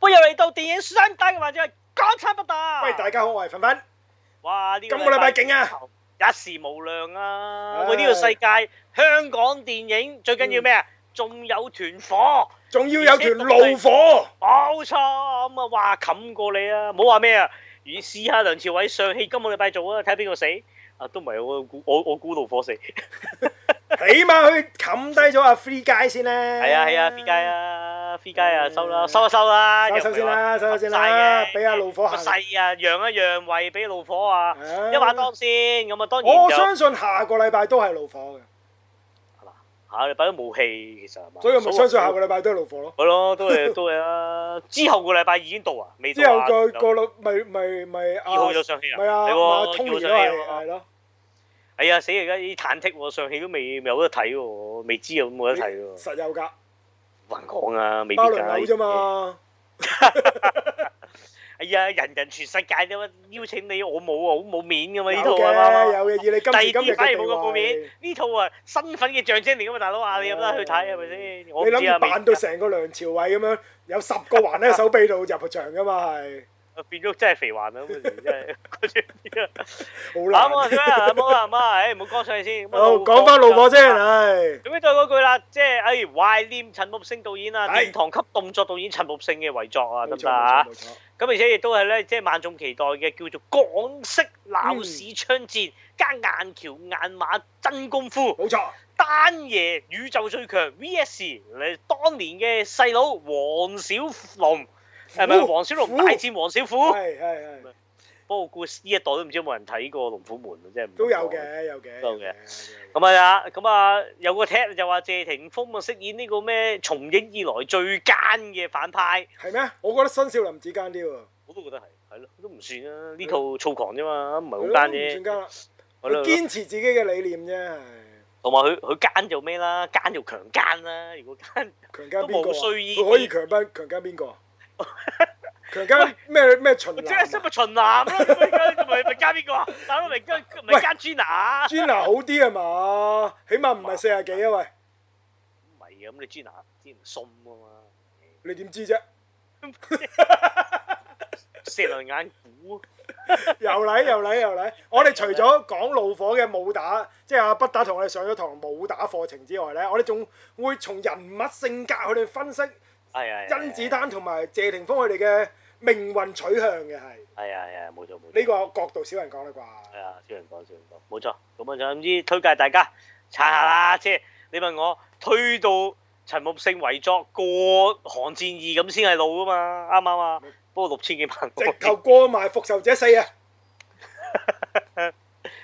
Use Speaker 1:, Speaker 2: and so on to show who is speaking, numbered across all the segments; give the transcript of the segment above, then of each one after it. Speaker 1: 喂，又嚟到電影雙低嘅環節，港產不打。
Speaker 2: 喂，大家好，我係粉粉。
Speaker 1: 哇！呢個
Speaker 2: 今個禮拜勁啊，
Speaker 1: 一時無量啊！
Speaker 2: 唉
Speaker 1: 喂，呢個世界香港電影最緊要咩啊？仲有團火，
Speaker 2: 仲要有團怒火。
Speaker 1: 冇錯咁啊！哇，冚過你啊！唔好話咩啊！而試下梁朝偉上戲，今個禮拜做啊，睇下邊個死啊！都唔係我估，我我估怒火死。
Speaker 2: 起碼佢冚低咗阿 Free 街先啦。
Speaker 1: 係啊係啊，飛街！啊，飛街啊，收啦，收一收啦，
Speaker 2: 收收先啦，收收先
Speaker 1: 又唔係
Speaker 2: 啦
Speaker 1: 話，
Speaker 2: 俾阿怒火
Speaker 1: 個
Speaker 2: 行。
Speaker 1: 勢啊，讓一讓位俾怒火啊！一把當先，咁啊當然
Speaker 2: 我
Speaker 1: 就
Speaker 2: 哦相信下個禮拜都係怒火嘅，
Speaker 1: 下禮拜都冇戲，其實係嘛？
Speaker 2: 所以我咪相信下個
Speaker 1: 禮
Speaker 2: 禮拜都係怒火咯。
Speaker 1: 啊係咯，都係都係啦。之後個禮拜已經到啊，未
Speaker 2: 之
Speaker 1: 到
Speaker 2: 後
Speaker 1: 啊
Speaker 2: 個個老咪咪咪
Speaker 1: 二號
Speaker 2: 啊
Speaker 1: 就，上戲啊，
Speaker 2: 咪啊
Speaker 1: 係
Speaker 2: 阿
Speaker 1: 喎，
Speaker 2: 通
Speaker 1: 二號
Speaker 2: 年都
Speaker 1: 上戲
Speaker 2: 係
Speaker 1: 啊
Speaker 2: 係咯，
Speaker 1: 係啊，死而家啲忐忑喎，上戲都未未有得睇喎，未知有冇得睇 喎，
Speaker 2: 實有㗎，
Speaker 1: 還講啊，未必
Speaker 2: 包
Speaker 1: 㗎。
Speaker 2: 輪樓啫嘛。
Speaker 1: 哎呀，人人全世界都邀請你，我冇啊，好冇面㗎嘛
Speaker 2: 有
Speaker 1: 呢套啊
Speaker 2: 嘅，。有嘅，以你今
Speaker 1: 第
Speaker 2: 時
Speaker 1: 二
Speaker 2: 今日
Speaker 1: 啲反而
Speaker 2: 嘅
Speaker 1: 冇咁冇
Speaker 2: 地
Speaker 1: 面
Speaker 2: 位，，
Speaker 1: 呢套啊身份嘅象徵嚟㗎嘛，大佬啊，你有得去睇係咪先？我唔
Speaker 2: 你
Speaker 1: 知
Speaker 2: 諗
Speaker 1: 啊
Speaker 2: 住扮
Speaker 1: 未
Speaker 2: 到成個梁朝偉咁樣，有十個環喺手臂度入場㗎嘛係，
Speaker 1: 啊變咗真係肥環啦，嗰時真係嗰時變咗。啊咁
Speaker 2: 好
Speaker 1: 啊
Speaker 2: 難。
Speaker 1: 點啊咁啊咁啊，誒唔好講上去先。咁啊
Speaker 2: 好，講翻怒火先，。啊唉，
Speaker 1: 咁樣再嗰句啦，即係誒懷念陳木勝導演啊，
Speaker 2: 係
Speaker 1: 殿堂級動作導演陳木勝嘅遺作啊，得唔
Speaker 2: 冇錯
Speaker 1: 得啊
Speaker 2: 冇錯？冇錯
Speaker 1: 咁而且亦都係咧，即係萬眾期待嘅叫做港式鬧市槍戰加硬橋硬馬真功夫，
Speaker 2: 冇錯，
Speaker 1: 單爺宇宙最強 V.S. 你當年嘅細佬黃小龍係咪
Speaker 2: 虎
Speaker 1: 黃小龍
Speaker 2: 虎
Speaker 1: 大戰黃小虎？
Speaker 2: 係係係，
Speaker 1: 不過故事呢一代都唔知有冇人睇過《龍虎門》啊，真係唔
Speaker 2: 都有。嘅有嘅
Speaker 1: 都有嘅
Speaker 2: 有嘅。
Speaker 1: 咁啊，咁啊，有個 tag 就話謝霆鋒啊飾演呢個咩從影以來最奸嘅反派，
Speaker 2: 係咩？我覺得新少林寺奸啲喎，
Speaker 1: 我都覺得係，係咯，都唔算啊。呢套躁狂啫嘛，唔係
Speaker 2: 係
Speaker 1: 好
Speaker 2: 咯
Speaker 1: 奸
Speaker 2: 唔算
Speaker 1: 啫。
Speaker 2: 奸啦，
Speaker 1: 係咯
Speaker 2: 佢堅持自己嘅理念啫，係
Speaker 1: 同埋佢佢奸就咩啦，奸就強奸啦。如果奸
Speaker 2: 強奸邊個
Speaker 1: 都冇
Speaker 2: 啊？
Speaker 1: 需要
Speaker 2: 佢可以強奸強奸邊 個啊？強奸咩咩秦
Speaker 1: 即係
Speaker 2: 嵐
Speaker 1: 識
Speaker 2: 啊
Speaker 1: 咪秦 南咯，咁咪咪奸邊個啊？大佬咪奸咪
Speaker 2: 喂
Speaker 1: 奸 Gina，
Speaker 2: ？Jenna 好啲係嘛？起碼唔係四廿幾啊喂！
Speaker 1: 唔係啊，咁你 Gina 啲唔送啊嘛，
Speaker 2: 你點知啫？
Speaker 1: 射兩眼估。
Speaker 2: 又嚟又嚟又嚟！我哋除咗講怒火嘅武打，即係阿北打同我哋上咗堂武打課程之外咧，我哋仲會從人物性格去哋分析
Speaker 1: 係啊，
Speaker 2: 甄子丹同埋謝霆鋒佢哋嘅命運取向嘅係
Speaker 1: 係啊係啊，冇錯冇錯。
Speaker 2: 呢個角度少人講啦
Speaker 1: 係
Speaker 2: 啩。
Speaker 1: 啊，少人講少人講，冇錯。咁啊，總之推介大家查下
Speaker 2: 嗯
Speaker 1: 啦，即係你問我推到陳木勝遺作過《寒戰二》咁先係路噶嘛，啱唔啱啊？不過六千幾萬
Speaker 2: 嗯直頭過埋復仇者四啊！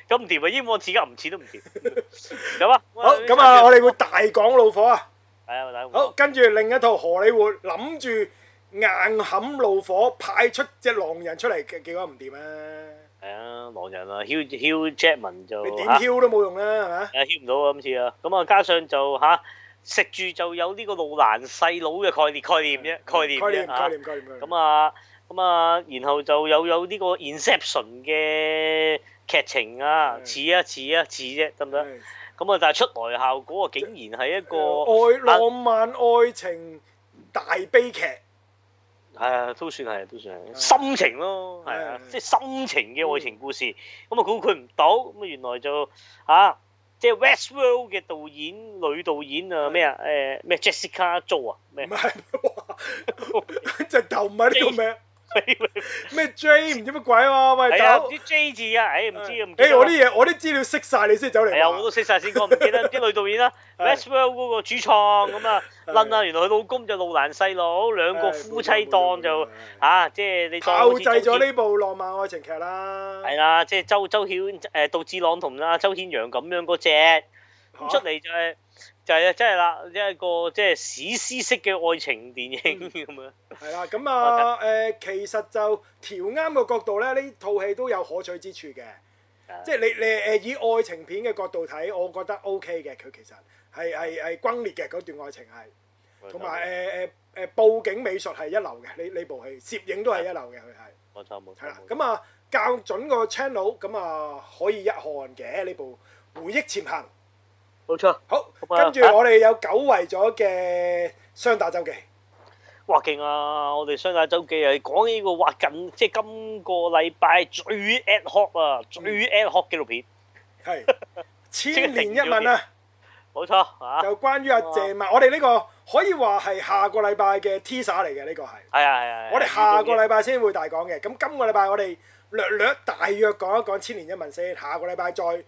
Speaker 1: 咁唔掂啊！英鎊自己唔錢都唔 掂。咁啊，
Speaker 2: 好咁啊，我哋會大講怒火啊！
Speaker 1: 係啊，大家
Speaker 2: 好，跟住另一套荷里活諗住硬冚怒火，派出隻狼人出嚟，結結果唔掂啊！
Speaker 1: 係啊，狼人啊，Hugh Hugh Jackman 就
Speaker 2: 你點
Speaker 1: 嚇
Speaker 2: 挑都冇用啦，係咪啊？
Speaker 1: 誒牽唔到啊，今次啊，咁啊加上就嚇食住就有呢個路蘭細佬嘅概念概念啫，概念
Speaker 2: 嗯概念
Speaker 1: 啫
Speaker 2: 概
Speaker 1: 嚇。
Speaker 2: 念概念概念。
Speaker 1: 咁啊，咁啊，然後就有有呢個 Inception 嘅劇情啊，
Speaker 2: 係
Speaker 1: 似啊似啊似啫，得唔得？
Speaker 2: 係
Speaker 1: 咁啊，但係出來效果啊，竟然係一個
Speaker 2: 誒愛浪漫愛情大 悲劇，
Speaker 1: 係啊，都算係，都算係
Speaker 2: 係
Speaker 1: 心情咯，係啊
Speaker 2: 係，係
Speaker 1: 即係心情嘅愛情故事。
Speaker 2: 嗯
Speaker 1: 咁啊，估佢唔到，咁啊，原來就啊，即係 Westworld 嘅導演女導演啊，
Speaker 2: 係
Speaker 1: 咩啊，誒咩 Jessica Jo 啊，
Speaker 2: 嗯唔
Speaker 1: 咩？
Speaker 2: 係哇， 直頭唔係呢個名 咩 J 唔知乜鬼啊！喂，
Speaker 1: 係啊，唔
Speaker 2: 走嗯
Speaker 1: 知 J 字啊，唉，唔知啊，唔記得
Speaker 2: 誒我啲嘢我啲資料識晒你先走嚟
Speaker 1: 係啊，我
Speaker 2: 話
Speaker 1: 都，識晒先講，唔記得啲女導演啦
Speaker 2: 係
Speaker 1: ，Westworld 嗰個主創咁啊，
Speaker 2: 係
Speaker 1: 撚啊，原來佢老公就路蘭細佬，兩個夫妻檔就
Speaker 2: 唉
Speaker 1: 啊，即係你當
Speaker 2: 炮
Speaker 1: 好似
Speaker 2: 製
Speaker 1: 周
Speaker 2: 咗
Speaker 1: 顯
Speaker 2: 呢部浪漫愛情劇啦，
Speaker 1: 係啊啦，即係周周曉誒杜志朗同啊周顯揚咁樣嗰只，
Speaker 2: 嚇
Speaker 1: 咁出嚟就係就係真係啦，一個即係史詩式嘅愛情電影咁
Speaker 2: 嗯
Speaker 1: 樣，
Speaker 2: 係啦，咁啊誒，其實就調啱個角度咧，呢套戲都有可取之處嘅。即係你你誒以愛情片嘅角度睇，我覺得 O K 嘅，佢其實係係係轟烈嘅嗰段愛情係，
Speaker 1: 係
Speaker 2: 同埋誒誒誒佈景美術係一流嘅，呢呢部戲攝影都係一流嘅，佢係
Speaker 1: 冇錯冇錯
Speaker 2: 係啦，
Speaker 1: 冇錯，
Speaker 2: 咁啊校準個 channel，咁啊可以一看嘅呢部《回憶前行》。
Speaker 1: 冇錯。
Speaker 2: 好，
Speaker 1: 咁啊
Speaker 2: 跟住我哋有久違咗嘅雙打周記，
Speaker 1: 哇勁啊！我哋雙打周記啊，講呢個哇近即係今個禮拜最 at hot 啊，最 at hot 紀錄片，
Speaker 2: 係千年一問啊！
Speaker 1: 冇錯啊，
Speaker 2: 就關於阿謝曼，我哋呢個可以話係下個禮拜嘅 teaser 嚟嘅，呢個係。
Speaker 1: 係啊係啊，
Speaker 2: 我哋下個禮拜先會大講嘅，咁今個禮拜我哋略略大約講一講千年一問先，下個禮拜再詳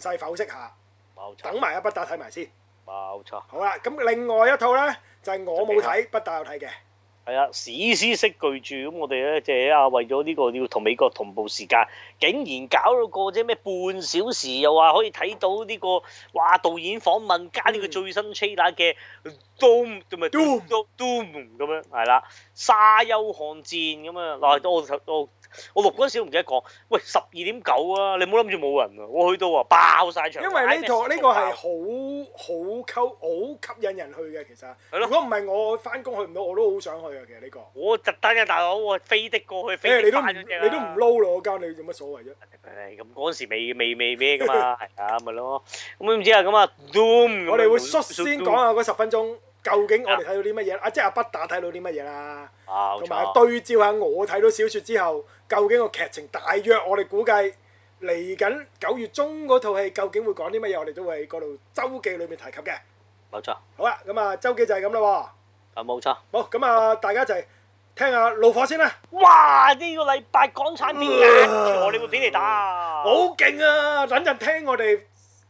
Speaker 2: 細剖析下，
Speaker 1: 冇錯
Speaker 2: 等埋阿不打睇埋先。
Speaker 1: 冇錯，
Speaker 2: 好啦，咁另外一套呢，就係、我冇睇，不打有睇嘅，
Speaker 1: 係啊，史詩式巨著咁，我哋咧即係啊為咗呢個要同美國同步時間，竟然搞到個啫咩半小時，又話可以睇到呢個哇導演訪問加
Speaker 2: 嗯
Speaker 1: 呢個最新 trailer 嘅 Doom 咁咪
Speaker 2: Doom
Speaker 1: Doom 咁樣係啦，沙丘巷戰咁啊嗱，我頭我我錄嗰陣時都唔記得講，喂十二點九啊，你冇諗住冇人啊，我去到啊爆晒場，
Speaker 2: 因為呢套
Speaker 1: IMAX
Speaker 2: 呢個係
Speaker 1: 爆
Speaker 2: 好好溝好吸引人去嘅，其實。
Speaker 1: 係咯
Speaker 2: 如果唔係我翻工去唔到，我都好想去啊！其實呢、個。
Speaker 1: 我特登嘅大佬，我飛的過去，
Speaker 2: 誒
Speaker 1: 飛
Speaker 2: 你
Speaker 1: 的
Speaker 2: 都唔
Speaker 1: 翻咗啫
Speaker 2: 你都唔撈咯，嗰間你有乜所謂啫？
Speaker 1: 誒咁嗰陣時未未未咩噶 嘛，係啊，咪咯。咁唔知啊，咁啊，Doom 咁樣
Speaker 2: 我哋會
Speaker 1: 用
Speaker 2: 率先講下嗰十分鐘，究竟我哋睇到啲乜嘢？啊，即係阿不打睇到啲乜嘢啦？
Speaker 1: 啊，冇
Speaker 2: 同埋
Speaker 1: 錯
Speaker 2: 對照下我睇到小説之後，究竟個劇情大約我哋估計嚟緊九月中嗰套戲究竟會講啲乜嘢，我哋都會喺嗰度周記裏面提及嘅。
Speaker 1: 冇錯，
Speaker 2: 好啦，咁啊周記就係咁啦
Speaker 1: 啊冇錯。
Speaker 2: 喎。好，咁啊大家就係聽下怒火先啦。
Speaker 1: 哇！呢個禮拜港產片壓住我哋部片嚟打，
Speaker 2: 好勁啊！等陣聽我哋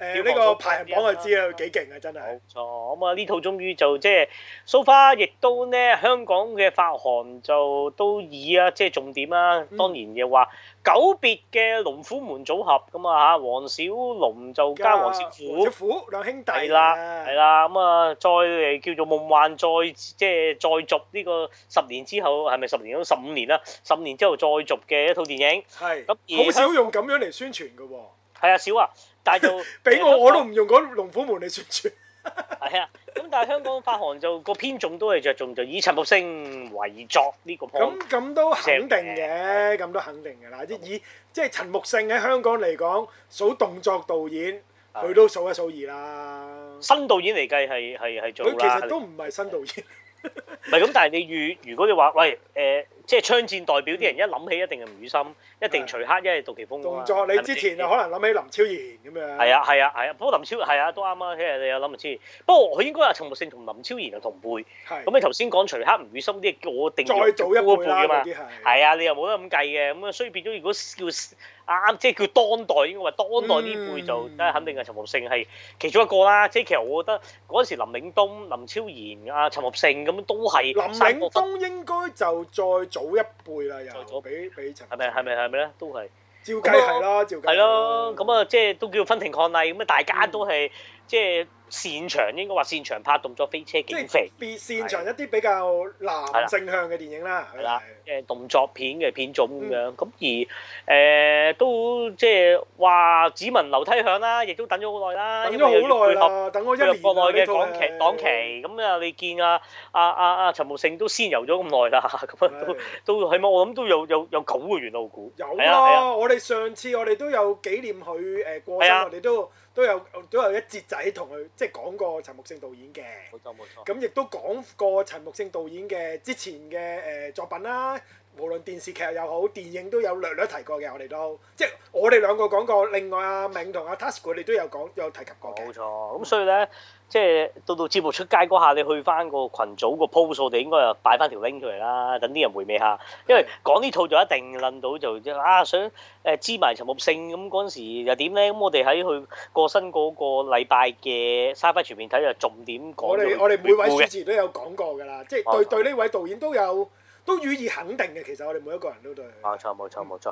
Speaker 2: 誒呢個排行榜就知啦，幾勁啊！真係
Speaker 1: 冇。錯。咁啊，呢套終於就即係 so far，亦都呢香港嘅發行就都以啊，即係重點啦。
Speaker 2: 嗯
Speaker 1: 當然又話久別嘅龍虎門組合咁啊嚇，黃小龍就加黃小虎
Speaker 2: 小。虎兩兄弟
Speaker 1: 係啦，係啦，咁啊，再嚟叫做夢幻再即係再續呢個十年之後，係咪十年？十五年啦，十五年之後再續嘅一套電影，
Speaker 2: 係
Speaker 1: 咁
Speaker 2: 好
Speaker 1: 而
Speaker 2: 少用咁樣嚟宣傳嘅喎，
Speaker 1: 係啊，少啊，但 係就
Speaker 2: 俾我我都唔用嗰龍虎門嚟宣傳。
Speaker 1: 係啊，咁但係香港發行就個偏重都係着重就以陳木勝為作呢個 point，
Speaker 2: 咁咁都肯定嘅，咁都肯定嘅啦。即以即係陳木勝喺香港嚟講，數動作導演，
Speaker 1: 係
Speaker 2: 佢都數一數二啦。
Speaker 1: 新導演嚟計係係係做
Speaker 2: 佢其
Speaker 1: 啦，
Speaker 2: 實都唔係新 導演，
Speaker 1: 唔係咁，但係你預如果你話喂誒、即係槍戰代表啲人一諗起一定係吳宇森，一定徐克，一係杜琪峰㗎啊嘛
Speaker 2: 動作你之前
Speaker 1: 係咪
Speaker 2: 啊可能諗起林超然咁樣。
Speaker 1: 係，啊係啊係啊，不過林超係啊都啱啊，即係你有諗林超然。不過佢應該係陳木勝同林超然係同輩。
Speaker 2: 係
Speaker 1: 咁你頭先講徐克、吳宇森啲，我定
Speaker 2: 再早一輩啦，
Speaker 1: 㗎
Speaker 2: 嗰
Speaker 1: 嘛。
Speaker 2: 啲係。
Speaker 1: 係啊，你又冇得咁計嘅，咁啊，所以變咗如果叫啱，即係叫當代應該話當代呢輩就
Speaker 2: 嗯
Speaker 1: 真係肯定係陳木勝係其中一個啦。即係其實我覺得嗰陣時林嶺東、林超然啊、陳木勝咁都係
Speaker 2: 林
Speaker 1: 三個
Speaker 2: 嶺
Speaker 1: 分，
Speaker 2: 東應該就再早一輩啦，
Speaker 1: 再
Speaker 2: 又
Speaker 1: 早
Speaker 2: 俾俾陳木
Speaker 1: 係咪係咪係咪咧？都係。
Speaker 2: 照計係啦，照計
Speaker 1: 係咯，咁啊，即係都叫分庭抗禮，咁啊，大家都
Speaker 2: 嗯
Speaker 1: 係即係擅長，應該話擅長拍動作飛車
Speaker 2: 即
Speaker 1: 警
Speaker 2: 係
Speaker 1: 匪，
Speaker 2: 變擅長一啲比較男性向嘅電影啦，
Speaker 1: 係啦
Speaker 2: 係，嗯
Speaker 1: 誒動作片嘅片種咁樣，咁而誒、呃都即係話指紋樓梯響啦，亦都等咗好耐啦，
Speaker 2: 等
Speaker 1: 因為
Speaker 2: 咗
Speaker 1: 又
Speaker 2: 好耐
Speaker 1: 要配合
Speaker 2: 啦，等我一
Speaker 1: 配合
Speaker 2: 年啦
Speaker 1: 國內嘅
Speaker 2: 呢套
Speaker 1: 港劇
Speaker 2: 係
Speaker 1: 檔期，咁啊，你見啊啊啊啊陳木勝都仙遊咗咁耐啦， 咁啊
Speaker 2: 係
Speaker 1: 都都起碼我諗都有有有九個元老股，
Speaker 2: 有
Speaker 1: 係啊係啊，
Speaker 2: 啦，我哋上次我哋都有紀念佢誒過
Speaker 1: 係
Speaker 2: 身，
Speaker 1: 啊
Speaker 2: 我哋都都有都有一節仔同佢即係講過陳木勝導演嘅，
Speaker 1: 冇錯冇錯，
Speaker 2: 咁亦都講過陳木勝導演嘅之前嘅誒作品啦，無論電視劇又好，電影都有略略提過嘅，我哋都即係我哋兩個講過，另外阿明同阿 Task 佢哋都有講有提及過嘅
Speaker 1: 冇，錯，咁所以咧，即係到到節目出街嗰下，你去翻個群組個 post，我哋應該又擺翻條 link 出嚟啦，等啲人回味下。因為講呢套就一定論到就即係啊，想誒知埋陳木勝咁嗰陣時又點咧？咁我哋喺佢過身嗰個禮拜嘅沙發全面睇就重點講
Speaker 2: 我哋
Speaker 1: 咗
Speaker 2: 我哋每位
Speaker 1: 回顧
Speaker 2: 主
Speaker 1: 嘅啊
Speaker 2: 持都有講過㗎啦，即
Speaker 1: 冇
Speaker 2: 係
Speaker 1: 錯
Speaker 2: 對對呢位導演都有都予以肯定嘅。其實我哋每一個人都對佢，
Speaker 1: 冇錯冇錯冇錯，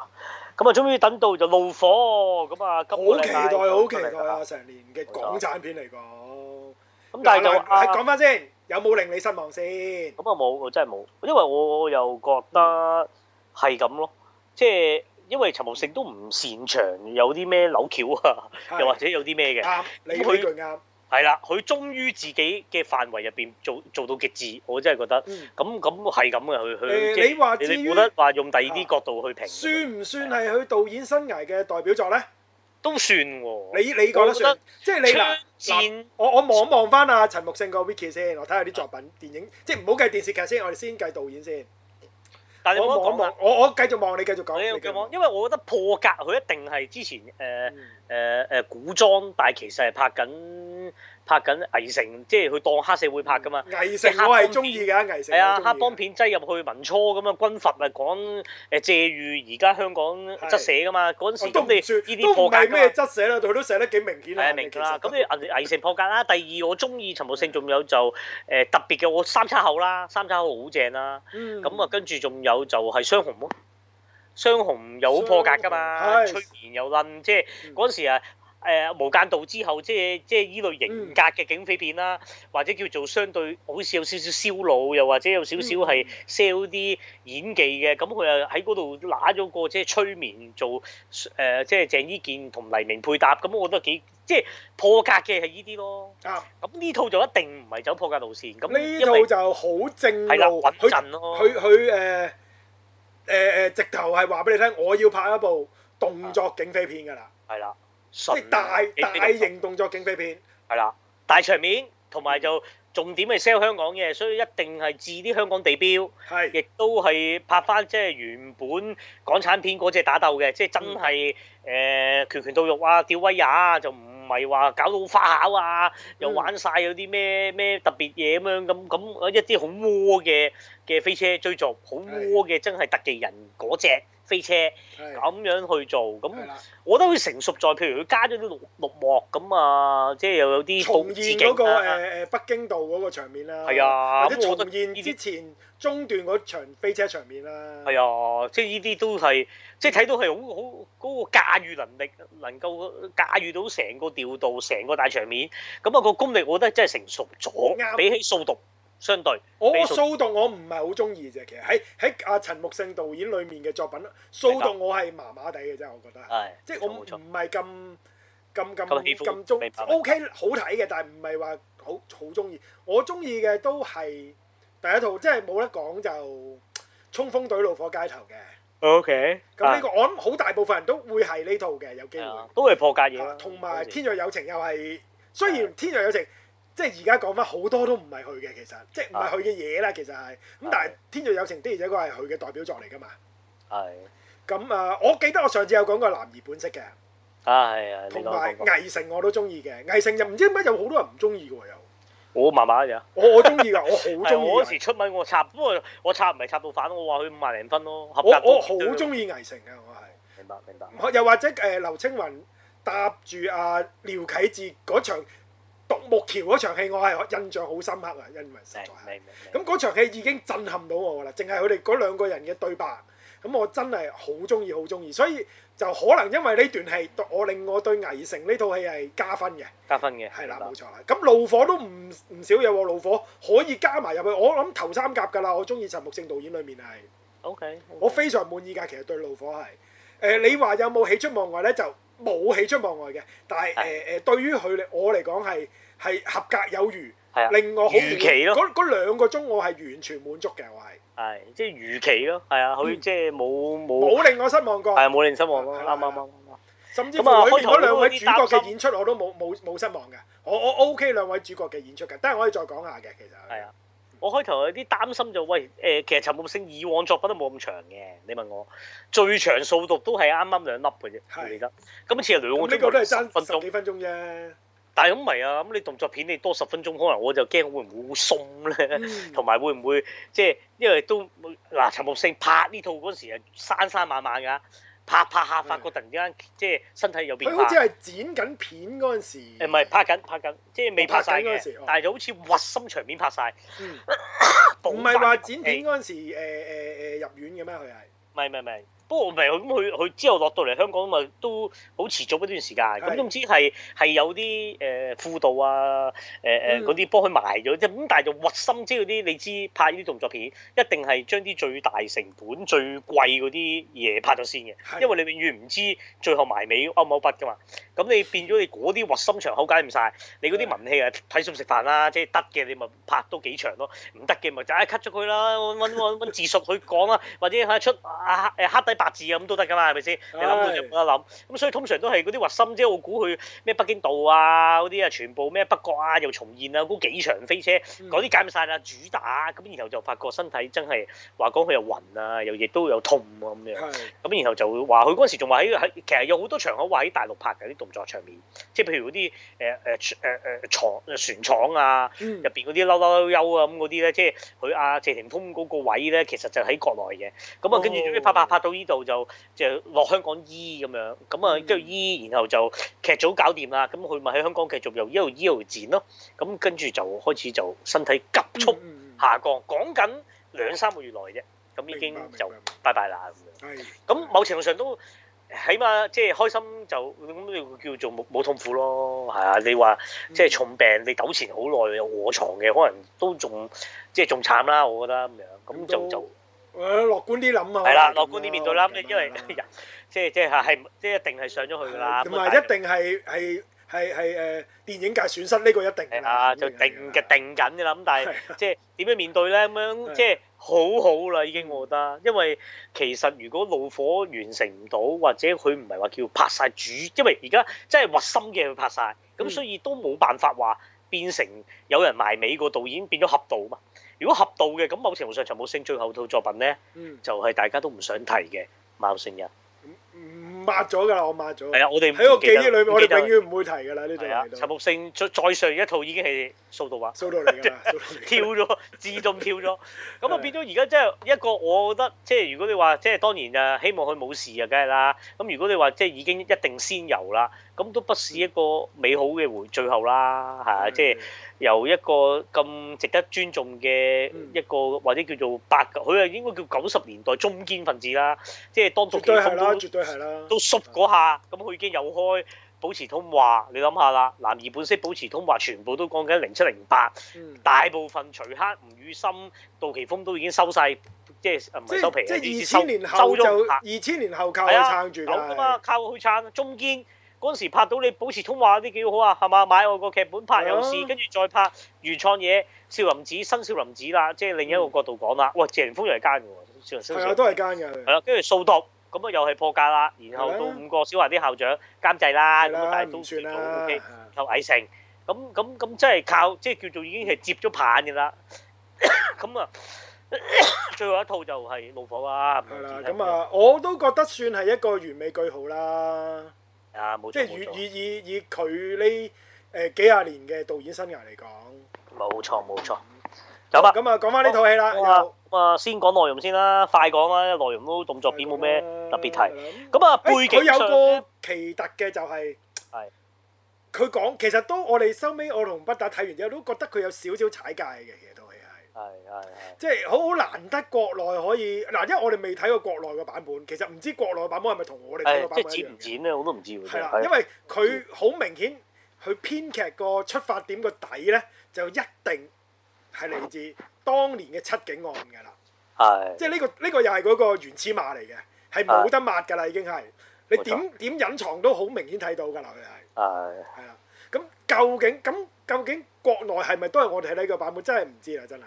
Speaker 1: 咁啊終於等到就怒火咁啊，今個
Speaker 2: 好
Speaker 1: 禮
Speaker 2: 期
Speaker 1: 拜
Speaker 2: 待，好期
Speaker 1: 就
Speaker 2: 待
Speaker 1: 出嚟啦
Speaker 2: 啊！成年嘅
Speaker 1: 冇錯
Speaker 2: 港產片嚟講，
Speaker 1: 咁但係就
Speaker 2: 嗱嗱係
Speaker 1: 啊
Speaker 2: 講翻先，有冇令你失望先？
Speaker 1: 咁啊冇，我真係冇，因為我又覺得係咁咯，即係因為陳木勝都唔擅長有啲咩扭橋啊，
Speaker 2: 係
Speaker 1: 又或者有啲咩嘅，
Speaker 2: 啱，你呢
Speaker 1: 咁佢
Speaker 2: 句啱，
Speaker 1: 係啦，佢忠於自己嘅範圍入邊做做到極致，我真係覺得
Speaker 2: 嗯
Speaker 1: 咁咁係咁嘅，佢
Speaker 2: 誒
Speaker 1: 佢即係
Speaker 2: 你話
Speaker 1: 你
Speaker 2: 至於啊
Speaker 1: 冇得話用第二啲角度去評，
Speaker 2: 算唔算係佢導演生涯嘅代表作呢？
Speaker 1: 都算喎。
Speaker 2: 你你覺得
Speaker 1: 我覺得
Speaker 2: 算？即係你嗱
Speaker 1: 槍。戰
Speaker 2: 我我望一望翻阿陳木勝個 wiki 先，我睇下啲作品、電影，即係唔好計電視劇先，我哋先計導演先。
Speaker 1: 但係啊你
Speaker 2: 我
Speaker 1: 冇得
Speaker 2: 望一
Speaker 1: 講啦
Speaker 2: 望，。我我繼續望，你繼續講。
Speaker 1: 你
Speaker 2: 你
Speaker 1: 有
Speaker 2: 繼續
Speaker 1: 咁講，因為我覺得破格佢一定係之前誒
Speaker 2: 嗯
Speaker 1: 誒誒呃古裝，但係其實係拍緊拍緊危城，即係佢當黑社會拍噶嘛。
Speaker 2: 危城嗯我係中意㗎，危城
Speaker 1: 係啊，
Speaker 2: 我
Speaker 1: 黑幫
Speaker 2: 中意㗎。
Speaker 1: 片擠入去民初咁啊，軍閥啊講誒借喻而家香港側寫噶嘛，嗰陣時
Speaker 2: 我都
Speaker 1: 咁
Speaker 2: 唔
Speaker 1: 你呢
Speaker 2: 算，
Speaker 1: 啲
Speaker 2: 都
Speaker 1: 破
Speaker 2: 唔
Speaker 1: 格
Speaker 2: 係
Speaker 1: 㗎嘛
Speaker 2: 咩質寫啦，佢都寫得幾明顯
Speaker 1: 係啊，
Speaker 2: 啦。
Speaker 1: 明㗎
Speaker 2: 其實
Speaker 1: 啦。咁你危危城破格啦，第二我中意陳木勝，仲有就誒、特別嘅我三叉口啦，三叉口好正啦。
Speaker 2: 嗯
Speaker 1: 咁啊，跟住仲有就係雙紅咯，雙紅又好破格㗎嘛，
Speaker 2: 雙紅係
Speaker 1: 催眠又冧，即係
Speaker 2: 嗯
Speaker 1: 嗰陣時啊。誒、無間道之後，即係即係依類型格嘅警匪片啦，或者叫做相對好似有少少燒腦，又或者有少少
Speaker 2: 嗯
Speaker 1: 係 sell 啲演技嘅，咁佢又喺嗰度揦咗個即係催眠做誒、即係鄭伊健同黎明配搭，咁我覺得幾即係破格嘅係依啲咯。
Speaker 2: 啊，
Speaker 1: 咁呢套就一定唔係走破格路線，咁
Speaker 2: 呢
Speaker 1: 因為
Speaker 2: 套就好正
Speaker 1: 係啦
Speaker 2: 路，
Speaker 1: 穩
Speaker 2: 佢
Speaker 1: 陣咯。
Speaker 2: 佢佢誒誒誒，直頭係話俾你聽，我要拍一部動作警匪片㗎啦，
Speaker 1: 係啦，即
Speaker 2: 即係大大型動作警匪片。
Speaker 1: 係啦，大場面同埋就重點係 sell 香港嘅，所以一定係置啲香港地標，
Speaker 2: 係
Speaker 1: 亦都係拍翻即係原本港產片嗰只打鬥嘅，即係真係誒、
Speaker 2: 嗯
Speaker 1: 呃拳拳到肉啊，吊威也啊，就唔係話搞到花巧啊，又
Speaker 2: 嗯
Speaker 1: 玩晒有啲咩咩特別嘢咁樣咁咁一啲好窩嘅嘅飛車追逐，好窩嘅真係特技人嗰只飛車
Speaker 2: 係
Speaker 1: 咁樣去做咁。
Speaker 2: 係啦，
Speaker 1: 我覺得佢成熟在，譬如佢加咗啲綠綠幕咁啊，即係又有啲
Speaker 2: 重
Speaker 1: 致
Speaker 2: 現
Speaker 1: 敬
Speaker 2: 嗰個
Speaker 1: 啦，
Speaker 2: 誒誒北京道嗰個場面啦，
Speaker 1: 係啊
Speaker 2: 或者
Speaker 1: 咁我覺得
Speaker 2: 重現之前中段嗰場飛車場面啦，
Speaker 1: 係啊，即係呢啲都係，即係睇到係好好嗰個駕馭能力，能夠駕馭到成個調度、成個大場面，咁啊個功力，我覺得真係成熟咗，
Speaker 2: 啱
Speaker 1: 比起掃毒相對，
Speaker 2: 我我
Speaker 1: 比數
Speaker 2: 掃動我唔係好中意啫，其實喺喺阿陳木勝導演裡面嘅作品，掃動我係麻麻地嘅啫，我覺得，
Speaker 1: 係
Speaker 2: 即係我
Speaker 1: 啊冇錯
Speaker 2: 唔係咁咁
Speaker 1: 咁喜歡
Speaker 2: 咁咁中
Speaker 1: 明白明
Speaker 2: OK 好睇嘅，但係唔係話好好中意。我中意嘅都係第一套，即係冇得講就衝鋒隊怒火街頭嘅。
Speaker 1: ，OK，
Speaker 2: 咁呢個我諗好大部分人都會係呢套嘅，有機會。
Speaker 1: 啊都係破格嘢
Speaker 2: 啊
Speaker 1: 啦，
Speaker 2: 同埋
Speaker 1: 嗰
Speaker 2: 《
Speaker 1: 時
Speaker 2: 天若有情》又係，雖然《天若有情》即係而家講翻好多都唔係佢嘅，其實即係唔係佢嘅嘢啦，其實係咁。但係《天若有情》的而且確係佢嘅代表作嚟㗎嘛。
Speaker 1: 係
Speaker 2: 咁啊，我記得我上次有講過《男兒本色》嘅，
Speaker 1: 啊係啊，你
Speaker 2: 同
Speaker 1: 講
Speaker 2: 埋
Speaker 1: 講
Speaker 2: 《
Speaker 1: 講
Speaker 2: 危城》我都中意嘅，《危城》就唔知點解有好多人唔中意嘅喎，又
Speaker 1: 我麻麻咋，
Speaker 2: 我我中意㗎，我好
Speaker 1: 係
Speaker 2: 中
Speaker 1: 我嗰
Speaker 2: 意啊
Speaker 1: 時
Speaker 2: 㗎。
Speaker 1: 出文我插，不過我插唔係插到反，我話佢五萬零分咯，合
Speaker 2: 我
Speaker 1: 格
Speaker 2: 我
Speaker 1: 都
Speaker 2: 好中意《危城》嘅，我係。
Speaker 1: 明白明白。
Speaker 2: 又或者誒、呃、劉青雲搭住阿、廖啟智嗰場獨木橋嗰場戲，我係印象好深刻啊，因為實在係
Speaker 1: 明
Speaker 2: 咁嗰場戲已經震撼到我㗎啦，淨係佢哋嗰兩個人嘅對白，咁我真係好中意好中意，所以就可能因為呢段戲，我令我對危城呢套戲係加分嘅，
Speaker 1: 加分嘅，
Speaker 2: 係啦
Speaker 1: 明白
Speaker 2: 冇錯啦。咁怒火都唔唔少嘢喎，怒火可以加埋入去，我諗頭三甲㗎啦，我中意陳木勝導演裡面係。
Speaker 1: OK，
Speaker 2: 我非常滿意㗎，其實對怒火係。誒、你話有冇喜出望外咧？就冇喜出望外嘅，但係誒誒，對於佢嚟我嚟講係係合格有餘，
Speaker 1: 係啊，
Speaker 2: 令我好滿
Speaker 1: 預期咯
Speaker 2: 嗰嗰兩個鐘我係完全滿足嘅，我係
Speaker 1: 係即係預期咯，係啊，佢
Speaker 2: 嗯
Speaker 1: 即係冇冇
Speaker 2: 冇令我失望過，
Speaker 1: 係啊冇令失望咯，
Speaker 2: 係
Speaker 1: 啱
Speaker 2: 啦係啦
Speaker 1: 啱啱啱，
Speaker 2: 甚至乎
Speaker 1: 咁啊
Speaker 2: 裏面
Speaker 1: 開頭
Speaker 2: 嗰兩位
Speaker 1: 都有啲
Speaker 2: 主角
Speaker 1: 擔
Speaker 2: 嘅
Speaker 1: 心
Speaker 2: 演出我都冇冇冇失望嘅。我我 OK 兩位主角嘅演出嘅，但係我可以再講下嘅其實。
Speaker 1: 係啊。我開頭有啲擔心就喂誒、其實陳木勝以往作品都冇咁長嘅，你問我最長數讀都係啱啱兩粒嘅啫，
Speaker 2: 係
Speaker 1: 我記得。咁好似係兩個
Speaker 2: 咁
Speaker 1: 鐘
Speaker 2: 呢個都係
Speaker 1: 十分
Speaker 2: 爭十
Speaker 1: 鐘，
Speaker 2: 幾分鐘啫。
Speaker 1: 但係咁唔係啊，咁你動作片你多十分鐘，可能我就驚會唔會好鬆咧。同埋會唔會即係因為都嗱陳木勝拍呢套嗰時係生生猛猛㗎，拍拍下發覺突然之間即係身體有變
Speaker 2: 佢
Speaker 1: 化
Speaker 2: 好似。係剪緊片嗰陣時。
Speaker 1: 誒唔係拍緊拍緊，即係未拍晒
Speaker 2: 拍緊嗰陣時
Speaker 1: 嘅
Speaker 2: 哦，
Speaker 1: 但係就好似核心場面拍晒，
Speaker 2: 嗯
Speaker 1: 補
Speaker 2: 唔
Speaker 1: 返
Speaker 2: 係話
Speaker 1: 啲
Speaker 2: 剪
Speaker 1: 戲
Speaker 2: 片嗰陣時，誒誒誒入院嘅咩？佢係
Speaker 1: 唔係唔係唔係，不過唔係咁佢佢之後落到嚟香港咪都好持續一段時間，
Speaker 2: 係
Speaker 1: 咁總之係係有啲誒輔導啊誒誒
Speaker 2: 嗯
Speaker 1: 嗰啲幫佢埋咗啫，咁但係就核心即係嗰啲你知拍呢啲動作片一定係將啲最大成本最貴嗰啲嘢拍咗先嘅，
Speaker 2: 係
Speaker 1: 因為你永遠唔知最後埋尾勾唔勾筆㗎嘛，咁你變咗你嗰啲核心場口解唔晒，你嗰啲文戲啊睇餸食飯啦，即係得嘅你咪拍多幾場咯。 唔得嘅咪就係 cut 咗佢啦，揾揾揾揾字述佢講啦，或者係出啊誒黑底白八字咁都得㗎嘛，係咪先？你諗到就冇得諗。咁所以通常都係嗰啲核心啫。我估佢咩北京道啊嗰啲啊，全部咩北角啊又重現啊，嗰幾場飛車嗰啲減晒啦，主打咁，然後就發覺身體真係話講佢又暈啊，又亦都有痛啊咁樣。
Speaker 2: 係
Speaker 1: 咁然後就會話佢嗰陣時仲話喺喺，其實有好多場口話喺大陸拍嘅啲動作場面，即係譬如嗰啲誒誒誒誒廠船廠啊，
Speaker 2: 嗯
Speaker 1: 入邊嗰啲嬲嬲嬲嬲啊咁嗰啲咧，即係佢阿謝霆鋒嗰個位咧，其實就喺國內嘅。咁啊，跟住
Speaker 2: 哦
Speaker 1: 最尾拍拍拍到呢度就就落香港醫咁樣，咁啊
Speaker 2: 嗯
Speaker 1: 跟住醫，然後就劇組搞掂啦。咁啊佢咪喺香港繼續又一路醫一路剪咯。咁跟住就開始就身體急速
Speaker 2: 嗯嗯嗯
Speaker 1: 下降，講緊兩三個月內啫。咁已經
Speaker 2: 明白明白
Speaker 1: 就
Speaker 2: 明
Speaker 1: 拜拜啦咁樣。
Speaker 2: 白係
Speaker 1: 咁某程度上都起碼即係開心就咁叫做冇冇痛苦咯，係啊！你話
Speaker 2: 嗯
Speaker 1: 即係重病，你糾纏好耐有卧床嘅，可能都仲即係仲慘啦，我覺得咁樣，咁就
Speaker 2: 咁都
Speaker 1: 就
Speaker 2: 誒樂觀啲諗啊，
Speaker 1: 係啦，
Speaker 2: 可能
Speaker 1: 樂
Speaker 2: 咁
Speaker 1: 觀啲
Speaker 2: 啦
Speaker 1: 面對啦，
Speaker 2: 可能
Speaker 1: 咁
Speaker 2: 咁
Speaker 1: 因為 人即係即係係即係一定係上咗去㗎啦，
Speaker 2: 同
Speaker 1: 咁啊
Speaker 2: 埋一定係係係係誒電影界損失呢個一定㗎
Speaker 1: 係
Speaker 2: 啦
Speaker 1: 啊，就
Speaker 2: 肯定
Speaker 1: 定
Speaker 2: 㗎
Speaker 1: 嘅
Speaker 2: 啦
Speaker 1: 定緊㗎啦，咁但係
Speaker 2: 係。啊
Speaker 1: 即係點樣面對咧？咁樣
Speaker 2: 係啊嗯
Speaker 1: 即係好好啦，已經我覺得，因為其實如果怒火完成唔到，或者佢唔係話叫拍晒主，因為而家真係核心嘅佢拍晒，咁
Speaker 2: 嗯
Speaker 1: 所以都冇辦法話變成有人埋尾個導演變咗合導嘛。如果合導嘅，咁某程度上陳木勝最後套作品咧，
Speaker 2: 嗯
Speaker 1: 就係、大家都唔想提嘅《貓聖人
Speaker 2: 唔抹咗㗎啦，我抹咗》。。
Speaker 1: 係啊，我哋唔
Speaker 2: 嗯喺我記
Speaker 1: 記得
Speaker 2: 憶裏面，
Speaker 1: 唔
Speaker 2: 我
Speaker 1: 記得
Speaker 2: 哋永遠唔會提㗎啦，呢度
Speaker 1: 係啊，
Speaker 2: 嚟
Speaker 1: 陳
Speaker 2: 到
Speaker 1: 木勝再再上一套已經係掃到話。
Speaker 2: 數到嚟㗎啦，數 到嚟
Speaker 1: 跳
Speaker 2: 㗎
Speaker 1: 咗，
Speaker 2: 啦
Speaker 1: 自動跳咗。咁啊
Speaker 2: 係
Speaker 1: 變咗而家即係一個，我覺得即係如果你話即係當然就希望佢冇事啊，梗係啦。咁如果你話即係已經一定先遊啦，咁都不是一個美好嘅回最後
Speaker 2: 嗯
Speaker 1: 啦，係
Speaker 2: Ừ,
Speaker 1: 啊，即係由一個咁值得尊重嘅
Speaker 2: 嗯
Speaker 1: 一個或者叫做八，佢啊應該叫九十年代中堅分子啦，即係當
Speaker 2: 絕
Speaker 1: 獨
Speaker 2: 對係
Speaker 1: 風
Speaker 2: 啦，
Speaker 1: 都
Speaker 2: 絕對係啦。
Speaker 1: 都縮嗰下，咁佢已經有開保持通話，你諗下啦，男兒本色保持通話全部都講緊零七零八。
Speaker 2: 嗯
Speaker 1: 大部分徐克、吳宇森、杜琪峰都已經收晒，即係唔
Speaker 2: 即
Speaker 1: 係收皮啊
Speaker 2: 係即係
Speaker 1: 意
Speaker 2: 二
Speaker 1: 思收
Speaker 2: 千年後就
Speaker 1: 收咗
Speaker 2: 二千年後靠佢
Speaker 1: 係啊，
Speaker 2: 撐住
Speaker 1: 有
Speaker 2: 㗎
Speaker 1: 噶嘛，靠佢撐。中堅嗰陣時拍到你保持通話啲幾好啊，係嘛？買外國劇本拍又
Speaker 2: 係
Speaker 1: 試，
Speaker 2: 啊
Speaker 1: 跟住再拍原創嘢《少林寺》新《少林寺》啦，即係另一個角度講啦。喂，謝霆鋒又係奸嘅喎，少林寺
Speaker 2: 嗯係啊，都係奸㗎佢。
Speaker 1: 係啦，跟住掃毒。咁啊，又係破格啦，然後
Speaker 2: 係啊
Speaker 1: 到五個小華啲校長監製啦，
Speaker 2: 係
Speaker 1: 咁啊但
Speaker 2: 啦，
Speaker 1: 係都
Speaker 2: 唔
Speaker 1: 叫
Speaker 2: 算
Speaker 1: 做 O
Speaker 2: 啦
Speaker 1: K。。靠矮性，咁咁咁真係靠即係叫做已經係接咗棒嘅 啦。咁 啊，最後一套就係怒火啦。
Speaker 2: 係啦，咁，啊，我都覺得算係一個完美句號啦。
Speaker 1: 啊冇
Speaker 2: 即
Speaker 1: 錯
Speaker 2: 係
Speaker 1: 冇
Speaker 2: 以
Speaker 1: 錯，
Speaker 2: 以以以佢呢誒幾廿年嘅導演生涯嚟講，
Speaker 1: 冇錯冇錯。走吧，
Speaker 2: 咁啊，講翻呢套戲啦，
Speaker 1: 咁啊
Speaker 2: 又
Speaker 1: 咁啊，先講內容先啦，快講啦，因為內容都動作片冇咩特別提。咁啊，
Speaker 2: 誒
Speaker 1: 背景
Speaker 2: 佢有
Speaker 1: 上呢
Speaker 2: 個奇特嘅就係
Speaker 1: 係
Speaker 2: 佢講，其實都我哋收尾我同北打睇完之後都覺得佢有少少踩界嘅，其實套戲係。
Speaker 1: 係係係
Speaker 2: 即係好好難得國內可以嗱，因為我哋未睇過國內嘅版本，其實唔知國內嘅版本係咪同我哋睇嘅
Speaker 1: 誒，即
Speaker 2: 版
Speaker 1: 係
Speaker 2: 本一樣
Speaker 1: 剪唔
Speaker 2: 嘅。
Speaker 1: 剪咧，我都唔知喎。
Speaker 2: 係
Speaker 1: 真
Speaker 2: 啦，
Speaker 1: 係啊
Speaker 2: 因為佢好明顯，佢編劇個出發點個底咧，就一定係嚟自當年嘅七警案㗎啦。
Speaker 1: 啊係
Speaker 2: 即係呢個呢個又係嗰個原始碼嚟嘅，係冇得抹㗎啦，已經係你點點隱藏都好明顯睇到㗎啦，佢
Speaker 1: 係
Speaker 2: 係係啦。咁究竟咁究竟國內係咪都係我哋睇呢個版本？真係唔知啦，真係。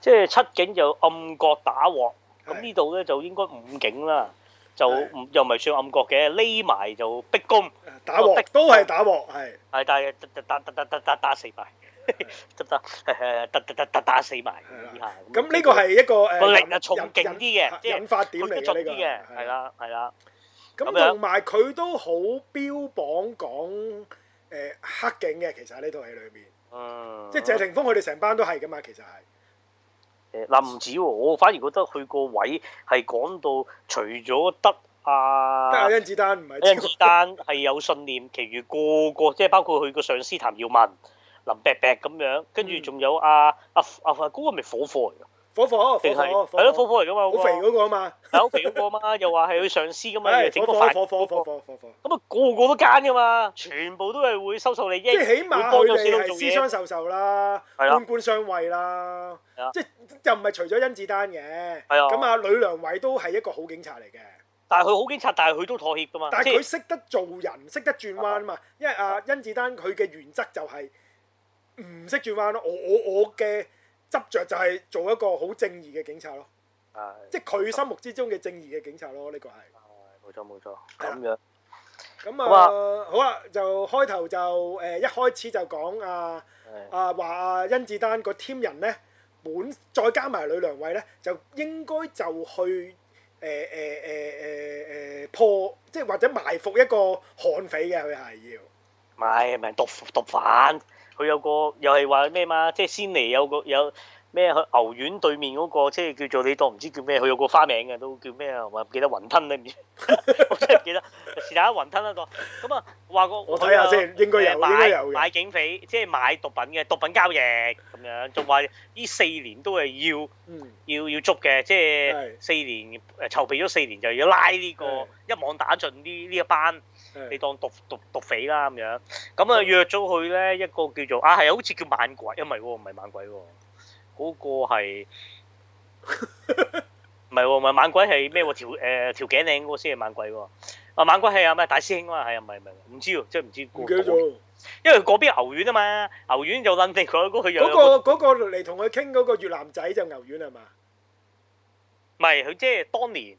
Speaker 1: 即係七警就暗角打鑊。咁
Speaker 2: 係
Speaker 1: 呢度咧就應該五警啦，就
Speaker 2: 係
Speaker 1: 唔又唔係算暗角嘅，匿埋就逼供，
Speaker 2: 打鑊都係打鑊，係
Speaker 1: 係但係打打打打打打打死埋， 得唔得？係係係打打打打打死埋
Speaker 2: 係啦啊
Speaker 1: 以下。
Speaker 2: 咁呢個係一個誒
Speaker 1: 個力啊
Speaker 2: 引
Speaker 1: 重勁啲嘅
Speaker 2: 引
Speaker 1: 即係
Speaker 2: 引發點
Speaker 1: 佢
Speaker 2: 嚟
Speaker 1: 都
Speaker 2: 嘅
Speaker 1: 重
Speaker 2: 呢
Speaker 1: 啲
Speaker 2: 個
Speaker 1: 嘅，係。啦係啦，
Speaker 2: 咁
Speaker 1: 咁樣
Speaker 2: 同埋佢都好標榜講誒黑警嘅，其實喺呢套戲裏面，
Speaker 1: 嗯，
Speaker 2: 即係謝霆鋒佢哋成班都係噶嘛，其實係
Speaker 1: 誒嗱唔止喎，我反而覺得佢個位係講到除咗得
Speaker 2: 得阿
Speaker 1: 啊。
Speaker 2: 甄子丹唔係
Speaker 1: 甄
Speaker 2: 超
Speaker 1: 子丹係有信念，其餘個個即係包括佢個上司譚耀文、林伯伯咁樣，跟
Speaker 2: 嗯
Speaker 1: 住仲有阿阿阿嗰個咪火火嚟㗎。
Speaker 2: 火火火
Speaker 1: 定係
Speaker 2: 火
Speaker 1: 係咯，火火嚟噶嘛，
Speaker 2: 好肥嗰個啊嘛，
Speaker 1: 係好肥嗰個嘛，又話係佢上司噶嘛，又
Speaker 2: 係
Speaker 1: 整
Speaker 2: 火
Speaker 1: 個
Speaker 2: 火
Speaker 1: 飯
Speaker 2: 火火火火火火，
Speaker 1: 咁啊，個個都奸噶嘛，全部都係會收受利益，
Speaker 2: 即係起
Speaker 1: 會
Speaker 2: 碼
Speaker 1: 幫
Speaker 2: 佢
Speaker 1: 咗小
Speaker 2: 哋
Speaker 1: 佬
Speaker 2: 係
Speaker 1: 做
Speaker 2: 私
Speaker 1: 嘢，
Speaker 2: 相授受啦，
Speaker 1: 係啦
Speaker 2: 官官相衛啦
Speaker 1: 係啊，
Speaker 2: 即係又唔係除咗甄子丹嘅，
Speaker 1: 係啊
Speaker 2: 咁啊呂良偉都係一個好警察嚟嘅。
Speaker 1: 但係佢好警察，但係佢都妥協噶嘛，
Speaker 2: 但
Speaker 1: 即
Speaker 2: 係佢
Speaker 1: 係
Speaker 2: 識得做人，識得轉彎啊嘛。因為阿甄子丹佢嘅原則就係唔識轉彎咯。我我我嘅執着就係做一個好正義嘅警察咯。
Speaker 1: 係
Speaker 2: 即係佢心目之中嘅正義嘅警察咯，呢個係。
Speaker 1: 冇錯冇錯，
Speaker 2: 係啊啦
Speaker 1: 咁樣
Speaker 2: 咁
Speaker 1: 好
Speaker 2: 啊，好啦，就開頭就誒、一開始就講啊
Speaker 1: 係
Speaker 2: 啊話啊甄子丹個 team 人咧，本再加埋呂良偉咧，就應該就去誒誒誒誒誒破，即係或者埋伏一個悍匪嘅，佢係要。
Speaker 1: 唔係唔係毒毒販，佢有個又係話咩嘛，即係先嚟有個有。咩？佢牛丸對面嗰、個即係叫做你當唔知叫咩，佢有個花名嘅都叫咩啊？我唔記得雲吞你唔知， 我真係唔記得。是但啦雲吞啦個咁啊，話個
Speaker 2: 我睇下
Speaker 1: 佢啊
Speaker 2: 先，應該有，
Speaker 1: 誒
Speaker 2: 應
Speaker 1: 買
Speaker 2: 該有嘅。
Speaker 1: 買警匪，即係買毒品嘅毒品交易咁樣，仲話呢四年都係要
Speaker 2: 嗯，
Speaker 1: 要要捉嘅，即係
Speaker 2: 係
Speaker 1: 四年誒籌備咗四年就要拉呢、個
Speaker 2: 係
Speaker 1: 一網打盡呢呢一班你
Speaker 2: 係
Speaker 1: 當毒毒毒匪啦咁樣，咁啊約咗佢咧一個叫做啊係好似叫猛鬼，啊唔係喎唔係猛鬼喎，嗰、個係唔係喎唔係猛鬼係咩喎 條誒、條頸領嗰個先係猛鬼喎，啊猛鬼係啊咩大師兄啊嘛係啊唔係唔係唔知喎，真係唔知
Speaker 2: 唔
Speaker 1: 個
Speaker 2: 記得咗。
Speaker 1: 因為嗰邊牛丸啊嘛，牛丸就撚定佢，嗰佢又有個
Speaker 2: 嗰個嗰個嚟同佢傾嗰個越南仔就牛丸係嘛？
Speaker 1: 唔係佢即係當年，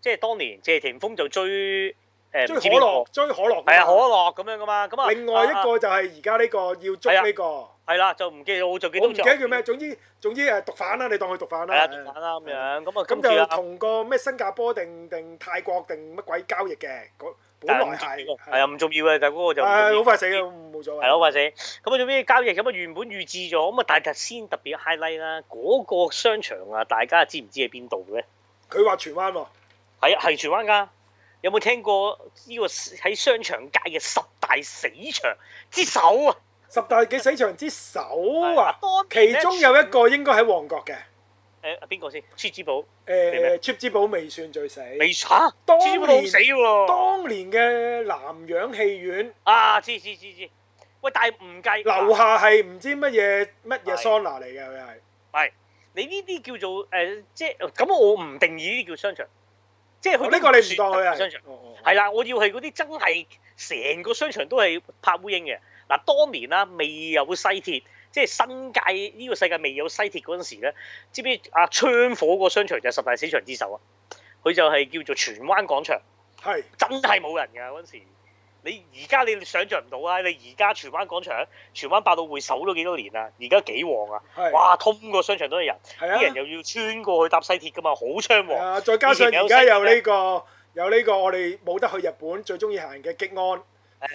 Speaker 1: 即係當年謝霆鋒就追誒
Speaker 2: 追
Speaker 1: 唔
Speaker 2: 可
Speaker 1: 知邊
Speaker 2: 樂
Speaker 1: 個，，
Speaker 2: 追可樂。
Speaker 1: 係啊可。樂咁樣噶嘛，咁啊
Speaker 2: 另外一
Speaker 1: 啊
Speaker 2: 個就係而家呢個要捉呢個。
Speaker 1: 啊係啦，就唔記得我就記得
Speaker 2: 我唔
Speaker 1: 好似
Speaker 2: 記得叫咩，總之總之誒毒販啦，你當佢毒
Speaker 1: 係
Speaker 2: 販
Speaker 1: 啦，
Speaker 2: 啦。
Speaker 1: 毒販啦咁樣，咁啊
Speaker 2: 咁
Speaker 1: 今次
Speaker 2: 就
Speaker 1: 啊
Speaker 2: 同個咩新加坡定定泰國定乜鬼交易嘅，嗰本來係
Speaker 1: 係啊唔重要嘅，但係嗰個就唔重
Speaker 2: 係
Speaker 1: 要
Speaker 2: 好快死嘅，冇所謂。
Speaker 1: 係咯，或者咁啊，做咩交易咁啊？原本預置咗咁啊，但係先特別 highlight 啦，嗰個商場啊，大家知唔知喺邊度咧？
Speaker 2: 佢話荃灣喎，
Speaker 1: 係啊，係荃灣㗎。有冇聽過呢個喺商場界嘅十大死場之首啊？
Speaker 2: 十大嘅死場之首啊，
Speaker 1: 當年
Speaker 2: 其
Speaker 1: 咧
Speaker 2: 中有一個應該喺旺角嘅，
Speaker 1: 誒邊個先？薛之寶
Speaker 2: 誒 Chip 之寶未算最死。
Speaker 1: 未嚇？
Speaker 2: 當
Speaker 1: 薛之寶好
Speaker 2: 年
Speaker 1: 死喎！
Speaker 2: 當年嘅南洋戲院
Speaker 1: 啊，知知知知。喂，但係唔計
Speaker 2: 樓
Speaker 1: 嗱
Speaker 2: 下係唔知乜嘢乜
Speaker 1: 係
Speaker 2: 嘢桑拿嚟嘅，佢係
Speaker 1: 你呢啲叫做誒，即係咁我唔定義呢啲叫商場，即係佢都
Speaker 2: 哦呢個你唔
Speaker 1: 算
Speaker 2: 當佢
Speaker 1: 商場
Speaker 2: 係。哦哦
Speaker 1: 係啦，我要係嗰啲真係成個商場都係拍烏蠅嘅。嗱，當年啦，未有西鐵，即係新界呢個世界未有西鐵嗰陣時咧，知唔知啊？槍火個商場就係十大死場之首啊！佢就係叫做荃灣廣場，
Speaker 2: 係
Speaker 1: 真係冇人㗎嗰陣時。你而家你想像唔到啊！你而家荃灣廣場、荃灣百老匯守咗幾多年啦？而家幾旺啊！
Speaker 2: 係
Speaker 1: 哇，通個商場都係人，
Speaker 2: 係
Speaker 1: 啲
Speaker 2: 啊
Speaker 1: 人。又要穿過去搭西鐵㗎嘛，好猖
Speaker 2: 係
Speaker 1: 狂。
Speaker 2: 啊，再加上
Speaker 1: 以前有
Speaker 2: 而家有呢、個有呢個我哋冇得去日本最中意行嘅激安，
Speaker 1: 誒，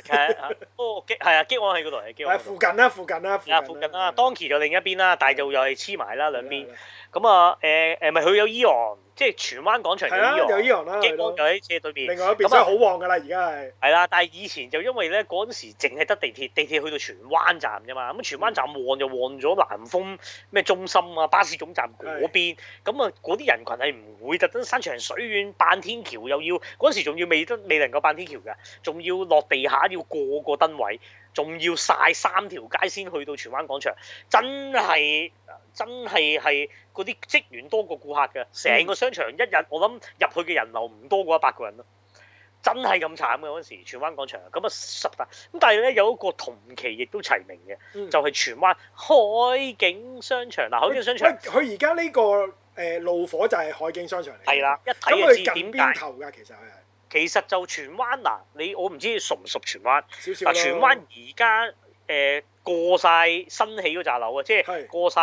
Speaker 1: 其實啊 哦，激係啊，激安喺嗰度嚟，激安
Speaker 2: 喺
Speaker 1: 嗰度
Speaker 2: 附。近啦，附近啦，
Speaker 1: 啊，附近啦，當期就另一邊啦，大就又係黐埋啦兩邊。
Speaker 2: 係啦
Speaker 1: 咁啊，誒誒，咪佢有伊昂，即係荃灣廣場
Speaker 2: 係啦，有
Speaker 1: 有伊
Speaker 2: 伊
Speaker 1: 昂，
Speaker 2: 洋啦，
Speaker 1: 激
Speaker 2: 係
Speaker 1: 安
Speaker 2: 咯
Speaker 1: 就喺斜對面。
Speaker 2: 另外一邊
Speaker 1: 咁
Speaker 2: 真
Speaker 1: 啊
Speaker 2: 係好旺㗎啦，而家係
Speaker 1: 係啦，但係以前就因為咧嗰陣時淨係得地鐵，地鐵去到荃灣站啫嘛，咁荃灣站旺就旺咗南豐咩中心啊、巴士總站嗰邊，咁啊嗰啲人群係唔會特登山長水遠扮天橋，又要嗰陣時仲要未得未能夠扮天橋㗎，仲要落地下要過個燈位，仲要晒三條街先去到荃灣廣場，真係真係係嗰啲職員多過顧客㗎，成個商場一日我諗入去嘅人流唔多過一百個人咯。真係咁慘嘅嗰陣時，荃灣廣場咁啊十大咁，但係咧有一個同期亦都齊名嘅，
Speaker 2: 嗯
Speaker 1: 就係荃灣海景商場嗱，海景商場
Speaker 2: 喂佢而家呢個誒、怒火就係海景商場嚟，
Speaker 1: 係，啦，一
Speaker 2: 咁
Speaker 1: 睇就知
Speaker 2: 佢近
Speaker 1: 點
Speaker 2: 邊
Speaker 1: 解。
Speaker 2: 頭㗎，其實佢
Speaker 1: 其實就荃灣嗱，你我唔知熟唔熟荃灣
Speaker 2: 係少少
Speaker 1: 嗱，
Speaker 2: 啦
Speaker 1: 荃灣而家誒過晒新起嗰扎樓啊，即係
Speaker 2: 係
Speaker 1: 過晒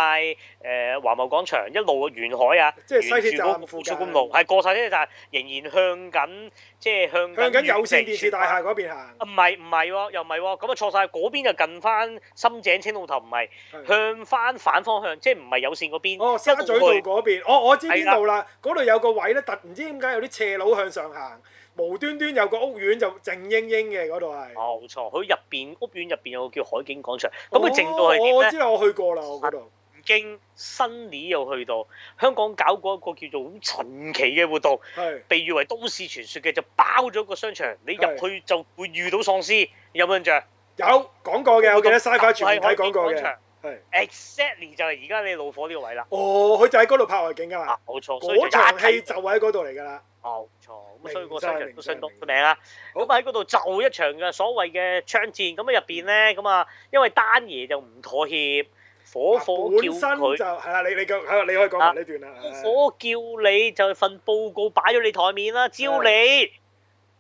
Speaker 1: 誒華茂廣場一路沿海啊，
Speaker 2: 即係西鐵
Speaker 1: 沿住
Speaker 2: 站
Speaker 1: 嗰個
Speaker 2: 附
Speaker 1: 高
Speaker 2: 近
Speaker 1: 速公路係過晒呢啲站，仍然向緊即係向
Speaker 2: 向緊有線
Speaker 1: 越
Speaker 2: 電
Speaker 1: 嚟荃
Speaker 2: 視
Speaker 1: 灣
Speaker 2: 大廈嗰邊行
Speaker 1: 啊，唔係唔係喎，又唔係喎，咁啊錯晒。嗰邊就近翻深井青路頭，唔係
Speaker 2: 係
Speaker 1: 向翻反方向，即係唔係有線嗰邊。
Speaker 2: 哦沙咀
Speaker 1: 一
Speaker 2: 道
Speaker 1: 路去
Speaker 2: 嗰邊，哦我知
Speaker 1: 係
Speaker 2: 邊
Speaker 1: 啦
Speaker 2: 度啦，嗰度有個位咧，突唔知點解有啲斜路向上行，無端端有個屋苑就靜英英嘅嗰度係。
Speaker 1: 哦冇錯，佢入邊屋苑入邊有個叫海景廣場，咁佢靜到係
Speaker 2: 哦我
Speaker 1: 點
Speaker 2: 知
Speaker 1: 咧？
Speaker 2: 啦，我去過啦，我嗰度。
Speaker 1: 唔經新年又去到香港搞過一個叫做好神奇嘅活動，
Speaker 2: 係
Speaker 1: 被譽為都市傳說嘅，就包咗個商場，你入去就會遇到喪屍，有冇印象？
Speaker 2: 有講過嘅，我記得 Sci-Fi 全面
Speaker 1: 係海
Speaker 2: 睇
Speaker 1: 景
Speaker 2: 講過
Speaker 1: 廣
Speaker 2: 嘅
Speaker 1: 場。
Speaker 2: 係。
Speaker 1: Exactly 就係而家你怒火呢個位啦。
Speaker 2: 哦，佢就喺嗰度拍外景㗎
Speaker 1: 啊
Speaker 2: 嘛。，
Speaker 1: 冇錯，所以就
Speaker 2: 嗰
Speaker 1: 一
Speaker 2: 場
Speaker 1: 睇
Speaker 2: 戲就喺嗰度嚟㗎啦。
Speaker 1: 冇錯，咁所以個
Speaker 2: 明
Speaker 1: 商
Speaker 2: 晒
Speaker 1: 場都相當
Speaker 2: 明晒
Speaker 1: 出名啦。
Speaker 2: 好
Speaker 1: 咁喺嗰度就一場嘅所謂嘅槍戰，咁啊入邊咧，咁啊因為單爺就唔妥協，火火叫
Speaker 2: 本身就
Speaker 1: 佢，
Speaker 2: 係啦，你你講係啦，你可以講
Speaker 1: 啊
Speaker 2: 埋呢段啦。係
Speaker 1: 火叫你就份報告擺咗你台面啦，招你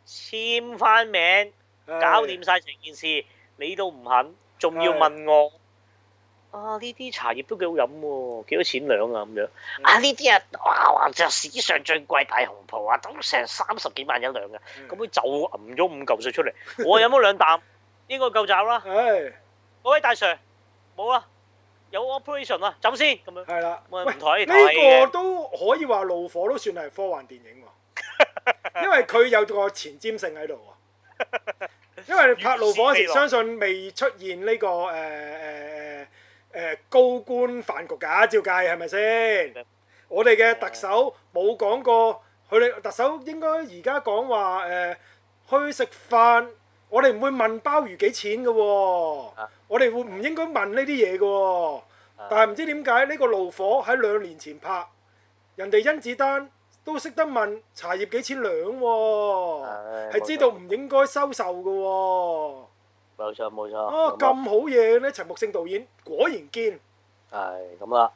Speaker 1: 簽翻名，搞掂。晒成件事，你都唔肯，仲要問我啊呢啲茶葉都幾好飲喎，幾多錢兩啊咁樣
Speaker 2: 嗯
Speaker 1: 啊呢啲啊哇哇就史上最貴大紅袍啊，都成三十幾萬一兩嘅，咁
Speaker 2: 咁
Speaker 1: 佢就揞咗五嚿水出嚟， 我飲咗兩啖，應該夠找啦。
Speaker 2: 係
Speaker 1: 各位大 Sir，冇啦，有 operation 啦，走先咁樣。
Speaker 2: 係啦。
Speaker 1: 咁啊
Speaker 2: 喂
Speaker 1: 唔同你睇嘅
Speaker 2: 呢個都可以話《怒火》都算係科幻電影 喎，因為佢有個前瞻性喺度喎。因為拍《怒火》嗰時，
Speaker 1: 預示未來
Speaker 2: 相信未出現呢、個呃誒誒誒誒呃高官飯局㗎，照計係咪先
Speaker 1: 嗯？
Speaker 2: 我哋嘅特首冇講過，佢哋特首應該而家講話誒去食飯，我哋唔會問鮑魚幾錢嘅喎
Speaker 1: 啊，
Speaker 2: 我哋會唔應該問呢啲嘢嘅喎。但係唔知點解呢個怒火喺兩年前拍，人哋甄子丹都識得問茶葉幾錢兩喎、
Speaker 1: 唉
Speaker 2: 係知道唔應該收售嘅喎、
Speaker 1: 冇錯冇錯。
Speaker 2: 啊咁好嘢呢，陳木勝導演果然堅。
Speaker 1: 係咁啦。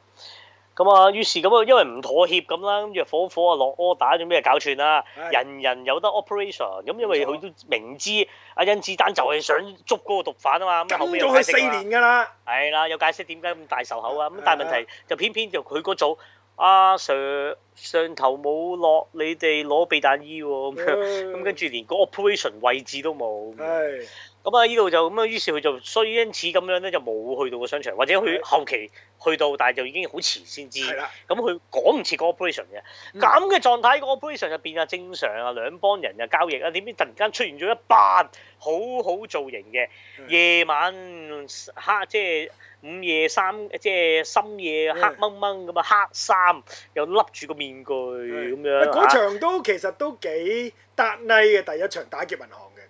Speaker 1: 咁啊，於是咁啊，因為唔妥協咁啦，咁就火火啊落 order 做咩搞串啦，
Speaker 2: 係
Speaker 1: 人人有得 operation，咁因為
Speaker 2: 冇錯
Speaker 1: 佢都明知阿甄子丹就係想捉嗰個毒販啊嘛，咁
Speaker 2: 跟
Speaker 1: 後尾
Speaker 2: 咗
Speaker 1: 又
Speaker 2: 佢
Speaker 1: 解
Speaker 2: 四
Speaker 1: 釋啦，
Speaker 2: 年㗎啦，
Speaker 1: 係啦，有解釋點解咁大仇口啊，咁
Speaker 2: 係
Speaker 1: 但係問題就偏偏就佢嗰組阿 Sir 上頭冇落，你哋攞避彈衣喎咁樣，咁
Speaker 2: 咁
Speaker 1: 跟住連個 operation 位置都冇。
Speaker 2: 係
Speaker 1: 咁啊，呢度就咁啊，於是佢就所以因此咁樣咧，就冇去到個商場，或者佢
Speaker 2: 係
Speaker 1: 後期去到，但係就已經好遲先知。
Speaker 2: 係
Speaker 1: 咁
Speaker 2: 啦，嗯
Speaker 1: 佢趕唔切個 operation 嘅，咁嘅狀態個 operation 入邊啊正常啊，兩幫人啊交易啊，點知突然間出現咗一班好好造型嘅
Speaker 2: 嗯
Speaker 1: 夜晚黑，即係午夜三即係深夜黑
Speaker 2: 嗯
Speaker 1: 掹掹咁啊，黑衫又笠住個面具咁樣
Speaker 2: 嗰
Speaker 1: 啊
Speaker 2: 場都其實都幾達尼嘅第一場打劫銀行嘅。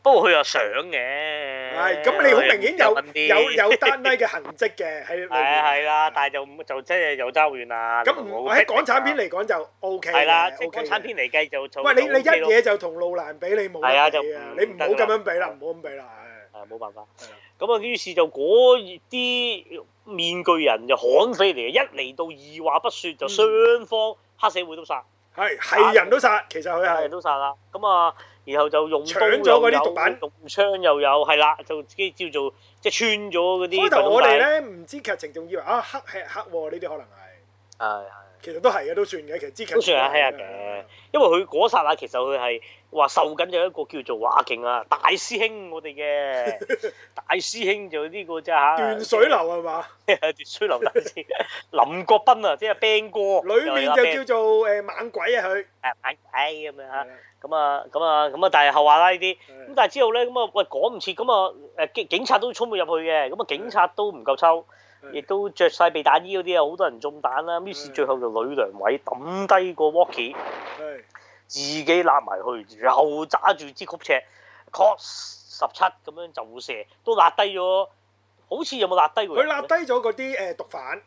Speaker 1: 不過佢又想嘅。
Speaker 2: 係咁，你好明顯有
Speaker 1: 又問啲
Speaker 2: 有有達尼嘅痕跡嘅喺裏面
Speaker 1: 係啊係啦，但係就就真係有啊爭好遠啦。
Speaker 2: 咁唔喺港產片嚟講就 O K
Speaker 1: 係啦，即係港
Speaker 2: 港
Speaker 1: 產片嚟計就就
Speaker 2: 喂，你你一
Speaker 1: 就 OK 咯
Speaker 2: 嘢就同路蘭比，你冇得
Speaker 1: 係啊就
Speaker 2: 比啊！
Speaker 1: 唔
Speaker 2: 你唔好
Speaker 1: 得
Speaker 2: 咁
Speaker 1: 㗎啦
Speaker 2: 樣比啦，唔好咁比啦。唉
Speaker 1: 係冇辦法
Speaker 2: 係啦。
Speaker 1: 咁啊，於是就嗰啲面具人就悍匪嚟嘅，一嚟到二話不說
Speaker 2: 嗯
Speaker 1: 就雙方黑社會都殺，
Speaker 2: 係係人都殺，其實佢
Speaker 1: 係
Speaker 2: 係
Speaker 1: 都殺啦。咁啊，然後就用刀
Speaker 2: 搶咗嗰啲
Speaker 1: 又有
Speaker 2: 毒品
Speaker 1: 用槍又有，係啦，就自己叫做即係穿咗嗰啲
Speaker 2: 開頭我哋
Speaker 1: 咧，
Speaker 2: 咧唔知劇情，仲以為啊黑吃黑喎，呢啲可能係
Speaker 1: 係係。
Speaker 2: 其實都係嘅，都算嘅。其實知劇
Speaker 1: 都算係黑
Speaker 2: 係
Speaker 1: 啊嘅因為佢嗰剎那其實佢係話受緊有一個叫做哇勁啊大師兄我哋 嘅大師兄就呢個啫嚇
Speaker 2: 斷水流係嘛？
Speaker 1: 斷水流大師林國斌啊，即係 band 哥，
Speaker 2: 裡面
Speaker 1: 又係
Speaker 2: 就叫做誒猛鬼啊佢。
Speaker 1: 啊 band- 哎咁樣
Speaker 2: 係
Speaker 1: 嚇，咁啊咁啊咁啊，但係後話啦呢啲。咁
Speaker 2: 係
Speaker 1: 但係之後咧，咁啊喂趕唔切，咁啊誒警警察都衝佢入去嘅，咁啊警察都唔夠抽，
Speaker 2: 係
Speaker 1: 亦都着晒避彈衣嗰啲啊，好多人中彈啦。咁於是
Speaker 2: 嗯
Speaker 1: 最後就呂良偉抌低個 walkie。
Speaker 2: 係
Speaker 1: 自己揦埋去，又揸住支曲尺 c o 十七咁樣就射，都揦低咗。好似有冇揦低過
Speaker 2: 佢
Speaker 1: 人
Speaker 2: 立
Speaker 1: 呢？
Speaker 2: 低咗嗰啲誒毒販，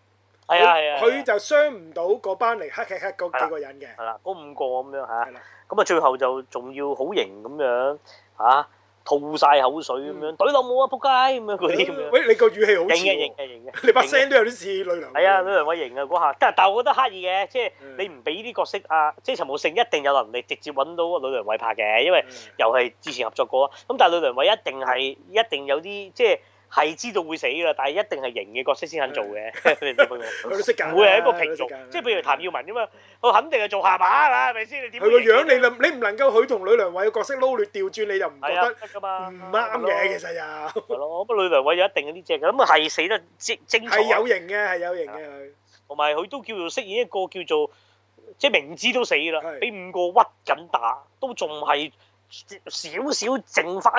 Speaker 1: 係啊係啊，
Speaker 2: 佢
Speaker 1: 佢
Speaker 2: 就傷唔到嗰班嚟黑吃黑嗰幾個人嘅。
Speaker 1: 係啦，嗰五個咁樣
Speaker 2: 係
Speaker 1: 嚇，
Speaker 2: 啦，
Speaker 1: 咁啊最後就仲要好型咁樣嚇，吐晒口水咁樣，懟冧我啊仆街咁樣嗰啲咁樣，
Speaker 2: 嗯 喂，你個語氣好似
Speaker 1: 型嘅啊型
Speaker 2: 喎，
Speaker 1: 嘅型嘅，
Speaker 2: 你把
Speaker 1: 型嘅啊
Speaker 2: 聲都有啲似呂良。
Speaker 1: 係啊，呂良偉型啊嗰下，但但係我覺得刻意嘅，即係
Speaker 2: 嗯
Speaker 1: 你唔俾啲角色啊，即係陳木勝一定有能力直接揾到呂良偉拍嘅，因為又係之前合作過啊。咁但係呂良偉一定係一定有啲即係係知道會死㗎啦，但係一定係型嘅角色先肯做嘅。 你明唔明
Speaker 2: 嗯 佢都識揀啦
Speaker 1: 唔會係一個平
Speaker 2: 佢都識揀啦
Speaker 1: 庸，即係譬如譚耀文咁嘛，佢肯定係做下巴啦，係咪先？你點
Speaker 2: 佢個樣你能你唔能夠佢同呂良偉嘅角色撈亂調轉，你就唔覺
Speaker 1: 係啊，
Speaker 2: 得
Speaker 1: 得㗎嘛，
Speaker 2: 唔啱嘅。其實又
Speaker 1: 係咯，咁啊，呂良偉有一定嘅呢只嘅，咁啊係死得精精彩啊
Speaker 2: 係，有型嘅，係有型嘅佢。
Speaker 1: 同埋佢都叫做飾演一個叫做即係明知都死啦，
Speaker 2: 係
Speaker 1: 俾五個屈緊打，都仲係少少剩翻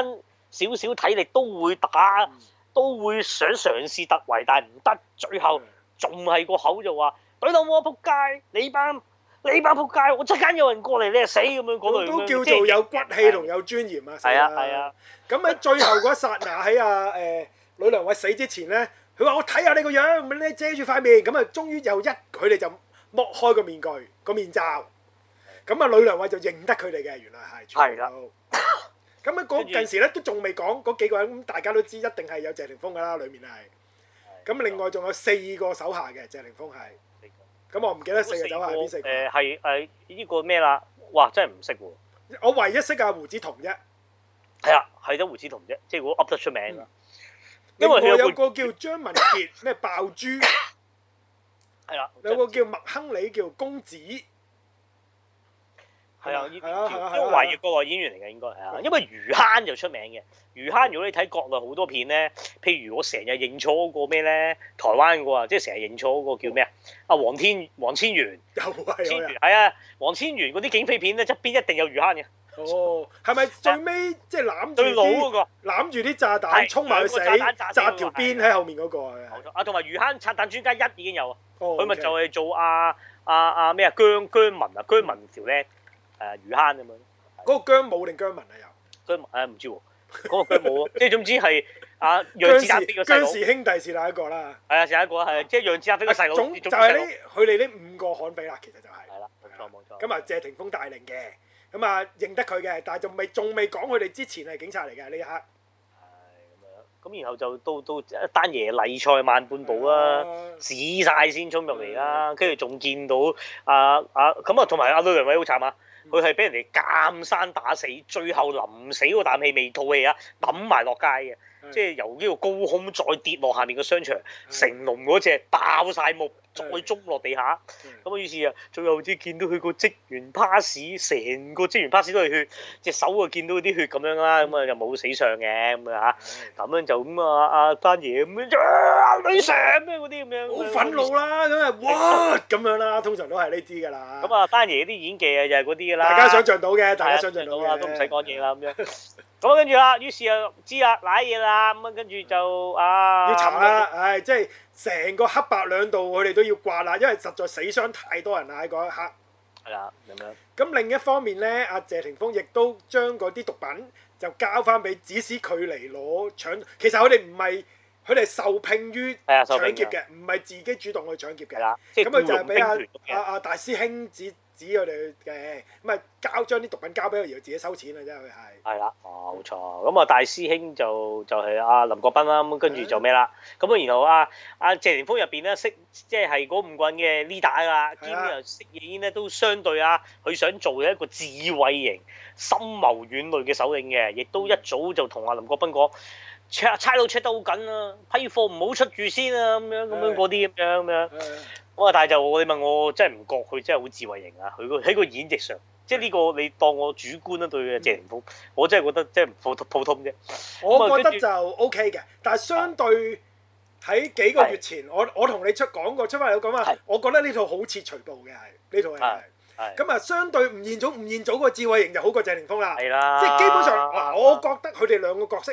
Speaker 1: 少少體力都會打，
Speaker 2: 嗯
Speaker 1: 都會想嘗試突圍，但係唔得，最
Speaker 2: 嗯
Speaker 1: 後仲係個口就話：懟到我仆街，你班你班仆街，我即間有人過嚟，你係死咁樣嗰
Speaker 2: 都
Speaker 1: 類咁
Speaker 2: 都
Speaker 1: 樣
Speaker 2: 叫
Speaker 1: 即係
Speaker 2: 做有骨氣同有尊嚴啊！
Speaker 1: 係啊係啊。
Speaker 2: 咁 喺最後嗰一剎那喺阿誒呂良偉死之前咧，佢話我睇下你個樣，咁咧遮住塊面，咁啊終於又一佢哋就剝開個面具個面罩，咁啊呂良偉就認得佢哋嘅，原來係全部
Speaker 1: 係啦
Speaker 2: 都。咁啊嗰
Speaker 1: 跟住
Speaker 2: 陣時咧都仲未講嗰幾個人，咁大家都知一定係有謝霆鋒噶啦，裡面係。咁另外仲有四個手下嘅謝霆鋒係，
Speaker 1: 啊
Speaker 2: 咁我唔記得四個手下係邊四個。
Speaker 1: 誒係誒呢個咩啦？哇！真係唔識喎。
Speaker 2: 我唯一識阿胡子彤啫，
Speaker 1: 係啊，係得胡子彤啫，即係如果噏得出名㗎。因
Speaker 2: 另
Speaker 1: 為
Speaker 2: 外
Speaker 1: 佢有
Speaker 2: 嗯有
Speaker 1: 本
Speaker 2: 個叫張文傑咩爆 珠，
Speaker 1: 係啊啦，
Speaker 2: 有個叫麥亨利叫公子，
Speaker 1: 係啊，
Speaker 2: 係
Speaker 1: 呢
Speaker 2: 啊係啊
Speaker 1: 啲都懷疑國外演員嚟嘅應該係啊，因為魚坑就出名嘅。魚坑如果你睇國內好多片咧，譬如我成日認錯嗰個咩咧，台灣嗰個啊，即係成日認錯嗰個叫咩啊？啊黃天黃千源，
Speaker 2: 又係
Speaker 1: 千
Speaker 2: 有
Speaker 1: 源
Speaker 2: 人。
Speaker 1: 係啊，黃千源嗰啲警匪片咧側邊一定有魚坑嘅，
Speaker 2: 哦，係咪最尾即係啊攬住
Speaker 1: 最老
Speaker 2: 啲
Speaker 1: 嗰個
Speaker 2: 攬住啲炸彈
Speaker 1: 係
Speaker 2: 衝埋去死，
Speaker 1: 兩個炸彈炸死
Speaker 2: 紮條邊喺後面嗰個
Speaker 1: 冇
Speaker 2: 係。
Speaker 1: 錯啊，同埋魚坑拆彈專家一已經有啊，
Speaker 2: 佢
Speaker 1: 佢咪就係做阿阿阿咩啊姜姜文啊姜文條咧誒魚坑咁樣。
Speaker 2: 嗰個姜武定姜文啊？又
Speaker 1: 佢誒唔知喎，嗰個佢 冇啊，即係總之係阿楊子
Speaker 2: 姜
Speaker 1: 丹
Speaker 2: 氏
Speaker 1: 飛個細
Speaker 2: 姜
Speaker 1: 佬，
Speaker 2: 氏兄弟是哪一個啦？
Speaker 1: 係啊，上一個啊係即係楊子丹飛個細佬，
Speaker 2: 總
Speaker 1: 總之
Speaker 2: 就
Speaker 1: 個細
Speaker 2: 係
Speaker 1: 佬
Speaker 2: 呢，佢哋呢五個悍匪啦，其實就係。
Speaker 1: 係啦，冇錯冇錯。
Speaker 2: 咁啊，謝霆鋒帶領嘅，咁啊認得佢嘅，但係就未仲未講佢哋之前係警察嚟嘅呢一刻。
Speaker 1: 係咁樣，咁然後就到到一單耶麗賽慢半步
Speaker 2: 啊
Speaker 1: 啦，死晒先衝入嚟
Speaker 2: 嗯
Speaker 1: 啦，跟住仲見到啊啊咁啊，同埋阿呂良偉好慘啊！佢係俾人哋監生打死，最後臨死嗰啖氣未吐氣啊，抌埋落街嘅，
Speaker 2: 嗯
Speaker 1: 即係由呢個高空再跌落下面個商場，成龍嗰只爆晒木，再中落地下。
Speaker 2: 嗯
Speaker 1: 咁啊，於是啊，最後先見到佢個職員 pass，成個職員 pass 都係血，隻手啊見到啲血咁樣啦，
Speaker 2: 嗯
Speaker 1: 咁啊就冇死相嘅咁啊嚇，咁樣就咁啊阿丹爺咁樣啊女上咩嗰啲咁樣，
Speaker 2: 好憤怒啦，咁啊哇咁樣啦，通常都係呢啲㗎啦。
Speaker 1: 咁啊，丹爺啲演技啊又係嗰啲㗎啦，
Speaker 2: 大家想象到嘅，
Speaker 1: 係
Speaker 2: 大
Speaker 1: 啊
Speaker 2: 家想象到
Speaker 1: 啦，
Speaker 2: 嘅，
Speaker 1: 都唔使講嘢。啦咁樣。咁啊，跟住啦，於是啊知啦，賴嘢啦，咁啊跟住就啊
Speaker 2: 要查啦，唉，即係成個黑白兩道，佢哋都要掛啦，因為實在死傷太多人啦喺嗰一刻。
Speaker 1: 係啦咁樣，
Speaker 2: 咁另一方面咧，阿謝霆鋒亦都將嗰啲毒品就交翻俾指使佢嚟攞搶。其實佢哋唔係佢哋係受聘於
Speaker 1: 係啊受聘
Speaker 2: 搶劫
Speaker 1: 嘅
Speaker 2: 嘅，唔係自己主動去搶劫
Speaker 1: 係
Speaker 2: 嘅。
Speaker 1: 啦，即
Speaker 2: 咁
Speaker 1: 係
Speaker 2: 佢
Speaker 1: 僱
Speaker 2: 就係
Speaker 1: 傭
Speaker 2: 俾阿
Speaker 1: 兵
Speaker 2: 阿
Speaker 1: 團
Speaker 2: 阿大師兄指指佢哋嘅，咁啊交將啲毒品交俾佢，然後自己收錢啊！真係佢係
Speaker 1: 係啦，冇錯。咁啊，大師兄就就係阿林國斌啦。咁
Speaker 2: 嗯
Speaker 1: 跟住就咩啦？咁啊，然後啊啊謝霆鋒入邊咧識即係嗰五個人嘅 leader 啦，兼
Speaker 2: 係啊
Speaker 1: 又飾演咧都相對啊，佢想做嘅一個智慧型、深謀遠慮嘅首領嘅，亦都一早就同阿林國斌講。check 差佬 check 得好緊啊，批貨唔好出住先啊，咁樣咁樣嗰啲咁樣咁樣。
Speaker 2: 誒
Speaker 1: 咁啊，但係就我你問我，真係唔覺佢真係好智慧型啊！佢個
Speaker 2: 嗯
Speaker 1: 喺個演繹上，即係呢個你當我主觀啦對嘅謝霆鋒，我真係覺得即係普普通啫。
Speaker 2: 我覺
Speaker 1: 啊跟
Speaker 2: 得
Speaker 1: 住啊
Speaker 2: 就 OK 嘅，但係相對喺幾個月前，我我同你出講過出翻嚟講話
Speaker 1: 係，
Speaker 2: 我覺得呢套好似徐步嘅係呢套戲係
Speaker 1: 係。係
Speaker 2: 咁啊，相對吳彥祖吳彥祖個智慧型就好過謝霆鋒啦。
Speaker 1: 係啊啦，
Speaker 2: 即係基本上，嗱，我覺得佢哋兩個角色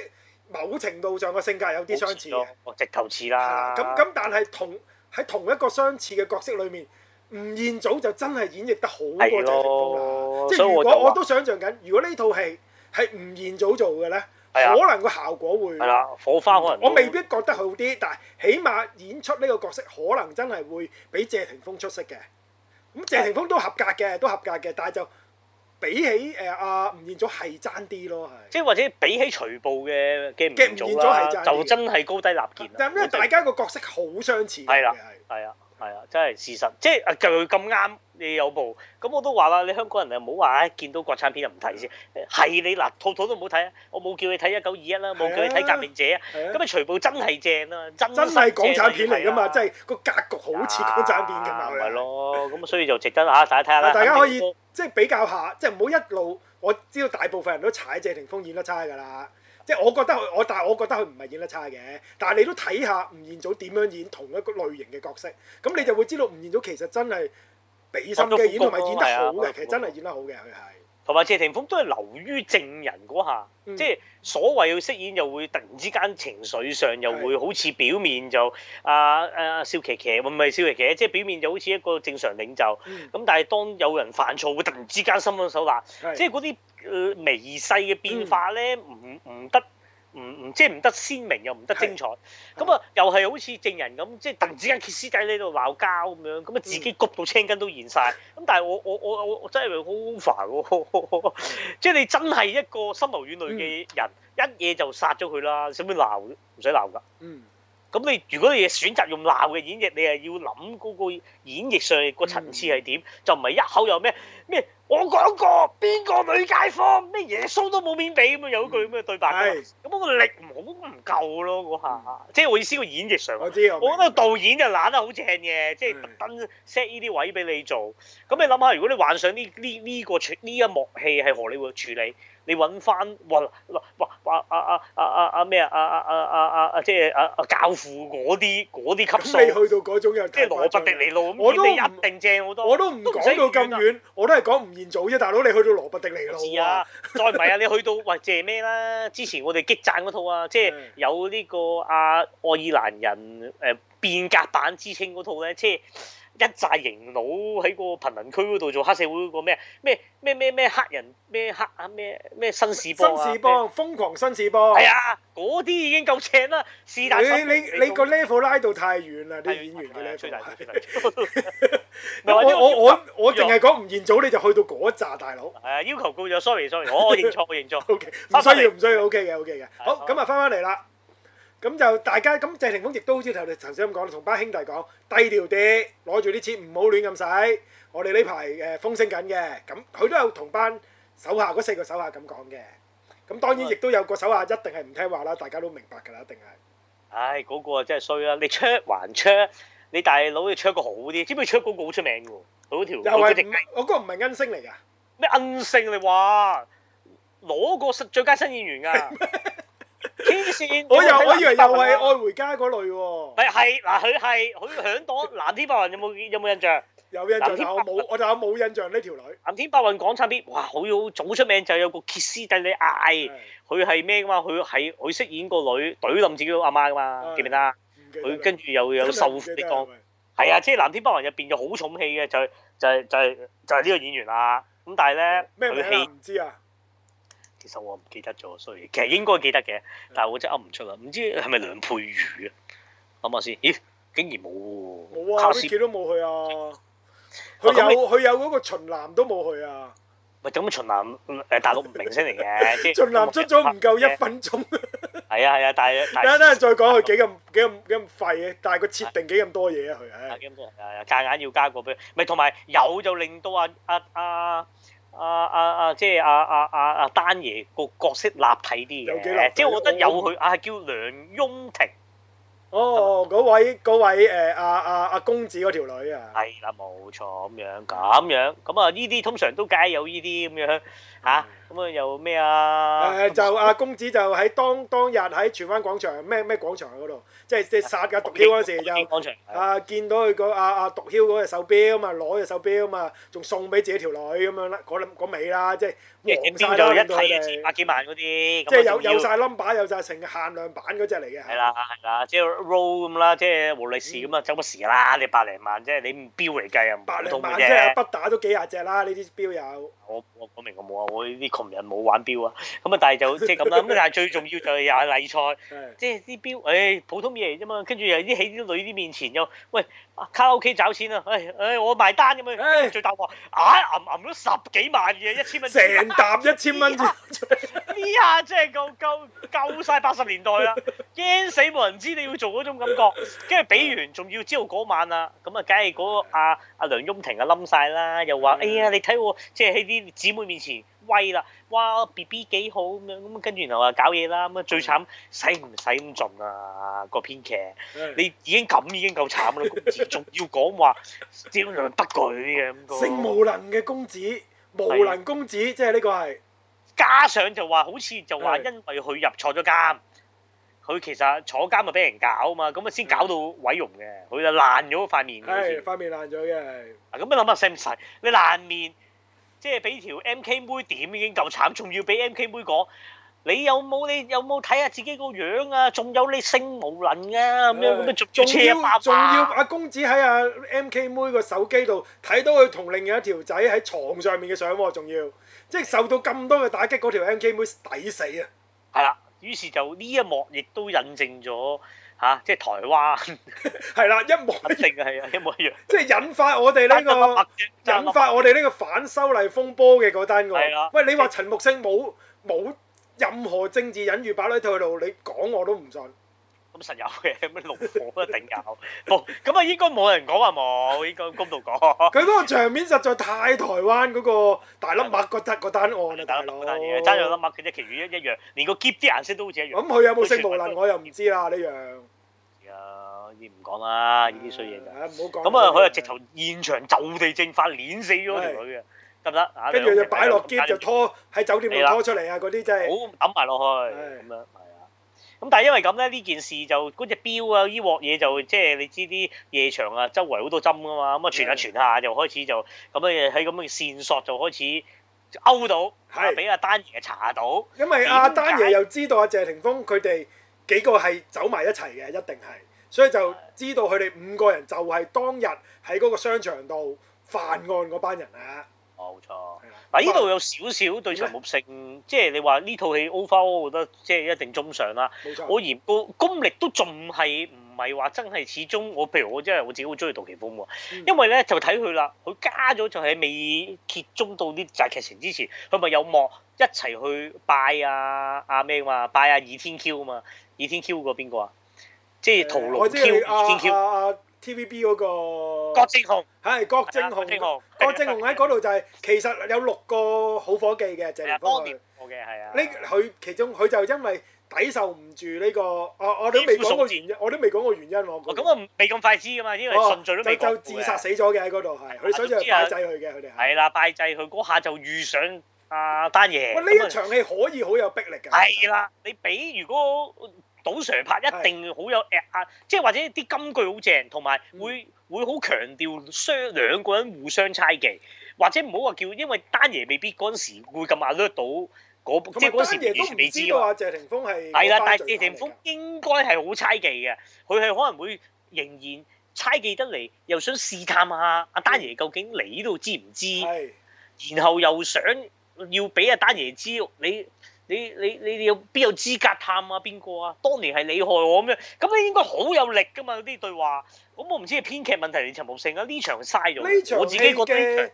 Speaker 2: 某程度上個性格有啲相似嘅。
Speaker 1: 我直頭似
Speaker 2: 係啦
Speaker 1: 啦。
Speaker 2: 咁咁，但係同喺同一個相似嘅角色裏面，吳彥祖就真係演繹得好過謝霆鋒啦
Speaker 1: 係。咯
Speaker 2: 即
Speaker 1: 所以
Speaker 2: 係如
Speaker 1: 我就
Speaker 2: 果
Speaker 1: 話
Speaker 2: 我都想像緊，如果呢套戲係吳彥祖做嘅咧，
Speaker 1: 係啊
Speaker 2: 可能個效果會
Speaker 1: 係啦，火花可能
Speaker 2: 嗯我未必覺得好啲，但係起碼演出呢個角色可能真係會比謝霆鋒出色嘅。咁謝霆鋒都合格嘅，都合格嘅，但係就比起誒阿吳彥祖係爭啲咯，係。
Speaker 1: 即係或者比起徐步嘅嘅吳彥
Speaker 2: 嘅吳彥
Speaker 1: 祖
Speaker 2: 祖
Speaker 1: 啦，
Speaker 2: 係真係
Speaker 1: 就真係高低立見啦。啊
Speaker 2: 但係因為大家個角色好相似嘅，
Speaker 1: 係啦
Speaker 2: 其實係
Speaker 1: 係啊，係啊，真係事實，即係啊就佢咁啱你有部，咁我都話啦，你香港人啊唔好話唉見到國產片就唔睇先，係你嗱套套都唔好睇啊，我冇叫你睇一九二一啦，冇叫你睇革命者啊，
Speaker 2: 係啊
Speaker 1: 咁啊徐步真係正啊，真
Speaker 2: 真係港產片嚟㗎嘛，即
Speaker 1: 係啊
Speaker 2: 係個格局好似港產片㗎嘛，
Speaker 1: 咪
Speaker 2: 係啊
Speaker 1: 咯，咁所以就值得啊大家睇下啦，
Speaker 2: 大家可以
Speaker 1: 肯定
Speaker 2: 即係比較下，即係唔好一路。我知道大部分人都踩謝霆鋒演得差㗎啦，即係我覺得佢，我但係我覺得佢唔係演得差嘅。但係你都睇下吳彥祖點樣演同一個類型嘅角色，咁你就會知道吳彥祖其實真係俾心機演同埋演得好
Speaker 1: 啊
Speaker 2: 嘅，其實真係演得好嘅佢係。
Speaker 1: 同埋謝霆鋒都係流於正人嗰下，
Speaker 2: 嗯
Speaker 1: 即係所謂佢飾演又會突然之間情緒上又會好似表面就啊啊笑騎騎，唔係笑騎騎，即係表面就好似一個正常領袖。
Speaker 2: 嗯
Speaker 1: 咁但係當有人犯錯，會突然之間心狠手辣，
Speaker 2: 係
Speaker 1: 即係嗰啲誒微細嘅變化咧，唔唔得。唔唔，即係唔得鮮明又唔得精彩，咁啊又係好似證人咁，即係突然之間揭師仔呢度鬧交咁樣，咁啊自己谷到青筋都現晒。咁但係我我我我我真係好 over 喎， 即係你真係一個深謀遠慮嘅人，一嘢就殺咗佢啦，使唔使鬧啫？唔使鬧㗎，
Speaker 2: 嗯，
Speaker 1: 咁你如果你選擇用鬧嘅演繹，你係要諗嗰個演繹上個層次係點，就唔係一口又咩咩我講過邊個女街坊咩耶穌都冇面俾咁樣有一句咁啊嘅對白㗎嘛
Speaker 2: 係
Speaker 1: 咁我個力唔好唔夠咯嗰下，即係我意思個演繹上。
Speaker 2: 我知我
Speaker 1: 我
Speaker 2: 明
Speaker 1: 覺得導演就懶得好正嘅，即係
Speaker 2: 嗯
Speaker 1: 特登 set 呢啲位俾你做。咁你諗下，如果你幻想呢呢呢個處呢一幕戲係荷里活處理，你揾翻哇嗱哇哇啊啊啊啊啊咩啊啊啊啊啊啊即係啊啊教父嗰啲嗰啲級
Speaker 2: 咁你
Speaker 1: 數，
Speaker 2: 去到嗰種又
Speaker 1: 即係羅伯迪尼路
Speaker 2: 我都
Speaker 1: 咁，你一定正好多。
Speaker 2: 我都唔
Speaker 1: 都唔
Speaker 2: 講
Speaker 1: 使
Speaker 2: 到咁
Speaker 1: 遠啊
Speaker 2: 遠，我都係講吳彥祖啫，大佬你去到羅伯迪尼
Speaker 1: 我
Speaker 2: 路
Speaker 1: 知啊
Speaker 2: 啊，，
Speaker 1: 再唔係啊，你去到喂謝咩啦？之前我哋激讚嗰套啊，即係
Speaker 2: 嗯
Speaker 1: 有呢個啊愛爾蘭人誒、呃、變革版之稱嗰套咧，即係一紮型佬喺個貧民區嗰度做黑社會嗰個咩啊咩咩咩咩黑人咩黑啊咩咩紳士幫啊，
Speaker 2: 新士幫瘋狂新士幫，
Speaker 1: 係啊，嗰啲已經夠正啦，是但
Speaker 2: 你你你個
Speaker 1: 呢
Speaker 2: level 拉到太遠啦，
Speaker 1: 個
Speaker 2: 啲演員嘅
Speaker 1: 最
Speaker 2: level 啊
Speaker 1: 大
Speaker 2: 係。
Speaker 1: 最大最大
Speaker 2: Tôi, tôi, tôi, tôi, chỉ là nói Ngô Diên Tổ, thì đi đến đó
Speaker 1: 要求
Speaker 2: là đi đến đó già đại lão.
Speaker 1: 係啊要求高咗，sorry sorry，我我認錯我認錯，
Speaker 2: OK,
Speaker 1: 翻
Speaker 2: không cần,
Speaker 1: 返嚟。
Speaker 2: không cần, OK, OK, OK.
Speaker 1: 啊係，好。
Speaker 2: Tốt, vậy là quay lại rồi. Vậy thì, mọi người, vậy Trịnh Đình Phong cũng như đầu đầu tiên nói, cùng ba兄đệ nói, thấp điệu đi, lấy được tiền không nên loạn xài. Tôi này này, phong sinh緊呃嘅, vậy, họ cũng cùng ba thủ hạ bốn cái thủ hạ nói như vậy. Vậy đương
Speaker 1: 嗯
Speaker 2: nhiên cũng có một thủ hạ nhất định là không nghe lời, mọi người đều hiểu rồi, nhất định là.
Speaker 1: 唉，嗰、個啊真係衰啦！你 check 還 check，你大佬你 check 個好啲，知唔知 check 嗰個好出名嘅喎？佢嗰條
Speaker 2: Lại
Speaker 1: 佢
Speaker 2: là,
Speaker 1: 嗰隻
Speaker 2: tôi không phải Ân Sinh này.
Speaker 1: 咩恩星你話攞個新最佳新演員 㗎，黐線！
Speaker 2: Tôi
Speaker 1: 有
Speaker 2: lại,
Speaker 1: 冇睇
Speaker 2: tôi lại
Speaker 1: 藍天白雲啊
Speaker 2: là Ai Hồi Gia cái loại.
Speaker 1: 咪係嗱，佢係佢響檔藍天白雲有冇有冇印象？
Speaker 2: 有印象，但我冇，我但我冇印象呢條女。
Speaker 1: 藍天白雲港產片，哇！好好早出名就有個歇斯底里嗌，
Speaker 2: 唔
Speaker 1: 佢係咩㗎嘛？佢係佢飾演個女懟冧自己個阿媽㗎嘛，
Speaker 2: 係
Speaker 1: 記唔記得啊？
Speaker 2: 記得啦
Speaker 1: 佢跟住又有受苦的光。係啊，即係《藍天白雲》入邊有好重戲嘅，就係、就係、就係、就係、呢個演員啦。咁但係咧，
Speaker 2: 咩名
Speaker 1: 佢戲
Speaker 2: 啊？唔知啊，
Speaker 1: 其實我唔記得咗，所以其實應該記得嘅，
Speaker 2: 嗯
Speaker 1: 但係我真係噏唔出啦。唔知係咪梁佩瑜啊？諗下先，咦，竟然冇喎！
Speaker 2: 冇啊
Speaker 1: 卡斯
Speaker 2: ，Vicky 都冇去啊。
Speaker 1: 哦
Speaker 2: 佢
Speaker 1: 咁
Speaker 2: 有佢有嗰個秦南都冇去啊，
Speaker 1: 喂，咁秦南誒大陸明星嚟 嘅，即係啊
Speaker 2: 秦南出咗唔夠一分鐘，
Speaker 1: 係啊係啊，但係但
Speaker 2: 等
Speaker 1: 係
Speaker 2: 一等陣再講佢幾咁幾咁幾咁廢嘅，但係個設定幾咁多嘢啊佢，
Speaker 1: 啊
Speaker 2: 唉，
Speaker 1: 咁都係啊，夾硬要加個俾佢，咪同埋有就令到阿阿阿阿阿阿即係阿阿阿阿丹爺個角色立體啲
Speaker 2: 有幾立體
Speaker 1: 嘅，即係我覺得有佢啊，叫梁雍婷
Speaker 2: 哦，嗰位嗰位誒阿阿阿公子嗰條女啊，
Speaker 1: 係啦，冇錯咁樣咁樣咁啊，呢啲通常都梗係有呢啲咁樣嚇，咁啊又咩啊？
Speaker 2: 嗯誒就阿公子就喺當當日喺荃灣廣場咩咩廣場嗰度，即係即
Speaker 1: 啊
Speaker 2: 係殺嘅毒梟嗰陣時就。
Speaker 1: 廣場係
Speaker 2: 啊！見到佢個啊啊毒梟嗰隻手錶嘛，攞隻手錶啊嘛，仲送俾自己條女咁樣啦，嗰粒嗰尾啦，即係
Speaker 1: 一
Speaker 2: 黃
Speaker 1: 邊
Speaker 2: 晒
Speaker 1: 就一
Speaker 2: 啦，令到佢
Speaker 1: 睇啊，千百
Speaker 2: 哋
Speaker 1: 幾萬嗰啲，
Speaker 2: 即係有有
Speaker 1: 有
Speaker 2: 曬 number，有曬成限量版嗰只嚟嘅。
Speaker 1: 係啦，係啦，即係 roll 咁啦，即係無力士咁啊，走乜時啦？你百零萬啫，你唔標嚟計啊，
Speaker 2: 嗯百
Speaker 1: 唔
Speaker 2: 零
Speaker 1: 通嘅
Speaker 2: 萬即係
Speaker 1: 啫。
Speaker 2: 不打都幾廿隻啦，呢啲錶有。
Speaker 1: 我我我明我冇啊，我呢啲窮人冇玩標啊。咁啊，但係就即係咁啦。咁但係最重要就係又係例賽，
Speaker 2: 係
Speaker 1: 即係啲標，誒、普通嘢嚟啫嘛。跟住又啲喺啲女啲面前又喂卡拉 OK 找錢啊，誒、誒、我埋單咁樣。
Speaker 2: 唉
Speaker 1: 最大鑊，啊揞揞咗十幾萬嘅一千蚊。啊
Speaker 2: 成沓一千 蚊，
Speaker 1: 呢下哎真係夠夠夠晒八十年代啦，驚死冇人知你要做嗰種感覺，跟住俾完仲要知道嗰晚啊，咁啊，梗係嗰個阿阿梁雍婷啊冧晒啦，又話
Speaker 2: 嗯
Speaker 1: 哎呀你睇我即係喺啲姊妹面前威啦，哇 B B 幾好咁樣，咁跟住然後啊搞嘢啦，咁啊最慘使唔使咁盡啊個編劇，你已經咁已經夠慘啦，公子仲要講話招梁不舉嘅咁個
Speaker 2: 性無能嘅公子，無能公子，即係呢個係
Speaker 1: 加上就話好似就話因
Speaker 2: 係
Speaker 1: 為佢入錯咗監，佢其實坐監咪俾人搞啊嘛，咁啊先搞到毀容嘅，佢就爛咗塊面好
Speaker 2: 係
Speaker 1: 似。
Speaker 2: 塊面爛咗嘅係。
Speaker 1: 嗱咁你諗下使唔使？你爛面，即係俾條 M K 妹點已經夠慘，仲要俾 M K 妹講。你有冇你有冇睇下自己個樣啊？仲有你性無能啊咁樣咁樣仲仲
Speaker 2: 仲
Speaker 1: 車
Speaker 2: 要
Speaker 1: 爸
Speaker 2: 仲要
Speaker 1: 爸，
Speaker 2: 阿公子喺阿 M K 妹個手機度睇到佢同另一條仔喺床上面嘅相喎，仲要即係受到咁多嘅打擊，嗰條 M K 妹抵死啊！
Speaker 1: 係啦。於是就呢一幕亦都印證咗嚇、即係台灣
Speaker 2: 係啦，一模
Speaker 1: 肯定係啊一模一樣。
Speaker 2: 即係引發我哋呢、
Speaker 1: 爭粒粒
Speaker 2: 個
Speaker 1: 啫爭粒
Speaker 2: 引
Speaker 1: 粒
Speaker 2: 發我哋呢個反修例風波嘅嗰單
Speaker 1: 啊係啦
Speaker 2: 案。喂，你話陳木勝冇冇任何政治隱喻擺喺套度，你講我都唔信。
Speaker 1: 咁實有嘅， 咩怒火一定有。 冇咁啊，應該冇人講話冇，應該公道講。
Speaker 2: 佢嗰個場面實在太台灣嗰個大粒麥嗰單嗰單案啊，
Speaker 1: 大
Speaker 2: 大
Speaker 1: 粒
Speaker 2: 佬
Speaker 1: 麥嗰單嘢，爭咗粒麥嘅啫，其餘一一樣，連個夾啲顏色都好似一樣。
Speaker 2: 咁佢有冇性無能我又唔知啦呢樣。
Speaker 1: 啊，依唔講啦，呢啲衰嘢㗎。
Speaker 2: 唉唔好講。
Speaker 1: 咁啊，佢就直頭現場就地正法碾死咗條女嘅，得唔得？啊
Speaker 2: 跟住就擺落篋就拖喺酒店
Speaker 1: 係
Speaker 2: 度
Speaker 1: 啦
Speaker 2: 拖出嚟啊！嗰啲真係
Speaker 1: 好抌埋落去
Speaker 2: 係
Speaker 1: 咁樣，係啊。咁但係因為咁咧，呢件事就嗰隻表啊，呢鑊嘢就即係你知啲夜場啊，周圍好多針噶嘛，咁啊傳下
Speaker 2: 係
Speaker 1: 傳下就開始就咁樣喺咁嘅線索就開始勾到，啊
Speaker 2: 係
Speaker 1: 俾阿丹爺查到，
Speaker 2: 因為阿丹爺又知道阿謝霆鋒佢哋幾個係走埋一齊嘅，一定係，所以就知道佢哋五個人就係當日喺嗰個商場度犯案嗰班人啊。
Speaker 1: 冇錯。
Speaker 2: 係啦啊
Speaker 1: 嗱，呢度有少少對陳木勝，即係你話呢套戲 over，我覺得即係一定中上啦。
Speaker 2: 冇
Speaker 1: 我
Speaker 2: 錯，
Speaker 1: 嫌個功力都仲係唔係話真係始終我譬如我真係我自己好中意杜琪峰喎，
Speaker 2: 嗯
Speaker 1: 因為咧就睇佢啦，佢加咗就係未揭中到啲大劇情之前，佢咪有幕一齊去拜啊啊咩嘛，拜啊倚天 Q 啊嘛，倚天 Q 個邊個啊？即係屠
Speaker 2: 呃我
Speaker 1: 龍
Speaker 2: 知啊
Speaker 1: Q、倚天
Speaker 2: 佢
Speaker 1: Q、
Speaker 2: 阿阿阿 TVB 嗰個
Speaker 1: 郭正雄，
Speaker 2: 係啊郭正
Speaker 1: 郭正
Speaker 2: 雄，
Speaker 1: 雄，
Speaker 2: 郭正雄喺嗰度就係其實有六個好伙計嘅謝霆
Speaker 1: 係啊，
Speaker 2: 鋒
Speaker 1: 當
Speaker 2: 佢
Speaker 1: 年。我嘅係啊，
Speaker 2: 呢佢其中佢就因為抵受唔住呢個，我我都未講過原因，我都未講過原因喎。
Speaker 1: 哦咁我未咁快知噶嘛，因為順序都未
Speaker 2: 哦就
Speaker 1: 講
Speaker 2: 就
Speaker 1: 過
Speaker 2: 自
Speaker 1: 嘅啊
Speaker 2: 殺死咗嘅喺嗰度係，佢想象擺仔佢嘅佢哋
Speaker 1: 係
Speaker 2: 係。
Speaker 1: 啦，拜祭佢嗰下就遇上阿丹爺。
Speaker 2: 喂，
Speaker 1: 咁
Speaker 2: 呢
Speaker 1: 啊
Speaker 2: 一場戲可以好有逼力㗎。
Speaker 1: 係啊
Speaker 2: 啊
Speaker 1: 啦，你俾如果賭 Sir 拍一定好有壓壓，即係或者啲金句好正，同埋
Speaker 2: 嗯
Speaker 1: 會會好強調雙兩個人互相猜忌，或者唔好話叫，因為單爺未必嗰陣時會咁 alert 到嗰
Speaker 2: 同
Speaker 1: 即
Speaker 2: 埋
Speaker 1: 係嗰
Speaker 2: 單
Speaker 1: 陣
Speaker 2: 爺
Speaker 1: 時完
Speaker 2: 都
Speaker 1: 全
Speaker 2: 唔
Speaker 1: 未知
Speaker 2: 知
Speaker 1: 㗎
Speaker 2: 道
Speaker 1: 嘛。
Speaker 2: 啊，謝霆鋒
Speaker 1: 係
Speaker 2: 係
Speaker 1: 啦，
Speaker 2: 嗰
Speaker 1: 但係
Speaker 2: 班罪
Speaker 1: 謝
Speaker 2: 犯
Speaker 1: 霆
Speaker 2: 嚟
Speaker 1: 鋒
Speaker 2: 㗎
Speaker 1: 應該係好猜忌嘅，佢係可能會仍然猜忌得嚟，又想試探下阿丹爺究竟嚟呢度知唔知？
Speaker 2: 係
Speaker 1: 然後又想要俾阿丹爺知你你你你你有邊有資格探啊邊個啊？當年係你害我咁樣，咁你應該好有力噶嘛呢啲對話。咁我唔知係編劇問題定陳木勝啊？呢場嘥
Speaker 2: 呢
Speaker 1: 咗，我
Speaker 2: 場
Speaker 1: 自
Speaker 2: 戲
Speaker 1: 己覺得呢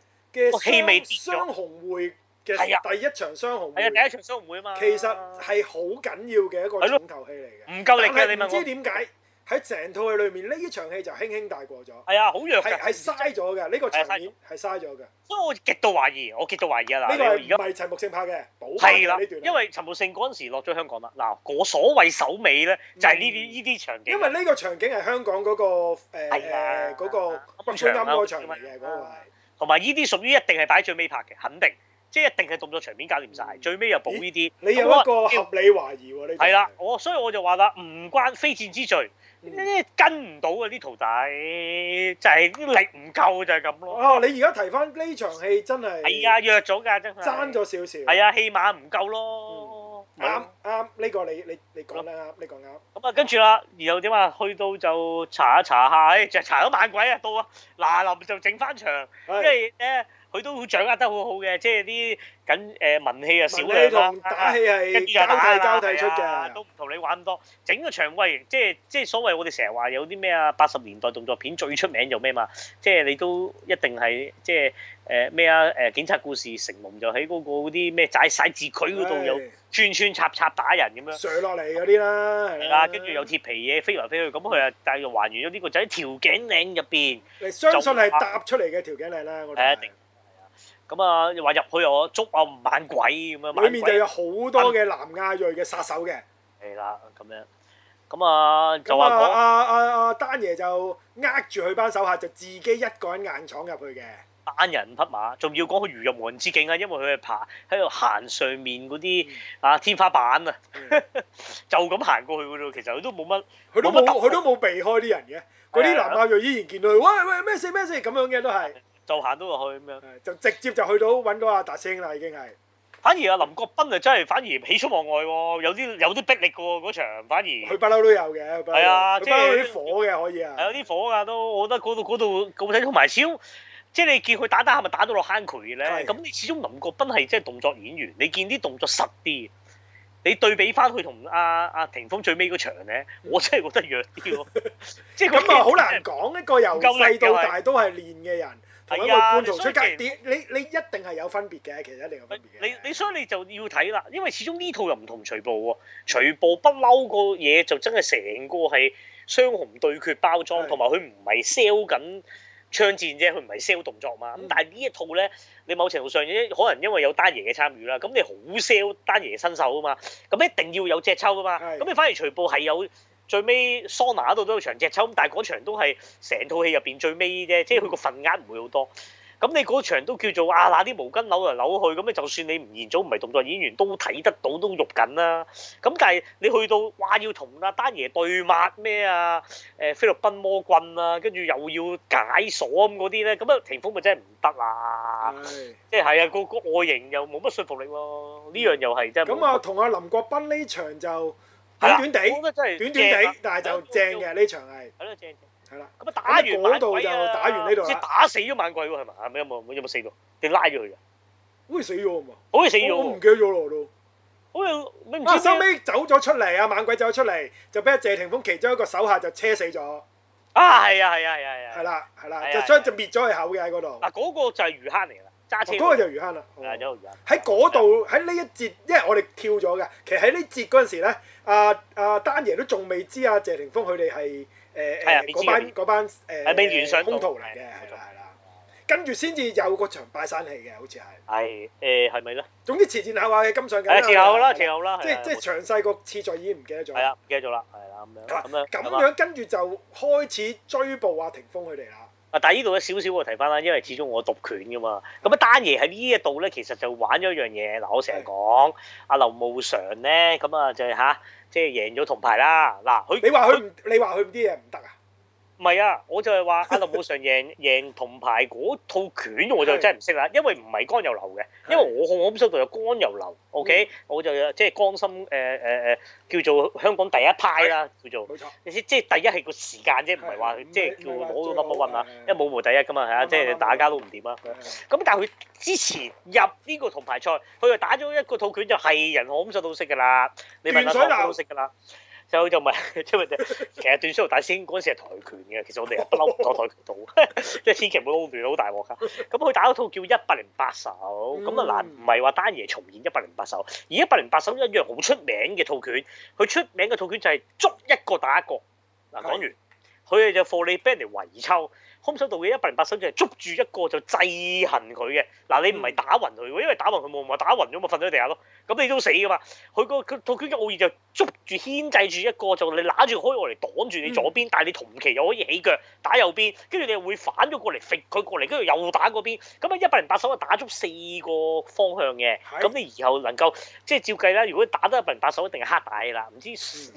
Speaker 1: 場
Speaker 2: 嘅
Speaker 1: 個
Speaker 2: 嘅
Speaker 1: 氣味跌咗
Speaker 2: 雙雙紅會
Speaker 1: 係啊
Speaker 2: 嘅第一場雙紅
Speaker 1: 係啊
Speaker 2: 會，
Speaker 1: 第一場商會啊嘛。
Speaker 2: 其實係好緊要嘅一個
Speaker 1: 係咯
Speaker 2: 重頭戲嚟嘅。
Speaker 1: 唔夠力嘅，
Speaker 2: 但
Speaker 1: 你
Speaker 2: 係唔
Speaker 1: 問
Speaker 2: 知
Speaker 1: 我
Speaker 2: 點解喺成套戲裏面呢一場戲就輕輕大過咗，
Speaker 1: 係啊，好弱
Speaker 2: 係
Speaker 1: 㗎，
Speaker 2: 係嘥咗嘅呢個場面係嘥咗嘅。呢
Speaker 1: 所以我極度懷疑，我極度懷疑啊！嗱，
Speaker 2: 個係
Speaker 1: 你
Speaker 2: 唔
Speaker 1: 而家
Speaker 2: 係陳木勝拍嘅？補拍
Speaker 1: 係
Speaker 2: 嘅
Speaker 1: 啦
Speaker 2: 呢段，係，
Speaker 1: 因為陳木勝嗰陣時落咗香港啦。嗱，我所謂首尾咧就係呢啲
Speaker 2: 嗯
Speaker 1: 呢啲場景。
Speaker 2: 因為呢個場景係香港嗰個誒
Speaker 1: 係啊
Speaker 2: 誒嗰個北
Speaker 1: 音場
Speaker 2: 水
Speaker 1: 啊
Speaker 2: 啱嗰個場嚟嘅嗰個係
Speaker 1: 同埋呢啲屬於一定係擺最尾拍嘅，肯定，即係一定係動作場面搞掂晒，
Speaker 2: 嗯
Speaker 1: 最尾又補呢啲。
Speaker 2: 你
Speaker 1: 咁
Speaker 2: 有一
Speaker 1: 我
Speaker 2: 個合理懷疑喎呢？
Speaker 1: 係啦，，我所以我就話啦，唔關非戰之罪，
Speaker 2: 嗯
Speaker 1: 跟唔到啊啲徒弟，就係啲力唔夠就係咁咯。
Speaker 2: 哦，你而家提翻呢場戲真係
Speaker 1: 係啊，弱咗㗎真係。
Speaker 2: 爭。咗少少，
Speaker 1: 係啊，戲碼唔夠咯。咪
Speaker 2: 啱
Speaker 1: 咯
Speaker 2: 啱呢個你你你講得啱，你講啱。
Speaker 1: 咁啊，跟住啦，然後點啊？去到就查一查下，唉就查咗猛鬼啊，到啊，嗱臨就整翻場，因
Speaker 2: 係
Speaker 1: 為咧佢都掌握得好好嘅，即係啲緊誒文戲啊少
Speaker 2: 文戲
Speaker 1: 量啦
Speaker 2: 同打戲
Speaker 1: 跟
Speaker 2: 係
Speaker 1: 住就
Speaker 2: 交
Speaker 1: 打
Speaker 2: 替
Speaker 1: 啦
Speaker 2: 交替出
Speaker 1: 係啊
Speaker 2: 嘅
Speaker 1: 都。唔同你玩咁多。整個場喂，即係即係所謂我哋成日話有啲咩啊，八十年代動作片最出名就咩嘛，即係你都一定係即係誒咩啊誒警察故事成龍就喺嗰個嗰啲咩仔洗字佢嗰度有
Speaker 2: 係
Speaker 1: 穿穿插插打人咁樣。
Speaker 2: 垂落嚟嗰啲啦，係
Speaker 1: 係
Speaker 2: 啦，
Speaker 1: 啦，跟住有鐵皮嘢飛嚟飛去，咁佢啊，但係又還原咗呢個就喺條頸嶺入邊，
Speaker 2: 你相信係搭出嚟嘅條頸嚟啦，我
Speaker 1: 係
Speaker 2: 哋
Speaker 1: 一定咁啊又話入去又捉啊猛鬼咁樣，
Speaker 2: 裏
Speaker 1: 猛
Speaker 2: 面啊就
Speaker 1: 鬼
Speaker 2: 有好多嘅南亞裔嘅殺手嘅，
Speaker 1: 係啦咁樣，咁啊 就
Speaker 2: 咁
Speaker 1: 話
Speaker 2: 啊
Speaker 1: 講。
Speaker 2: 阿阿阿丹爺就呃住佢班手下，就自己一個人硬闖入去嘅，
Speaker 1: 單人匹馬，仲要講佢如入無人之境啊！因為佢係爬喺度行上面嗰啲
Speaker 2: 嗯
Speaker 1: 啊天花板啊，
Speaker 2: 嗯
Speaker 1: 就咁行過去嗰度，其實佢都冇乜
Speaker 2: 佢都
Speaker 1: 冇
Speaker 2: 冇
Speaker 1: 乜突破
Speaker 2: 佢都冇避開啲人嘅，嗰啲南亞裔依然見到佢，喂喂咩事咩事咁樣嘅都係，
Speaker 1: 就行到落去咁樣。
Speaker 2: 係就直接就去到揾到阿達師兄啦已經係，
Speaker 1: 反而阿林國斌啊，真係反而喜出望外喎，有啲有啲逼力嘅喎嗰場，反而
Speaker 2: 佢
Speaker 1: 係
Speaker 2: 不嬲都有嘅，佢不嬲
Speaker 1: 係啊
Speaker 2: 佢不嬲
Speaker 1: 即
Speaker 2: 有
Speaker 1: 係
Speaker 2: 啲火嘅可以啊，
Speaker 1: 有啲火㗎都，我覺得嗰度嗰度咁睇同埋超。即係你見佢打打下咪打到落坑渠咧，
Speaker 2: 係
Speaker 1: 咁你始終林國斌係即係動作演員，你見啲動作實啲，你對比翻佢同阿阿霆鋒最尾嗰場咧，我真係 覺得弱啲咯。即係佢
Speaker 2: 咁啊好
Speaker 1: 真係
Speaker 2: 難講，一個由
Speaker 1: 夠力嘅
Speaker 2: 細到
Speaker 1: 係
Speaker 2: 大都係練嘅人，同一個
Speaker 1: 係啊
Speaker 2: 半途出
Speaker 1: 你
Speaker 2: 街，
Speaker 1: 所以
Speaker 2: 點你你一定係有分別嘅，其實一定有分別嘅。
Speaker 1: 你你所以你就要睇啦，因為始終呢套又唔同徐步喎，徐步不嬲個嘢就真係成個係雙雄對決包裝，
Speaker 2: 係
Speaker 1: 同埋佢唔係 sell 緊槍戰啫，佢唔係 sell 動作嘛。咁
Speaker 2: 嗯
Speaker 1: 但係呢一套咧，你某程度上可能因為有單爺嘅參與啦，咁你好 sell 單爺身手啊嘛，咁一定要有隻抽啊嘛，
Speaker 2: 係
Speaker 1: 咁你反而徐步係有。最尾桑拿嗰度都有場隻抽，咁但係嗰場都係成套戲入邊最尾啫，即係佢個份額唔會好多。咁你嗰場都叫做啊嗱啲毛巾扭嚟扭去，咁你就算你唔延早唔係動作演員都睇得到都肉緊啦。咁但係你去到哇要同阿丹爺對抹咩啊？誒、菲律賓魔棍啊，跟住又要解鎖咁嗰啲咧，咁啊霆鋒咪真係唔得啦！
Speaker 2: 係
Speaker 1: 即係係啊，個個外形又冇乜說服力咯。呢樣又係真係冇
Speaker 2: 咁啊，同阿林國斌呢場就
Speaker 1: 係啦
Speaker 2: 短短
Speaker 1: 我覺
Speaker 2: 地，
Speaker 1: 得真係
Speaker 2: 短短
Speaker 1: 正啊
Speaker 2: 地，但係就正嘅呢場係
Speaker 1: 係咯正正。
Speaker 2: 係啦。
Speaker 1: 咁啊打完猛
Speaker 2: 嗰度
Speaker 1: 鬼
Speaker 2: 就
Speaker 1: 啊
Speaker 2: 打完呢度啦
Speaker 1: 即係打死咗猛鬼喎係咪？係咪有冇有冇死到？定拉咗佢㗎？
Speaker 2: 好似死咗咁啊！
Speaker 1: 好似死咗
Speaker 2: 我我唔
Speaker 1: 喎，
Speaker 2: 記得咗咯都。
Speaker 1: 好似你唔
Speaker 2: 啊，
Speaker 1: 知
Speaker 2: 收
Speaker 1: 收
Speaker 2: 尾走咗出嚟啊，猛鬼走咗出嚟，就俾阿謝霆鋒其中一個手下就車死咗，
Speaker 1: 啊係啊係啊係啊係啊
Speaker 2: 係。啦係
Speaker 1: 係
Speaker 2: 啦，
Speaker 1: 啊
Speaker 2: 就將就滅咗佢口嘅喺嗰度。
Speaker 1: 嗱，
Speaker 2: 哦
Speaker 1: 嗰個就係魚坑嚟㗎啦，揸車
Speaker 2: 嗰個就魚坑啦。哦
Speaker 1: 係有魚坑。
Speaker 2: 喺嗰度喺呢一節，因為我哋跳咗嘅，其實喺呢節嗰陣時咧，阿、阿、丹爺都仲未知阿謝霆鋒佢哋係誒
Speaker 1: 係啊
Speaker 2: 誒
Speaker 1: 未知
Speaker 2: 嗰班
Speaker 1: 嘅
Speaker 2: 嗰班誒
Speaker 1: 係未聯想到
Speaker 2: 兇徒嚟嘅，
Speaker 1: 係
Speaker 2: 係啦係啦，跟住先至有個場拜山戲嘅，好似係。
Speaker 1: 係誒係咪咧？
Speaker 2: 總之前前後後嘅金上緊
Speaker 1: 係啊前後啦，
Speaker 2: 係
Speaker 1: 前後啦，
Speaker 2: 即係即係
Speaker 1: 係啊
Speaker 2: 詳細個次序已經唔記得咗。
Speaker 1: 係啊，唔記得咗啦，係啦咁樣
Speaker 2: 係啦，
Speaker 1: 咁啊樣
Speaker 2: 咁
Speaker 1: 係嘛
Speaker 2: 樣跟住就開始追捕阿霆鋒佢哋啦。
Speaker 1: 啊！但係呢度咧少少我提翻啦，因為始終我讀拳噶嘛。咁啊，單爺喺呢一度咧，其實就玩咗一樣嘢。嗱，我成日講阿劉慕常咧，咁啊就係吓，即係贏咗銅牌啦。嗱，佢
Speaker 2: 你話佢唔，你話佢啲嘢唔得啊？
Speaker 1: 唔係啊，我就係話阿林武常 贏贏銅牌嗰套拳，我就真係唔識啦，因為唔係江油流嘅，因為我我空手道有江油流，OK，我
Speaker 2: 嗯
Speaker 1: 就有即係江心誒誒誒叫做香港第一派啦，叫做
Speaker 2: 冇錯，
Speaker 1: 即即係第一係個時間啫，唔係話
Speaker 2: 係
Speaker 1: 即係叫
Speaker 2: 唔係話
Speaker 1: 攞
Speaker 2: 最
Speaker 1: 到
Speaker 2: 好啊
Speaker 1: number one 啦
Speaker 2: 係，
Speaker 1: 因為冇冇第一噶嘛，係啊，
Speaker 2: 啱
Speaker 1: 即係
Speaker 2: 啱
Speaker 1: 打交都唔掂啊。
Speaker 2: 嗯
Speaker 1: 咁但係佢之前入呢個銅牌賽，佢就打咗一個套拳就係人我咁就都識㗎啦。你問阿
Speaker 2: 斷水流
Speaker 1: 唐都識㗎啦。就就咪即係 其實段水豪大師兄嗰陣時係跆拳嘅，其實我哋係不嬲唔講跆拳道， 即係千祈唔好撈亂，好大鑊㗎。咁佢打嗰套叫一百零八手，咁啊難唔
Speaker 2: 嗯
Speaker 1: 係話單爺重現一百零八手，而一百零八手一樣好出名嘅套拳，佢出名嘅套拳就係捉一個打一個。嗱講完，佢哋就放你俾人哋圍抽。空手道嘅一百零八手就係捉住一個就制衡佢嘅。嗱，你唔係打暈佢喎，因為打暈佢冇話打暈咗咪瞓咗喺地下咯。咁你都死噶嘛。佢個佢套拳嘅奧義就捉住牽制住一個就你揦住可以我嚟擋住你左邊，但係你同期又可以起腳打右邊，跟住你又會反咗過嚟揈佢過嚟，跟住又打嗰邊。咁啊，一百零八手就打足四個方向嘅。
Speaker 2: 係
Speaker 1: 咁你以後能夠即係照計啦，如果打得一百零八手一定係黑帶啦，唔知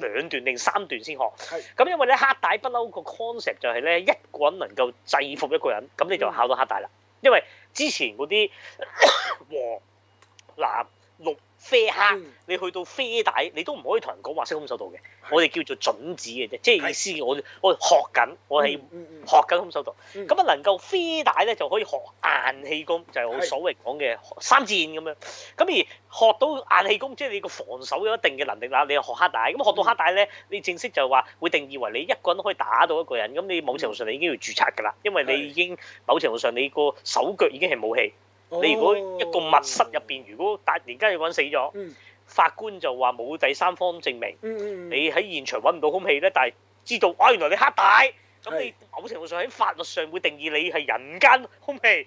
Speaker 1: 兩段定三段先學。
Speaker 2: 係
Speaker 1: 咁因為咧黑帶不嬲個 concept 就係咧一個人能夠制服一個人，咁你
Speaker 2: 嗯
Speaker 1: 就考到黑帶啦。因為之前嗰啲 黃、藍、綠、啡、黑，
Speaker 2: 嗯
Speaker 1: 你去到啡帶，你都唔可以同人講話識空手道嘅，我哋叫做準子嘅啫，即係意思我我學緊，我係
Speaker 2: 嗯嗯嗯
Speaker 1: 學緊空手道。
Speaker 2: 嗯
Speaker 1: 咁啊能夠飛帶咧就可以學硬氣功，就係、我
Speaker 2: 係
Speaker 1: 所謂講嘅三戰咁樣。咁而學到硬氣功，即係你個防守有一定嘅能力啦，你又學黑帶。咁學到黑帶咧，你正式就話會定義為你一個人可以打到一個人，咁你某程度上你已經要註冊㗎啦，因為
Speaker 2: 係
Speaker 1: 你已經某程度上你個手腳已經係武器。
Speaker 2: 嗯哦
Speaker 1: 你如果一個密室入邊，如果突然間有個人死咗，
Speaker 2: 嗯
Speaker 1: 法官就話冇第三方證明。
Speaker 2: 嗯嗯嗯
Speaker 1: 你喺現場揾唔到空氣咧，但係知道啊，原來你黑帶，咁
Speaker 2: 係
Speaker 1: 你某程度上喺法律上會定義你係人間空氣，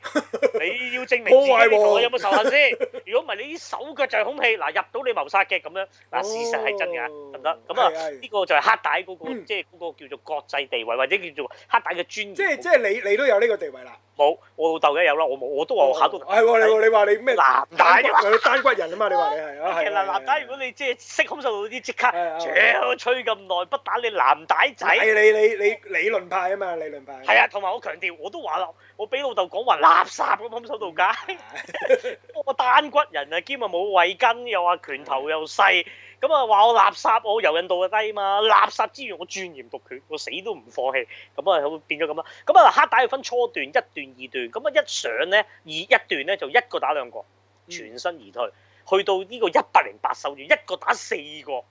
Speaker 1: 你要證明自
Speaker 2: 破
Speaker 1: 己
Speaker 2: 壞
Speaker 1: 你同我
Speaker 2: 王
Speaker 1: 有冇仇恨先。如果唔係，你啲手腳就係空氣，嗱入到你謀殺嘅咁樣，嗱
Speaker 2: 哦
Speaker 1: 事實係真㗎，得唔得？咁啊，
Speaker 2: 係係
Speaker 1: 呢個就係黑帶嗰個，
Speaker 2: 嗯
Speaker 1: 即係嗰個叫做國際地位或者叫做黑帶嘅專
Speaker 2: 即係即
Speaker 1: 業。
Speaker 2: 係你你都有呢個地位啦。
Speaker 1: 冇，我老豆梗係有啦，我冇，我都話我考到
Speaker 2: 哦係喎，你話你話你咩
Speaker 1: 男大
Speaker 2: 單骨單骨人啊嘛？你話 你
Speaker 1: 其
Speaker 2: 係啊係
Speaker 1: 實
Speaker 2: 啊係啊
Speaker 1: 男帶，如果你即係識空手道啲，即刻，
Speaker 2: 係啊
Speaker 1: 屌吹咁耐不打你男帶仔。
Speaker 2: 係你你你理論派啊嘛，理論派
Speaker 1: 係啊，同埋我強調，我都話啦，我俾老豆講話垃圾咁空手道界，我單骨人啊，兼啊冇圍巾，又話拳頭又細，咁啊話我垃圾，我柔韌度就低嘛，垃圾之餘我鑽研獨拳，我死都唔放棄，咁啊會變咗咁啦。咁啊黑帶要分初段、一段、二段，咁啊一上咧，二一段咧就一個打兩個，全身而退，去到呢個一百零八手段，一個打四個。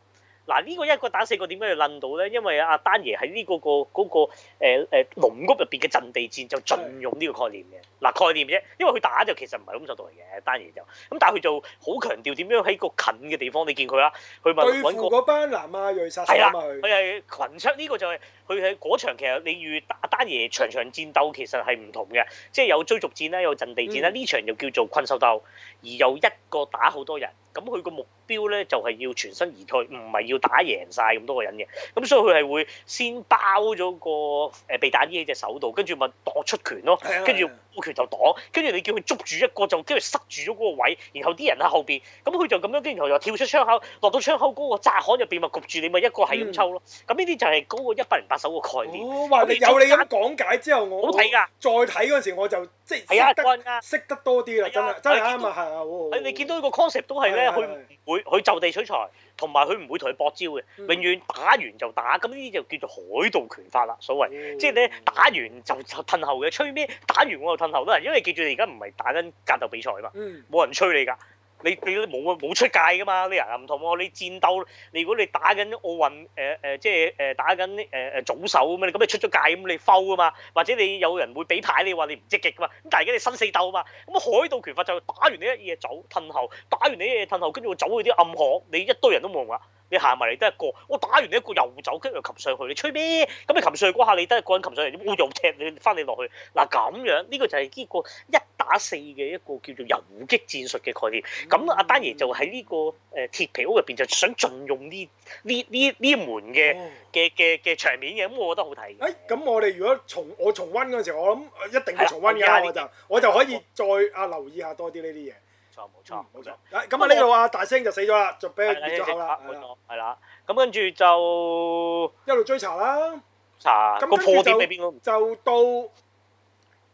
Speaker 1: 嗱呢個一個打四個點解要撚到咧？因為阿丹爺喺呢個個嗰個呃誒誒籠屋入邊嘅陣地戰就盡用呢個概念嘅，嗱概念啫，因為佢打就其實唔係空手道嚟嘅，丹爺就咁，但係佢就好強調點樣喺個近嘅地方，你見佢啦，佢咪
Speaker 2: 對
Speaker 1: 揾
Speaker 2: 付
Speaker 1: 個
Speaker 2: 嗰班南亞裔殺手
Speaker 1: 係啦，
Speaker 2: 啊嘛，佢
Speaker 1: 佢係群出呢個就係佢喺嗰場其實你與阿丹爺場場戰鬥其實係唔同嘅，即係有追逐戰啦，有陣地戰啦，
Speaker 2: 嗯
Speaker 1: 呢、場就叫做困獸鬥，而有一個打好多人，咁佢個目標咧就係要全身而退，唔係要打贏晒咁多個人嘅，咁所以佢係會先包咗個誒避彈衣喺隻手度，跟住咪度出拳咯
Speaker 2: 係啊，
Speaker 1: 跟住
Speaker 2: 係啊
Speaker 1: 冇拳就擋，跟住你叫佢捉住一個就跟住塞住咗嗰個位，然後啲人喺後邊，咁佢就咁樣，跟住然後又跳出窗口，落到窗口嗰個窄巷入邊咪焗住你咪一個係咁抽咯。咁呢啲就係嗰個一百零八手嘅概念，
Speaker 2: 嗯哦，話你有你咁講解之後，我
Speaker 1: 好睇㗎。
Speaker 2: 再睇嗰陣時我就即係
Speaker 1: 係啊
Speaker 2: 識
Speaker 1: 關㗎
Speaker 2: 得識得多啲啦，
Speaker 1: 係
Speaker 2: 真
Speaker 1: 啊
Speaker 2: 係真
Speaker 1: 我哋
Speaker 2: 係
Speaker 1: 見
Speaker 2: 啱
Speaker 1: 到
Speaker 2: 啊，係啊，好好
Speaker 1: 你你見到呢個 concept 都係咧，
Speaker 2: 係係
Speaker 1: 佢唔會佢就地取材，同埋佢唔會同佢搏招嘅，
Speaker 2: 嗯
Speaker 1: 永遠打完就打。咁呢啲就叫做海盜拳法啦，所謂。
Speaker 2: 嗯
Speaker 1: 即係咧打完就就褪後嘅，吹咩？打完我就褪後啦，因為記住你而家唔係打緊格鬥比賽啊嘛，
Speaker 2: 嗯
Speaker 1: 冇人吹你㗎。你你都冇冇出界㗎嘛？你人啊又唔同喎，你戰鬥，你如果你打緊奧運誒誒、呃即係誒、呃打緊誒誒組手咁樣，咁你出咗界咁你 foul 啊嘛，或者你有人會俾牌你話你唔積極㗎嘛，咁但係而家你生死鬥啊嘛，咁海盜拳法就打完你一嘢走褪後，打完你一嘢褪後，跟住我走去啲暗巷，你一堆人都冇用啦。你行埋嚟得一個，我打完你一個又走，跟住又擒上去，你吹咩？咁你擒上去嗰下，你得一個人擒上嚟，我又踢你翻你落去。嗱咁樣，呢、個就係呢個一打四嘅一個叫做遊擊戰術嘅概念。
Speaker 2: 嗯
Speaker 1: 咁阿丹爺就喺呢個誒鐵皮屋入邊，就想盡用呢呢呢呢門嘅
Speaker 2: 哦
Speaker 1: 嘅嘅嘅場面嘅，咁我覺得好睇嘅。
Speaker 2: 誒哎咁，我哋如果重我重温嗰陣時，我諗呃一定
Speaker 1: 係
Speaker 2: 會
Speaker 1: 啊
Speaker 2: 重温
Speaker 1: 我而家
Speaker 2: 㗎，我就我就可以再啊留意下多啲呢啲嘢。
Speaker 1: 冇錯冇錯
Speaker 2: 嗯，
Speaker 1: 冇
Speaker 2: 冇
Speaker 1: 錯
Speaker 2: 錯。。誒咁啊，呢度啊大聲就死咗啦，就俾佢滅咗口啦，
Speaker 1: 冇
Speaker 2: 係啦
Speaker 1: 錯，係啦。咁跟住就
Speaker 2: 一路追查啦，
Speaker 1: 查
Speaker 2: 咁
Speaker 1: 個
Speaker 2: 跟
Speaker 1: 破
Speaker 2: 住
Speaker 1: 點
Speaker 2: 就嗯
Speaker 1: 喺邊咯。
Speaker 2: 就到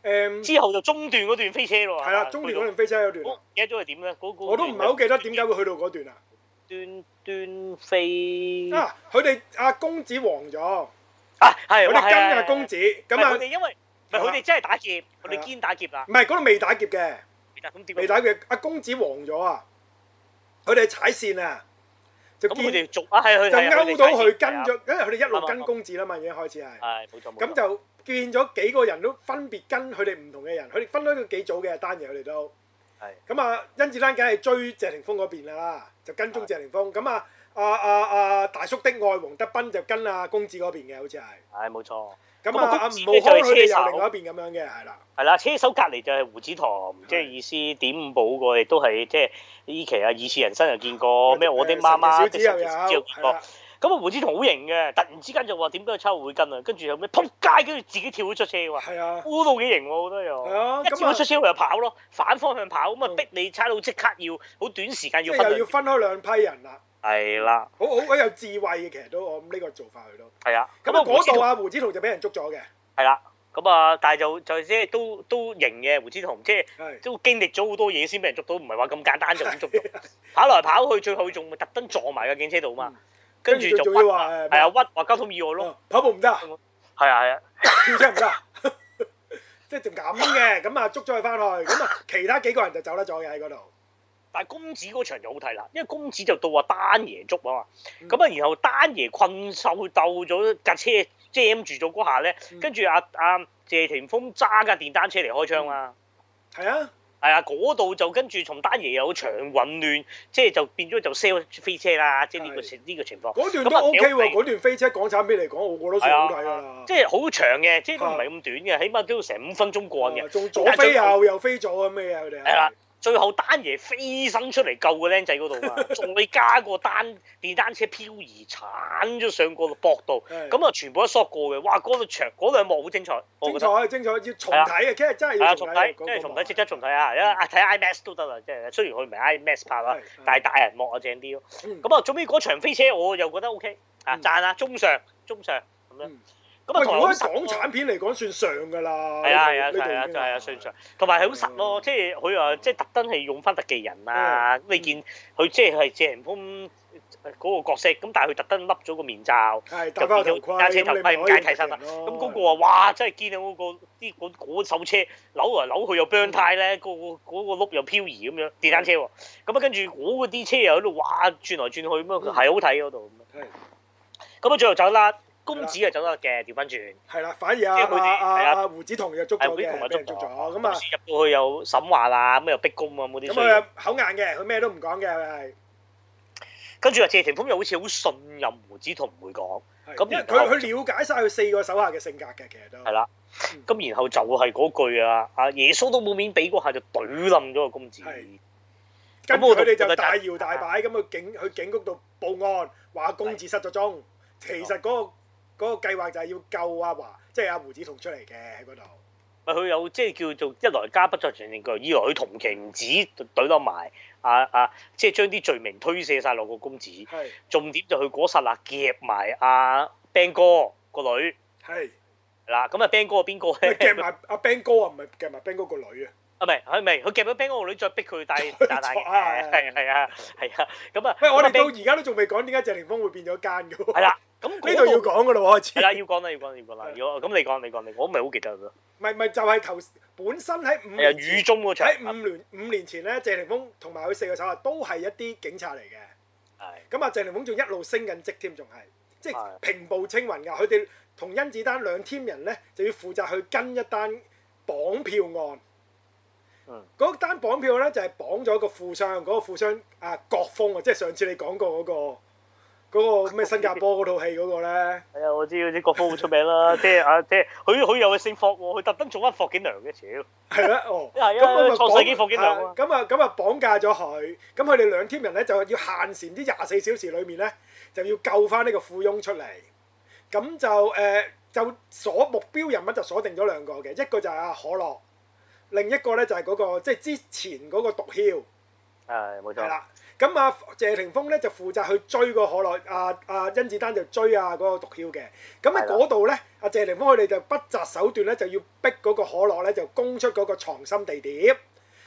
Speaker 2: 誒
Speaker 1: 之後就中段嗰段飛車咯。
Speaker 2: 係啦，
Speaker 1: 嘛
Speaker 2: 中
Speaker 1: 去
Speaker 2: 段
Speaker 1: 到
Speaker 2: 嗰段飛車
Speaker 1: 我
Speaker 2: 嗰段啊
Speaker 1: 唔，哦記得咗係點咧，嗰、個
Speaker 2: 我都唔係好記得點解會去到嗰段啦。
Speaker 1: 端端飛啊，
Speaker 2: 啊，佢哋阿公子黃咗，
Speaker 1: 係
Speaker 2: 佢哋跟阿
Speaker 1: 係
Speaker 2: 公子，咁
Speaker 1: 係佢
Speaker 2: 啊
Speaker 1: 哋因為唔係
Speaker 2: 係啦
Speaker 1: 佢哋真係打劫，佢
Speaker 2: 係
Speaker 1: 哋
Speaker 2: 啦
Speaker 1: 堅打劫啦，
Speaker 2: 唔係嗰度未打劫嘅。
Speaker 1: 咁點啊
Speaker 2: 未打嘅阿公子黃咗啊！佢哋踩線啊，就
Speaker 1: 咁佢
Speaker 2: 見
Speaker 1: 哋
Speaker 2: 就
Speaker 1: 續啊，係佢係啊
Speaker 2: 勾到佢跟，
Speaker 1: 哋
Speaker 2: 咗，因為佢哋一
Speaker 1: 啱
Speaker 2: 路
Speaker 1: 啱
Speaker 2: 跟
Speaker 1: 啱
Speaker 2: 公子啦嘛，已經開始
Speaker 1: 打
Speaker 2: 係。
Speaker 1: 劫係冇錯冇錯。
Speaker 2: 咁就見咗幾個人都分別跟佢哋唔同嘅人，佢哋分開咗幾組嘅單嘢，佢哋都
Speaker 1: 係。
Speaker 2: 咁啊，甄子丹梗係追謝霆鋒嗰邊啦，就跟蹤謝霆鋒。咁啊，啊啊啊大叔的愛黃德斌就跟阿公子嗰邊嘅，好似係。
Speaker 1: 係冇錯，
Speaker 2: 咁
Speaker 1: 咁啊
Speaker 2: 啊，阿
Speaker 1: 公子
Speaker 2: 吳浩康佢哋
Speaker 1: 就係車手
Speaker 2: 又另外一邊咁樣嘅，係啦。
Speaker 1: 係啦，車手隔離就係胡子棠，即係意思點五寶個，亦都係即係呢期啊，二次人生又見 過哦咩？我的媽媽
Speaker 2: 神奇小子
Speaker 1: 的神奇小子
Speaker 2: 又有，係
Speaker 1: 又見過
Speaker 2: 啦。
Speaker 1: 咁啊，胡子棠好型嘅，突然之間就話點解抽會跟啊，跟住後尾撲街，跟住自己跳咗出車喎。
Speaker 2: 係啊。
Speaker 1: 烏到幾型喎，我覺得又。
Speaker 2: 係啊
Speaker 1: 一
Speaker 2: 咁
Speaker 1: 跳
Speaker 2: 啊
Speaker 1: 咗出車佢又跑咯，反方向跑，咁啊
Speaker 2: 嗯
Speaker 1: 逼你差佬即刻要好短時間
Speaker 2: 即
Speaker 1: 要
Speaker 2: 係
Speaker 1: 分
Speaker 2: 又要
Speaker 1: 兩。
Speaker 2: 分開兩批人啦。
Speaker 1: 係啦，
Speaker 2: 好好好有智慧嘅，其實都我諗呢個做法佢都。
Speaker 1: 係啊。
Speaker 2: 咁啊，嗰度
Speaker 1: 啊，
Speaker 2: 啊，胡子彤就俾人捉咗嘅，
Speaker 1: 係啦。咁啊，但係就就即係都都型嘅胡子彤，即係
Speaker 2: 係
Speaker 1: 都經歷咗好多嘢先俾人捉到，唔係話咁簡單就咁 捉到。跑來跑去，最後仲特登撞埋架警車度嘛，跟住
Speaker 2: 嗯跟住
Speaker 1: 就屈
Speaker 2: 仲要話誒
Speaker 1: 係啊屈話交通意外咯，
Speaker 2: 哦跑步 唔得啊，
Speaker 1: 係啊係啊，
Speaker 2: 跳車唔得啊， 即係就咁嘅。咁啊，捉咗佢翻去，咁啊，其他幾個人就走得咗嘅喺嗰度。
Speaker 1: 但係公子嗰場就好睇啦，因為公子就到話單爺捉啊嘛，
Speaker 2: 嗯
Speaker 1: 咁啊、然後單爺困獸鬥咗架車 jam 住咗嗰下咧，
Speaker 2: 嗯
Speaker 1: 跟住阿阿謝霆鋒揸架電單車嚟開槍啦，
Speaker 2: 係啊，
Speaker 1: 係啊嗰度就跟住從單爺有場混亂，即係就變咗就 sell 飛車啦，即係呢個
Speaker 2: 係
Speaker 1: 情呢個情況，
Speaker 2: 嗰段
Speaker 1: 咁
Speaker 2: 都
Speaker 1: 啊
Speaker 2: OK
Speaker 1: 屌你啊
Speaker 2: 喎，嗰段飛車港產片嚟講，我覺得算好睇㗎啦
Speaker 1: 即。係好長嘅，即係都唔係咁短嘅，起碼都要成五分鐘過嘅
Speaker 2: 啊。仲左飛右，右飛左咁嘅嘢，佢哋係
Speaker 1: 係啦，最後單爺飛身出嚟救個僆仔嗰度 嘛，再加個單電單車漂移鏟咗上個膊度，
Speaker 2: 係
Speaker 1: 咁啊全部一索過嘅，哇！嗰度場嗰兩幕好精彩，我
Speaker 2: 精
Speaker 1: 覺得。
Speaker 2: 彩精彩，要重睇啊！其實真係
Speaker 1: 係
Speaker 2: 要
Speaker 1: 啊，
Speaker 2: 重
Speaker 1: 重
Speaker 2: 睇
Speaker 1: 睇，
Speaker 2: 嗰個幕，
Speaker 1: 即係重睇，即刻重睇啊！因為啊睇 IMAX 都得啦，即係雖然佢唔係 IMAX 拍啦
Speaker 2: 係，係
Speaker 1: 但係大人幕啊正啲咯。
Speaker 2: 嗯
Speaker 1: 咁啊，最尾嗰場飛車我又覺得 OK 啊，
Speaker 2: 嗯
Speaker 1: 讚啊，中上中上咁樣
Speaker 2: 嗯。
Speaker 1: 咁啊，
Speaker 2: 喂
Speaker 1: 同埋
Speaker 2: 如果
Speaker 1: 好
Speaker 2: 喺
Speaker 1: 實
Speaker 2: 港
Speaker 1: 咯
Speaker 2: 產片嚟講，算上㗎啦。
Speaker 1: 係啊係啊
Speaker 2: 呢度
Speaker 1: 係啊
Speaker 2: 呢度已經
Speaker 1: 就係啊信上，同埋係好實
Speaker 2: 嗯
Speaker 1: 咯，即係佢話即係特登係用翻特技人啊，咁你
Speaker 2: 嗯
Speaker 1: 見佢即係係謝霆鋒嗰個角色，咁但係佢特登笠咗個面罩，
Speaker 2: 係戴翻個頭盔，
Speaker 1: 架車
Speaker 2: 咁
Speaker 1: 頭
Speaker 2: 你
Speaker 1: 盔唔
Speaker 2: 咪可以
Speaker 1: 解替身啦。
Speaker 2: 咯
Speaker 1: 咁嗰個啊，哇！真係見到嗰個啲嗰嗰手車扭嚟扭去又 burn 胎
Speaker 2: 嗯
Speaker 1: 咧，個個嗰個轆又漂啊
Speaker 2: 嗯
Speaker 1: 移咁樣電單車喎。咁啊，跟住嗰啲車又喺度哇轉來轉去咁樣，係好睇嗰度咁樣。
Speaker 2: 係
Speaker 1: 咁啊，最後走甩，公子啊走甩嘅，調翻轉。
Speaker 2: 係啦，反而
Speaker 1: 即
Speaker 2: 啊
Speaker 1: 係佢哋
Speaker 2: 啊
Speaker 1: 係
Speaker 2: 啊
Speaker 1: 啦
Speaker 2: 啊胡子彤就捉
Speaker 1: 係
Speaker 2: 咗
Speaker 1: 會同
Speaker 2: 嘅，
Speaker 1: 埋
Speaker 2: 俾
Speaker 1: 捉
Speaker 2: 人捉咗
Speaker 1: 咗，
Speaker 2: 咁
Speaker 1: 咁
Speaker 2: 啊
Speaker 1: 啊，入到去又審話啦，咁又逼供啊，咁嗰啲
Speaker 2: 咁
Speaker 1: 所以。
Speaker 2: 佢口硬嘅，佢咩都唔講嘅，係
Speaker 1: 跟住啊，謝霆鋒又好似好信任胡子彤唔會講，
Speaker 2: 係
Speaker 1: 咁
Speaker 2: 因為
Speaker 1: 然後
Speaker 2: 佢佢了解晒佢四個手下嘅性格嘅，其實都
Speaker 1: 係啦。咁然後就係嗰句啊，啊耶穌都冇面俾嗰下就懟冧咗個公子。
Speaker 2: 係
Speaker 1: 咁
Speaker 2: 跟住
Speaker 1: 我
Speaker 2: 佢哋
Speaker 1: 覺
Speaker 2: 就
Speaker 1: 得
Speaker 2: 大搖大擺咁去警去警局度報案，話公子失咗蹤。其實嗰、個嗰、個計劃就係要救阿華，即係阿胡子彤出嚟嘅喺嗰度。
Speaker 1: 咪佢有即係叫做一來家不作傳證據，二來佢同期唔止懟冧埋啊啊，即係將啲罪名推卸晒落個公子。
Speaker 2: 係
Speaker 1: 重點就佢嗰剎那夾埋阿 Ben 哥個女
Speaker 2: 係，
Speaker 1: 嗱，咁啊 Ben 哥係邊個
Speaker 2: 咪
Speaker 1: 咧？
Speaker 2: 夾埋阿 Ben 哥啊，唔係夾埋 Ben 哥個女啊。
Speaker 1: 啊，唔係，佢唔係，佢夾咗 Ben 哥個女，再逼佢 戴打戴眼
Speaker 2: 錯啊
Speaker 1: 鏡，係係啊，係啊，咁啊，
Speaker 2: 喂，我
Speaker 1: 咁啊
Speaker 2: 哋到
Speaker 1: Ben-
Speaker 2: 而家都仲未講點解謝霆鋒會變咗奸嘅喎。
Speaker 1: 係，啦，咁
Speaker 2: 呢度要
Speaker 1: 嗰度
Speaker 2: 講嘅咯喎，
Speaker 1: 係
Speaker 2: 開始。
Speaker 1: 啦，要講啦，要講啦，要講啦，
Speaker 2: 係
Speaker 1: 如果咁你講，你講，你講我唔係好記得啦，
Speaker 2: 咪咪就係頭本身喺五
Speaker 1: 係啊，
Speaker 2: 年
Speaker 1: 雨
Speaker 2: 前
Speaker 1: 中嗰場，
Speaker 2: 喺五年五年前咧，謝霆鋒同埋佢四個手下都係一啲警察嚟嘅。
Speaker 1: 係
Speaker 2: 咁啊，鄭霆鋒仲一路升緊職添，仲係即
Speaker 1: 係
Speaker 2: 係平步青雲㗎。佢哋同甄子丹兩 team 人咧，就要負責去跟一單綁票案。
Speaker 1: 嗯
Speaker 2: 嗰單綁票咧就係綁咗個富商，嗰、個富商啊郭峰啊，即係上次你講過嗰、個嗰、個咩新加坡嗰套戲嗰個咧，
Speaker 1: 係啊，我知嗰啲國風好出名啦，即 係啊，即係佢佢又係姓霍喎，佢特登做翻霍景良嘅，屌，
Speaker 2: 係啦，哦，
Speaker 1: 係啊
Speaker 2: 咁
Speaker 1: 創世紀放幾耐啊
Speaker 2: 啊咁啊咁啊綁架咗佢，咁佢哋兩 team 人咧就要限時唔知廿四小時裏面咧就要救翻呢個富翁出嚟，咁就誒、呃就鎖目標人物就鎖定咗兩個嘅，一個就係阿可樂，另一個咧就係嗰、個即係之前嗰個毒梟。
Speaker 1: 係冇
Speaker 2: 係
Speaker 1: 錯，
Speaker 2: 啦。咁啊，謝霆鋒咧就負責去追個可樂，啊啊甄子丹就追啊嗰、個毒梟嘅。咁
Speaker 1: 係
Speaker 2: 喺
Speaker 1: 啦
Speaker 2: 嗰度咧，阿謝霆鋒佢哋就不擇手段咧，就要逼嗰個可樂咧就供出嗰個藏身地點。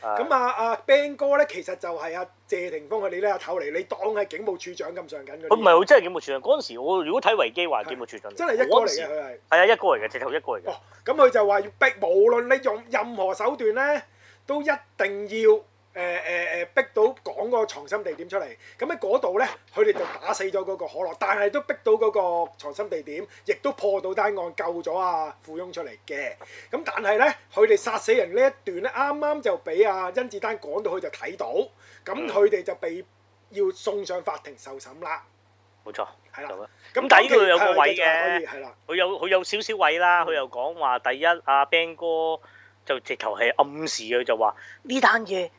Speaker 2: 咁
Speaker 1: 咁啊，
Speaker 2: 啊啊 Ben 哥咧，其實就係阿謝霆鋒佢哋咧阿頭嚟，你當係警務處長咁上緊
Speaker 1: 佢
Speaker 2: 嗰啲
Speaker 1: 唔係好真係警務處長，嗰陣時我如果睇維基話警務處長，
Speaker 2: 真係一哥嚟
Speaker 1: 嗰陣時
Speaker 2: 嘅佢係。
Speaker 1: 係啊，一個嚟嘅，直頭一個嚟嘅
Speaker 2: 哦，咁佢就話要逼，無論你用任何手段咧，都一定要誒誒誒逼到講個藏身地點出嚟。咁喺嗰度咧，佢哋就打死咗嗰個可樂，但係都逼到嗰個藏身地點，亦都破到單案，救咗阿富翁出嚟嘅。咁但係咧，佢哋殺死人呢一段咧，啱啱就俾阿甄子丹講到，佢就睇到，咁
Speaker 1: 嗯
Speaker 2: 佢哋就被要送上法庭受審啦。
Speaker 1: 冇錯，
Speaker 2: 係啦
Speaker 1: 就咁
Speaker 2: 咁
Speaker 1: 咁但係呢度有個
Speaker 2: 當其
Speaker 1: 位嘅
Speaker 2: 係可以係啦，
Speaker 1: 佢有佢有少少位啦，
Speaker 2: 嗯
Speaker 1: 佢又講話第一阿 Ben 哥就直頭係暗示佢就話呢單嘢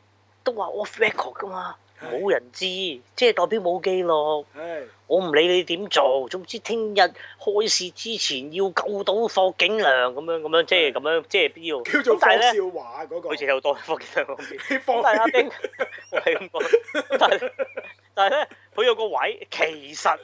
Speaker 1: 都話 off record 噶嘛，
Speaker 2: 係
Speaker 1: 冇人知，即係代表冇記錄。
Speaker 2: 係
Speaker 1: 我唔理你點做，總之聽日開市之前要救到霍景良咁樣咁樣，即係咁樣即係必要。
Speaker 2: 叫做
Speaker 1: 咁但
Speaker 2: 放
Speaker 1: 係咧，
Speaker 2: 笑話嗰個
Speaker 1: 佢。直頭當霍景良嗰邊。
Speaker 2: 你
Speaker 1: 咁
Speaker 2: 放
Speaker 1: 但係阿 Ben 我 係咁講，咁但係但係咧，佢有個位，其實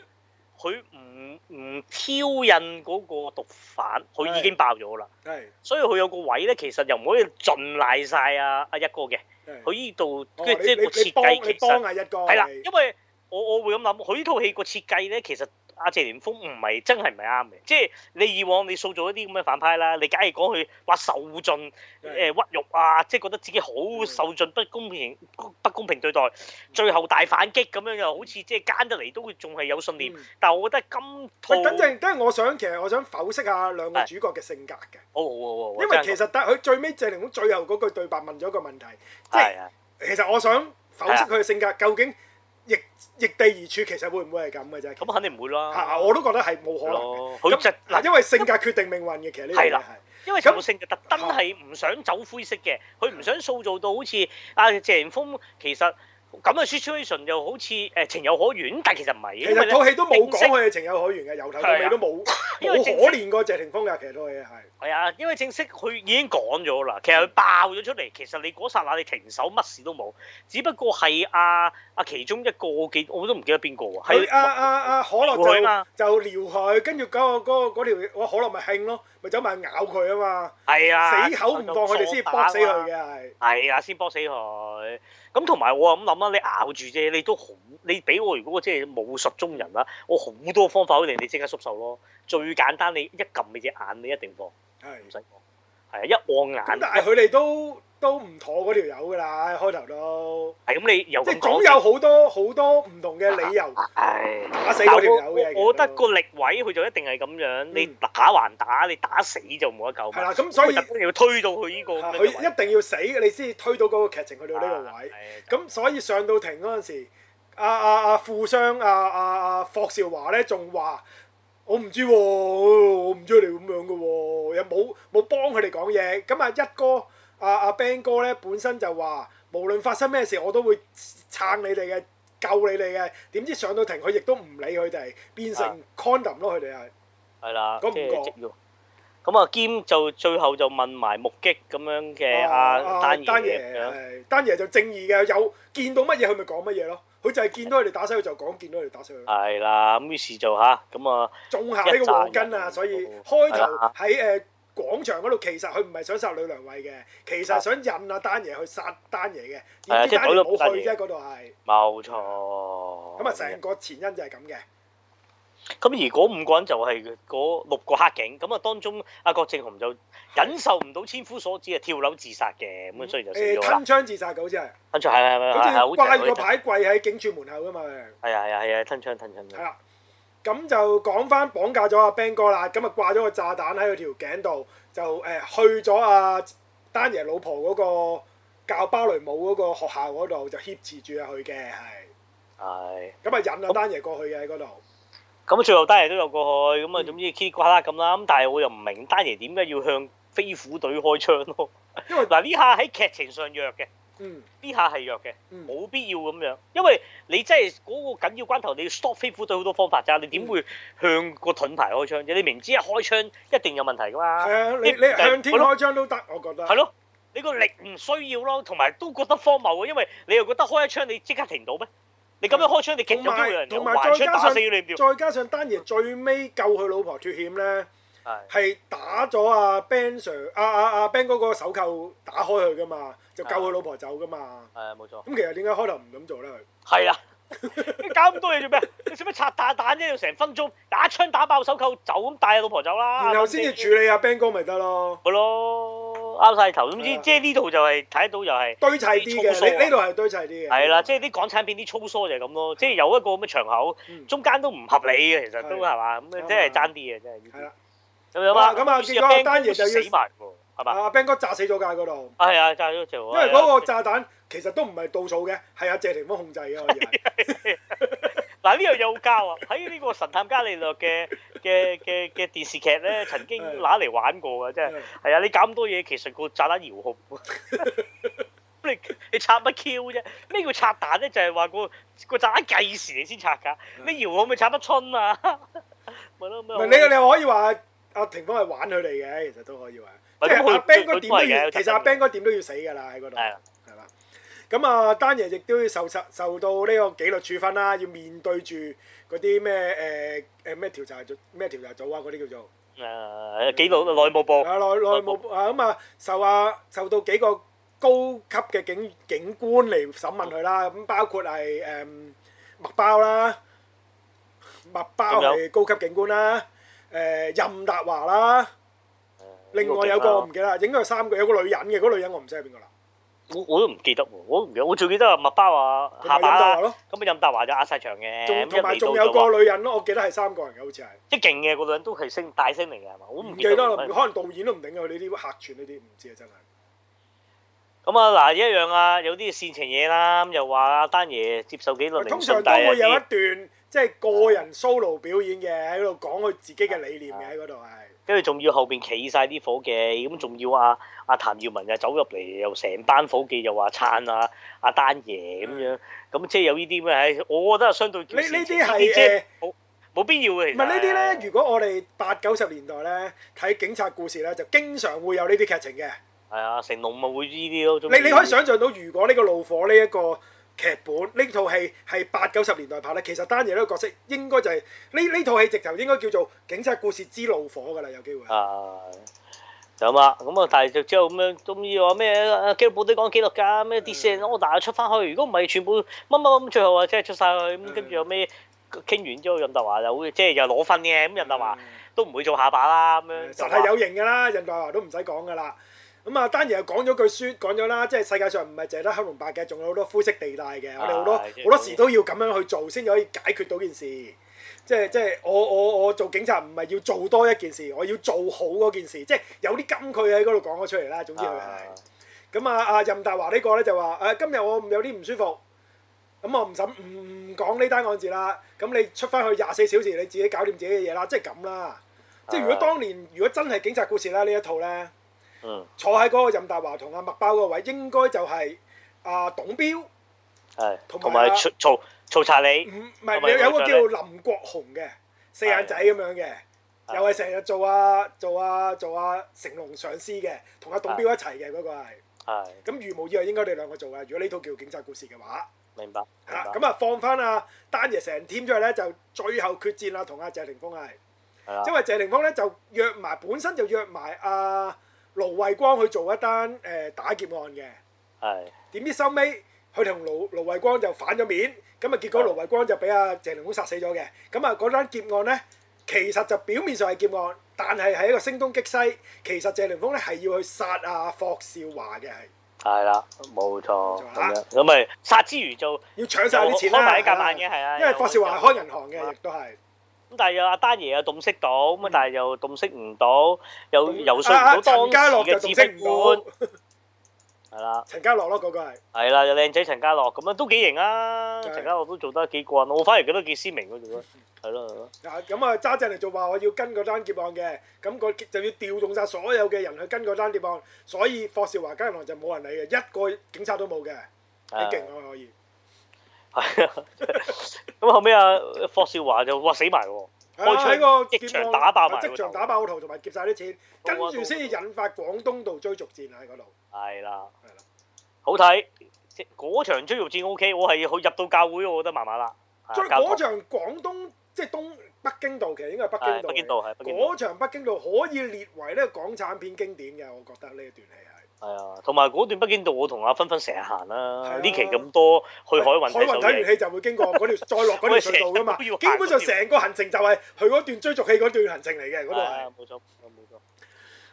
Speaker 1: 佢唔唔挑釁嗰個毒販，佢已經爆咗啦。
Speaker 2: 係
Speaker 1: 所以佢有個位咧，其實又唔可以盡賴晒啊阿一哥嘅。
Speaker 2: 係。
Speaker 1: 佢呢度即
Speaker 2: 哦你
Speaker 1: 係個
Speaker 2: 你你
Speaker 1: 設
Speaker 2: 幫
Speaker 1: 計
Speaker 2: 你
Speaker 1: 其
Speaker 2: 幫
Speaker 1: 實
Speaker 2: 啊一個
Speaker 1: 係啦，
Speaker 2: 你
Speaker 1: 因為我我會咁諗，佢呢套戲個設計咧，其實阿謝霆鋒唔係真係唔係啱嘅。即係你以往你塑造一啲咁嘅反派啦，你梗係講佢話受盡。誒屈辱啊，即係覺得自己好受盡不公平、不公平對待，最後大反擊咁樣又好似即係奸得嚟都會仲係有信念。
Speaker 2: 嗯
Speaker 1: 但係我覺得今套
Speaker 2: 喂，等陣，等陣，我想其實我想剖析下兩個
Speaker 1: 係
Speaker 2: 主角嘅性格嘅，
Speaker 1: 好好好好，
Speaker 2: 因為其實但佢最尾謝霆鋒最後嗰句對白問咗一個問題，即係
Speaker 1: 係啊，
Speaker 2: 其實我想剖析
Speaker 1: 係啊
Speaker 2: 佢嘅性格究竟逆逆地而處，其實會唔會係咁嘅啫？
Speaker 1: 咁肯定唔會啦。
Speaker 2: 嚇，我都覺得係冇可能嘅。
Speaker 1: 咯，佢就
Speaker 2: 咁嗱，
Speaker 1: 嗱，
Speaker 2: 因為性格決定命運嘅，其實呢樣
Speaker 1: 係
Speaker 2: 嘢
Speaker 1: 啦
Speaker 2: 係。
Speaker 1: 因為陳木勝就特登係唔想走灰色嘅，佢唔想塑造到好似阿謝霆鋒其實咁嘅 situation 又好似誒情有可原，但係其實唔係嘅，
Speaker 2: 其
Speaker 1: 因為
Speaker 2: 實
Speaker 1: 咧
Speaker 2: 套戲都冇
Speaker 1: 正式
Speaker 2: 講佢嘅情有可原嘅，由頭到
Speaker 1: 係
Speaker 2: 尾
Speaker 1: 啊
Speaker 2: 都冇
Speaker 1: 因為
Speaker 2: 冇
Speaker 1: 正
Speaker 2: 可
Speaker 1: 式
Speaker 2: 憐過謝霆鋒㗎，其實套戲係。
Speaker 1: 係啊，因為正式佢已經講咗啦，其實佢爆咗出嚟，其實你嗰剎那你停手乜事都冇，只不過係阿阿其中一個我記我都唔記得邊個啊，
Speaker 2: 佢
Speaker 1: 係
Speaker 2: 啊啊啊可樂
Speaker 1: 撩佢嘛
Speaker 2: 就就撩佢，跟住嗰個嗰個嗰條哇可樂咪興咯，咪走埋咬佢啊
Speaker 1: 係啊，
Speaker 2: 嘛，死口唔放佢哋先搏死佢嘅，係。
Speaker 1: 係啊，先搏死佢。咁同埋我咁諗啊啦，你咬住啫，你都好，你俾我如果即係武術中人啦，我好多方法可以令你即刻縮手咯。最簡單你一撳你隻眼，你一定放，唔
Speaker 2: 係。
Speaker 1: 使講，係啊，一望
Speaker 2: 咁
Speaker 1: 眼
Speaker 2: 但係佢哋都都唔妥嗰條友㗎啦，開頭都
Speaker 1: 係咁你又
Speaker 2: 即
Speaker 1: 咁
Speaker 2: 係總
Speaker 1: 講
Speaker 2: 有好多好多唔同嘅理由
Speaker 1: 唉
Speaker 2: 打死
Speaker 1: 但
Speaker 2: 嗰條
Speaker 1: 我
Speaker 2: 友嘅。
Speaker 1: 我我覺得
Speaker 2: 其實
Speaker 1: 個力位佢就一定係咁樣，你
Speaker 2: 嗯
Speaker 1: 打還打，你打死就冇得救
Speaker 2: 係
Speaker 1: 嘛。
Speaker 2: 啦，咁所以
Speaker 1: 佢特登要推到佢呢個咁
Speaker 2: 啊佢
Speaker 1: 樣嘅位
Speaker 2: 一定要死，你先推到嗰個劇情去到呢個位。
Speaker 1: 係
Speaker 2: 咁所以上到庭嗰陣時，阿阿阿富商阿阿阿霍少華咧，仲話：我唔知喎，我唔知你咁樣嘅喎，又冇冇幫佢哋講嘢。咁啊一哥阿阿 Ben 哥咧，本身就話無論發生咩事，我都會撐你哋嘅，救你哋嘅。點知上到庭，佢亦都唔理佢哋，變
Speaker 1: 啊
Speaker 2: 成 condom 咯，佢哋係。
Speaker 1: 係啦，即
Speaker 2: 咁唔
Speaker 1: 係
Speaker 2: 講
Speaker 1: 即要。咁啊，兼就最後就問埋目擊咁樣嘅阿丹爺
Speaker 2: 哦丹
Speaker 1: 咁
Speaker 2: 爺
Speaker 1: 樣，
Speaker 2: 係丹爺就正義嘅，有見到乜嘢佢咪講乜嘢咯。佢就係見到佢哋打死佢就講，見到佢哋打死佢。
Speaker 1: 係啦。咁於是就吓，咁啊，
Speaker 2: 種下呢個黃金啊，所以開頭
Speaker 1: 係啊
Speaker 2: 喺誒呃廣場嗰度，其實佢唔係想殺呂良偉嘅，其實想引阿丹爺去殺丹爺嘅，
Speaker 1: 啊係啊
Speaker 2: 點
Speaker 1: 即
Speaker 2: 知
Speaker 1: 係懟
Speaker 2: 丹爺
Speaker 1: 到
Speaker 2: 冇去
Speaker 1: 丹
Speaker 2: 啫，
Speaker 1: 爺
Speaker 2: 嗰度係。
Speaker 1: 冇錯。
Speaker 2: 咁
Speaker 1: 咁
Speaker 2: 啊，成個前因就係咁嘅，
Speaker 1: 咁而嗰五個人就係嗰六個黑警，咁啊當中阿郭正雄就忍受唔到千夫所指啊，跳樓自殺嘅，咁啊所以就死
Speaker 2: 誒
Speaker 1: 咗啦
Speaker 2: 吞。槍自殺嘅好似係，
Speaker 1: 吞槍係係係係啊
Speaker 2: 好
Speaker 1: 好
Speaker 2: 似掛
Speaker 1: 正
Speaker 2: 住
Speaker 1: 佢
Speaker 2: 個
Speaker 1: 就
Speaker 2: 牌跪喺警署門口噶嘛，佢
Speaker 1: 係啊係啊係啊，吞槍吞槍
Speaker 2: 係啦。咁就講翻綁架咗阿 Ben 哥啦，咁啊掛咗個炸彈喺佢條頸度，就誒、去咗阿、丹爺老婆嗰個教芭蕾舞嗰個學校嗰度，就挾持住啊佢嘅係。
Speaker 1: 係。
Speaker 2: 咁啊引阿丹爺過去嘅喺嗰度，
Speaker 1: 咁啊最後丹爺都有過去，咁啊
Speaker 2: 嗯
Speaker 1: 總之嘰里呱啦咁啦，咁但係我又唔明丹爺點解要向飛虎隊開槍咯？
Speaker 2: 因為
Speaker 1: 嗱呢下喺劇情上弱嘅，
Speaker 2: 嗯
Speaker 1: 呢下係弱嘅，
Speaker 2: 嗯
Speaker 1: 冇必要咁樣，因為你真係嗰個緊要關頭，你要 stop 飛虎隊好多方法咋，你點會向個盾牌開槍啫？你明知一開槍一定有問題㗎嘛？
Speaker 2: 係啊，你
Speaker 1: 呢
Speaker 2: 你向天
Speaker 1: 係咯
Speaker 2: 開張都得，我覺得
Speaker 1: 係咯，你個力唔需要咯，同埋都覺得荒謬嘅，因為你又覺得開一槍你即刻停到咩？你咁樣開槍你極咗機會有人
Speaker 2: 同
Speaker 1: 又
Speaker 2: 埋
Speaker 1: 還
Speaker 2: 同埋再
Speaker 1: 槍
Speaker 2: 加
Speaker 1: 打
Speaker 2: 上
Speaker 1: 死你唔掉。
Speaker 2: 再加上丹爺最尾救佢老婆脱險咧，
Speaker 1: 係
Speaker 2: 係打咗阿 Ben Sir 阿阿阿 Ben 嗰個手扣打開佢噶嘛，就
Speaker 1: 啊
Speaker 2: 救佢老婆走噶嘛。
Speaker 1: 係啊冇錯。
Speaker 2: 咁其實點解開頭唔咁做咧？佢
Speaker 1: 係啦，你搞咁多嘢做咩？啊你使乜拆炸彈啫？要成分鐘打槍打爆手扣，就咁帶老婆走啦。
Speaker 2: 然後先至處理阿 Ben 哥咪得咯，
Speaker 1: 係咯，啱晒頭。總
Speaker 2: 係
Speaker 1: 之
Speaker 2: 啊
Speaker 1: 即係呢度就係睇到又係。
Speaker 2: 堆砌啲
Speaker 1: 粗疏啊
Speaker 2: 嘅，呢呢度係堆砌啲嘅。
Speaker 1: 係啦，即係啲港產片啲粗疏就係咁咯，即係有一個咁嘅場口，
Speaker 2: 係
Speaker 1: 中間都唔合理嘅，其實都係
Speaker 2: 係
Speaker 1: 嘛，咁
Speaker 2: 啱啊
Speaker 1: 啊真係爭啲嘅，真係呢啲。
Speaker 2: 係啦，
Speaker 1: 咁有啊，
Speaker 2: 咁啊
Speaker 1: 於是
Speaker 2: 結果
Speaker 1: 阿 Ben
Speaker 2: 單嘢就要
Speaker 1: 死埋喎，係嘛？
Speaker 2: 阿啊 Ben 哥炸死咗㗎嗰度。
Speaker 1: 啊係啊，炸咗就
Speaker 2: 因為嗰個炸彈其實都唔係盜儲嘅，係阿謝霆鋒控制嘅，可以係
Speaker 1: 嗱呢樣有交啊！喺呢個《神探伽利略》嘅嘅嘅嘅電視劇咧，曾經
Speaker 2: 係
Speaker 1: 拿嚟玩過嘅，真係。
Speaker 2: 係
Speaker 1: 係啊，你搞咁多嘢，其實個炸彈遙控。 咁你你拆乜 Q 啫？咩叫拆彈咧？就係話個個炸彈計時你先拆㗎，你遙控咪拆得春啊？ 咪咯，咪
Speaker 2: 唔係你你可以話阿霆鋒係玩佢哋嘅，其實都可以話。
Speaker 1: 咪
Speaker 2: 即
Speaker 1: 咁
Speaker 2: 係阿
Speaker 1: 佢
Speaker 2: Ben 哥
Speaker 1: 佢都
Speaker 2: 點都
Speaker 1: 係嘅，
Speaker 2: 要，
Speaker 1: 有
Speaker 2: 其
Speaker 1: 責
Speaker 2: 實阿
Speaker 1: 任
Speaker 2: Ben 哥點都要死㗎啦喺嗰度，
Speaker 1: 係啊
Speaker 2: 係啦。咁啊，丹爺亦都要受受受到呢個紀律處分啦，要面對住嗰啲咩誒誒咩調查組咩調查組啊嗰啲叫做。
Speaker 1: 誒紀律內務部。
Speaker 2: 啊內內務啊咁啊，受啊受到幾個高級嘅警警官嚟審問佢啦，咁包括係誒麥包啦，麥包係高級警官啦，誒任達華啦，另外有個我唔記得啦，應該有三個，有個女人嘅，嗰個女人我唔知係邊個啦，
Speaker 1: 我我都唔記得喎，我唔記得，我最記得啊麥包啊
Speaker 2: 同
Speaker 1: 下
Speaker 2: 埋任
Speaker 1: 巴
Speaker 2: 達
Speaker 1: 啦，
Speaker 2: 華咯，
Speaker 1: 咁啊任達華就壓晒場嘅，咁一
Speaker 2: 仲同
Speaker 1: 嚟
Speaker 2: 埋
Speaker 1: 到
Speaker 2: 仲
Speaker 1: 就話
Speaker 2: 有個女人咯，我記得係三個人嘅，好似係
Speaker 1: 即係勁嘅個女人都係星大星嚟嘅係嘛？我
Speaker 2: 唔
Speaker 1: 唔記
Speaker 2: 記得
Speaker 1: 得
Speaker 2: 啦，
Speaker 1: 啦。
Speaker 2: 可能導演都唔定佢呢啲客串呢啲唔知啊真係。
Speaker 1: 咁啊嗱一樣啊，有啲煽情嘢啦，咁又話阿丹爺接受紀律
Speaker 2: 通
Speaker 1: 聆
Speaker 2: 常
Speaker 1: 訊，
Speaker 2: 都
Speaker 1: 但係
Speaker 2: 會有一
Speaker 1: 有啲
Speaker 2: 段即係個人 solo 表演嘅，喺度講佢自己嘅理
Speaker 1: 啊
Speaker 2: 念嘅喺嗰度係。
Speaker 1: 跟住仲要後邊企晒啲伙計，咁仲要阿阿譚耀文又走入嚟，又成班伙計又話撐啊阿丹爺咁樣，咁即係有呢啲咩？唉我覺得相對叫
Speaker 2: 嗯呢
Speaker 1: 煽情
Speaker 2: 呢啲係
Speaker 1: 啲即係
Speaker 2: 誒
Speaker 1: 冇冇必要嘅。唔
Speaker 2: 唔係呢啲咧，如果我哋八九十年代咧睇警察故事咧，就經常會有呢啲劇情嘅。
Speaker 1: 係啊，成龍咪會呢啲咯。總之
Speaker 2: 你你可以想像到，如果呢個怒火呢一個劇本呢套戲係八九十年代拍咧，其實單嘢呢個角色應該就係呢呢套戲直頭應該叫做《警察故事之怒火》㗎啦，有機會。
Speaker 1: 啊，就咁啦。咁啊，但係就之後咁樣，中意話咩啊紀律部隊講紀律㗎，咩啲線 order 出翻去。如果唔係，全部乜乜乜咁，最後啊，即係出晒去。
Speaker 2: 嗯
Speaker 1: 咁跟住有咩傾完之後，任達華就會即係又攞分
Speaker 2: 嗯
Speaker 1: 嘅。咁任達華都唔會做下巴啦，咁樣
Speaker 2: 實係有型㗎啦，任大華都唔使講㗎啦。咁啊，丹爺又講咗句書，講咗啦，即係世界上唔係淨係得黑同白嘅，仲有好多灰色地帶嘅。我哋好多
Speaker 1: 係即係
Speaker 2: 好多時都要咁樣去做，先至可以解決到件事。即係即係我我我做警察唔係要做多一件事，我要做好嗰件事。即係有啲金句喺嗰度講咗出嚟啦。總之佢
Speaker 1: 啊
Speaker 2: 係。咁啊啊任達華呢個咧就話誒、今日我有啲唔舒服，咁我唔審唔唔講呢單案字啦。咁你出翻去廿四小時，你自己搞掂自己嘅嘢啦，即係咁啦。即係如果當年如果真係警察故事啦呢一套咧，
Speaker 1: 嗯
Speaker 2: 坐喺嗰個任達華同阿麥包嗰個位，應該就係、啊董彪，唔
Speaker 1: 係，
Speaker 2: 同埋
Speaker 1: 同埋
Speaker 2: 啊嗯
Speaker 1: 嘈嘈嘈查你，
Speaker 2: 唔
Speaker 1: 係咪
Speaker 2: 係有有個
Speaker 1: 佢
Speaker 2: 叫
Speaker 1: 咧
Speaker 2: 林國雄嘅四眼仔咁樣嘅。
Speaker 1: 係
Speaker 2: 又係成日做啊做啊做啊成龍上司嘅，同阿董彪一齊嘅嗰個係，
Speaker 1: 係
Speaker 2: 咁如無意外應該你兩個做嘅。如果呢套叫警察故事嘅話。
Speaker 1: 明白
Speaker 2: 係啦，
Speaker 1: 明
Speaker 2: 咁啊放翻啊丹爺成 team 之後咧，就最後決戰啦，同阿謝霆鋒係，
Speaker 1: 白，係啦
Speaker 2: 因，為謝霆鋒咧就約埋本身就約埋阿盧慧光去做一單誒、呃打劫案嘅，
Speaker 1: 係
Speaker 2: 點知收尾佢同盧盧慧光就反咗面，咁啊結果盧慧光就俾阿謝霆鋒殺死咗嘅，咁啊嗰單劫案咧其實就表面上係劫案，但係係一個聲東擊西，其實謝霆鋒咧係要去殺阿霍少華嘅，係
Speaker 1: 係啦，冇錯
Speaker 2: 冇錯
Speaker 1: 咁樣，咁咪殺之餘就
Speaker 2: 要搶晒
Speaker 1: 就
Speaker 2: 啲錢啦，
Speaker 1: 開埋一夾
Speaker 2: 係啦
Speaker 1: 萬嘅係啊，
Speaker 2: 因為
Speaker 1: 有
Speaker 2: 霍少華
Speaker 1: 有
Speaker 2: 係開銀行嘅，亦都係。
Speaker 1: 咁但係又阿丹爺又洞悉到，
Speaker 2: 嗯
Speaker 1: 咁啊但係又洞悉唔到，又游說唔
Speaker 2: 啊
Speaker 1: 到
Speaker 2: 啊陳家
Speaker 1: 當
Speaker 2: 樂
Speaker 1: 時嘅
Speaker 2: 就
Speaker 1: 指
Speaker 2: 仲
Speaker 1: 揮
Speaker 2: 識
Speaker 1: 官
Speaker 2: 唔，
Speaker 1: 係啦，
Speaker 2: 陳家樂咯，嗰個係
Speaker 1: 係啦，又靚仔陳家樂咁樣都幾型啊！
Speaker 2: 嗯係
Speaker 1: 陳家樂都做得幾過癮，我反而覺得幾鮮明嗰度咯，係咯係咯，
Speaker 2: 啊咁啊揸正嚟做話，我要跟嗰單劫案嘅，咁個就要調動晒所有嘅人去跟嗰單劫案，所以霍少華家行就冇人理嘅，一個警察都冇嘅，
Speaker 1: 係
Speaker 2: 幾勁啊可以，
Speaker 1: 係啊， 咁後尾啊霍少華就哇死埋喎，開槍
Speaker 2: 啊喺個
Speaker 1: 即場
Speaker 2: 劫案
Speaker 1: 打爆埋
Speaker 2: 啊
Speaker 1: 個
Speaker 2: 即場
Speaker 1: 頭
Speaker 2: 打爆個頭同埋劫晒啲錢，
Speaker 1: 到啊
Speaker 2: 跟住先至引發廣東道追逐戰啊喺嗰度，
Speaker 1: 係啦
Speaker 2: 係啦，
Speaker 1: 好睇，即嗰場追逐戰 O K，我係去入到教會我覺得麻麻啦，啊
Speaker 2: 所以
Speaker 1: 教堂
Speaker 2: 嗰場廣東即係東北京道其實應該係
Speaker 1: 係
Speaker 2: 北
Speaker 1: 北
Speaker 2: 京
Speaker 1: 京
Speaker 2: 道
Speaker 1: 道
Speaker 2: 嚟嘅，
Speaker 1: 係北京道。
Speaker 2: 嗰場北京道可以列為呢個港產片經典嘅，我覺得呢一段戲係。
Speaker 1: 係啊，同埋嗰段北京道，我同阿芬芬成日行啦。
Speaker 2: 係啊
Speaker 1: 呢期咁多去海運
Speaker 2: 海
Speaker 1: 睇
Speaker 2: 運
Speaker 1: 手
Speaker 2: 睇完
Speaker 1: 嘢，
Speaker 2: 戲就會經過嗰條再落嗰條隧道噶 嘛，
Speaker 1: 我哋成日都要行
Speaker 2: 基本上成個行程就係去嗰段追逐戲嗰段行程嚟嘅嗰度
Speaker 1: 係
Speaker 2: 係
Speaker 1: 啊。冇錯冇錯冇錯。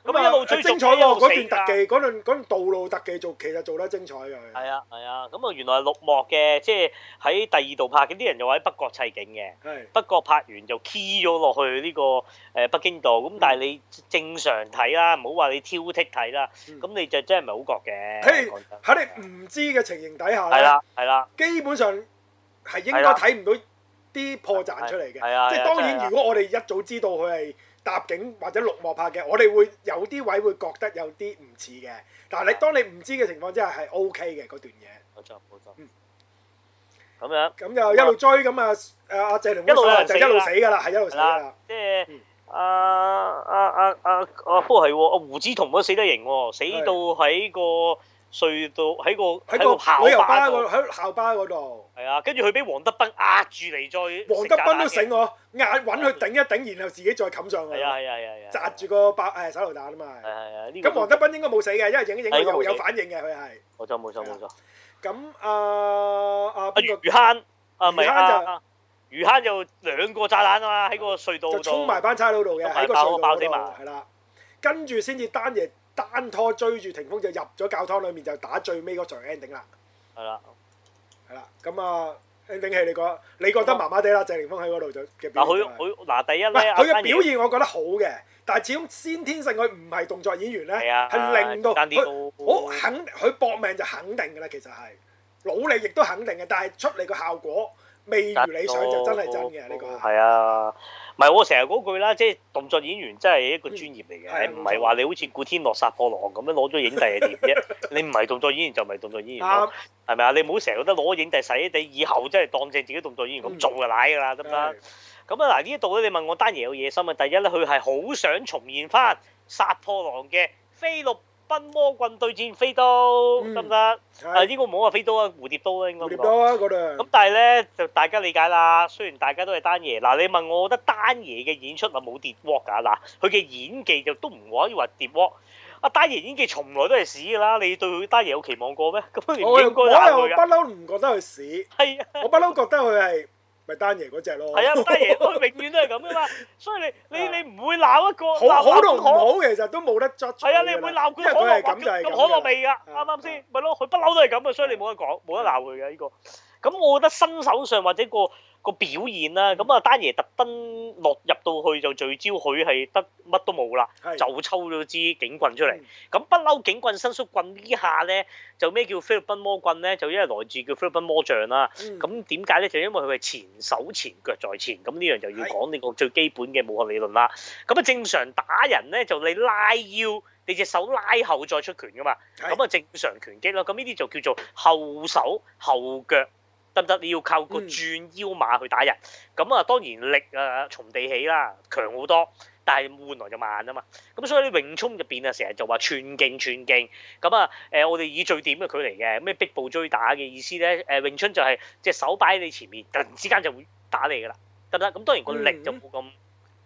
Speaker 1: 咁啊一路追逐
Speaker 2: 精彩喎！
Speaker 1: 一路死
Speaker 2: 嗰段
Speaker 1: 㗎
Speaker 2: 特技，嗰段嗰段道路特技做其實做得精彩嘅。
Speaker 1: 係啊係啊，咁啊原來係綠幕嘅，即係喺第二度拍嘅，啲人又話喺北角砌景嘅。
Speaker 2: 係
Speaker 1: 不過拍完就 key 咗落去呢個誒北京道，咁但係你正常睇啦，唔好話你挑剔睇啦，
Speaker 2: 嗯
Speaker 1: 咁你就真係唔係好覺嘅。
Speaker 2: 喺
Speaker 1: 講真
Speaker 2: 喺你唔知嘅情形底下
Speaker 1: 係
Speaker 2: 咧，
Speaker 1: 啦係啦，
Speaker 2: 基本上係
Speaker 1: 係
Speaker 2: 應該
Speaker 1: 啦
Speaker 2: 睇唔到啲破綻出嚟
Speaker 1: 係啊係啊
Speaker 2: 嘅。即係當
Speaker 1: 真係
Speaker 2: 然，
Speaker 1: 啊
Speaker 2: 如果我哋一早知道佢係搭景或者綠幕拍嘅，我哋會有啲位會覺得有啲唔似嘅。但
Speaker 1: 啊
Speaker 2: 係你當你唔知嘅情況之下係 O K 嘅嗰段嘢。
Speaker 1: 冇錯冇錯
Speaker 2: 嗯。
Speaker 1: 咁樣。
Speaker 2: 咁就一路追咁啊！誒阿謝霆鋒
Speaker 1: 一路有人
Speaker 2: 就
Speaker 1: 死
Speaker 2: 一路
Speaker 1: 啦
Speaker 2: 死㗎啦，係一路死
Speaker 1: 係
Speaker 2: 㗎
Speaker 1: 啦
Speaker 2: 啦。，
Speaker 1: 即係
Speaker 2: 嗯
Speaker 1: 啊啊啊啊啊，不過係喎，阿胡志同都死得型喎，死到喺個隧道喺個
Speaker 2: 喺
Speaker 1: 個
Speaker 2: 個旅遊巴
Speaker 1: 度
Speaker 2: 嗰，喺校巴嗰度，
Speaker 1: 係啊，跟住佢俾黃德斌壓住嚟再
Speaker 2: 黃德斌都
Speaker 1: 食
Speaker 2: 醒我，眼揾佢頂一頂，然後自己再冚
Speaker 1: 炸彈
Speaker 2: 上去
Speaker 1: 嘅，係，啊係啊係啊係啊，
Speaker 2: 擲住個爆誒手榴彈啊嘛
Speaker 1: 係。啊係啊，呢個
Speaker 2: 咁黃德斌應該冇死嘅，因為影一影佢
Speaker 1: 係應該冇
Speaker 2: 有
Speaker 1: 死
Speaker 2: 有反應嘅，佢係。
Speaker 1: 冇錯冇錯冇錯，
Speaker 2: 咁啊啊
Speaker 1: 阿
Speaker 2: 邊
Speaker 1: 魚
Speaker 2: 個
Speaker 1: 坑啊咪
Speaker 2: 魚
Speaker 1: 啊
Speaker 2: 坑就
Speaker 1: 啊魚坑就兩個炸彈啊嘛，喺個隧道
Speaker 2: 就
Speaker 1: 度
Speaker 2: 衝埋班差佬度嘅，
Speaker 1: 衝埋
Speaker 2: 喺個
Speaker 1: 爆
Speaker 2: 隧道
Speaker 1: 爆
Speaker 2: 嗰
Speaker 1: 死
Speaker 2: 度
Speaker 1: 埋
Speaker 2: 係啦。跟住先至單爺單拖追住霆鋒就入咗教堂裏面，就打最尾嗰場 ending 啦。
Speaker 1: 係啦。
Speaker 2: 係啦，咁啊，ending 戲你覺你覺得麻麻地啦，謝霆鋒喺嗰度就嘅
Speaker 1: 嗱
Speaker 2: 表
Speaker 1: 佢
Speaker 2: 現就係。
Speaker 1: 佢嗱第一咧，
Speaker 2: 喂
Speaker 1: 阿
Speaker 2: 佢嘅
Speaker 1: 丹爺
Speaker 2: 表現我覺得好嘅，但係始終先天性佢唔係動作演員咧，
Speaker 1: 係啊，
Speaker 2: 係令到
Speaker 1: 爭啲
Speaker 2: 佢
Speaker 1: 都
Speaker 2: 好肯，佢搏命就肯定㗎啦，其實係努力亦都肯定嘅，但係出嚟個效果未如理想就真係真嘅呢個係。
Speaker 1: 係啊，唔係我成日嗰句啦，即係動作演員真係一個專業嚟嘅，
Speaker 2: 嗯係啊
Speaker 1: 唔係話你好似古天樂殺破狼咁樣攞咗影帝係點 啫？你唔係動作演員就唔係動作演員
Speaker 2: 啱
Speaker 1: 咯，係咪啊？你唔好成日覺得攞咗影帝洗你以後真係當正自己動作演員咁
Speaker 2: 嗯
Speaker 1: 做就奶㗎啦，得唔得？
Speaker 2: 係
Speaker 1: 咁啊嗱，呢一度咧，你問我單嘢有野心啊。第一咧，佢係好想重現翻殺破狼嘅菲律賓魔棍對戰飛刀，
Speaker 2: 嗯
Speaker 1: 得唔得？啊，
Speaker 2: 係
Speaker 1: 呢個唔好話飛刀啊，蝴蝶刀啦，應該咁
Speaker 2: 蝴蝶
Speaker 1: 講
Speaker 2: 刀啊嗰
Speaker 1: 咁
Speaker 2: 度，
Speaker 1: 但係咧就大家理解啦，雖然大家都係單爺，嗱你問我，我覺得單爺嘅演出啊冇跌鍋㗎，嗱佢嘅演技就都唔可以話跌鍋。啊單爺演技從來都係屎㗎啦，你對佢單爺有期望過咩？咁你唔
Speaker 2: 我又
Speaker 1: 應該
Speaker 2: 我
Speaker 1: 鬧
Speaker 2: 又
Speaker 1: 佢
Speaker 2: 不
Speaker 1: 㗎。
Speaker 2: 嬲唔覺得佢屎，
Speaker 1: 係啊，
Speaker 2: 我不嬲覺得佢係咪丹爺嗰只咯。
Speaker 1: 係啊，丹爺佢永遠都係咁噶嘛，所以你你
Speaker 2: 啊
Speaker 1: 你唔會鬧一個
Speaker 2: 好
Speaker 1: 鬧
Speaker 2: 好
Speaker 1: 鬧
Speaker 2: 同
Speaker 1: 罐
Speaker 2: 唔
Speaker 1: 可
Speaker 2: 好其實都冇得 judge
Speaker 1: 係啊，你
Speaker 2: 佢㗎
Speaker 1: 會
Speaker 2: 啦
Speaker 1: 鬧佢
Speaker 2: 因為
Speaker 1: 可
Speaker 2: 佢
Speaker 1: 樂
Speaker 2: 係咁就係
Speaker 1: 咁
Speaker 2: 咁
Speaker 1: 可樂
Speaker 2: 㗎啦
Speaker 1: 味㗎，啱啱先？咪咯，佢不嬲都係咁嘅，所以你冇得講，冇得鬧佢嘅呢個。咁我覺得身手上或者個個表現啦，咁啊丹爺特登落入到去就聚焦佢係得乜都冇啦，
Speaker 2: 係
Speaker 1: 就抽咗支警棍出嚟
Speaker 2: 嗯。
Speaker 1: 咁不嬲警棍伸縮棍呢下咧，就咩叫菲律賓魔棍咧？就因為來自叫菲律賓魔杖啦。
Speaker 2: 嗯
Speaker 1: 咁點解咧？就因為佢係前手前腳在前，咁呢樣就要講呢個最基本嘅武學理論啦。咁啊，正常打人咧就你拉腰，你隻手拉後再出拳噶嘛。
Speaker 2: 係
Speaker 1: 咁啊，正常拳擊咯。咁呢啲就叫做後手後腳，得唔得？你要靠個
Speaker 2: 嗯
Speaker 1: 轉腰馬去打人。咁啊，當然力啊從地起啦，強好多。但係換來就慢啊嘛，咁所以你詠衝入邊啊，成日就話串勁串勁，咁啊誒，我哋以最點嘅距離嘅，咩逼步追打嘅意思咧？誒、詠春就係隻手擺喺你前面，突然之間就會打你噶啦，得唔得？咁當然個力就冇咁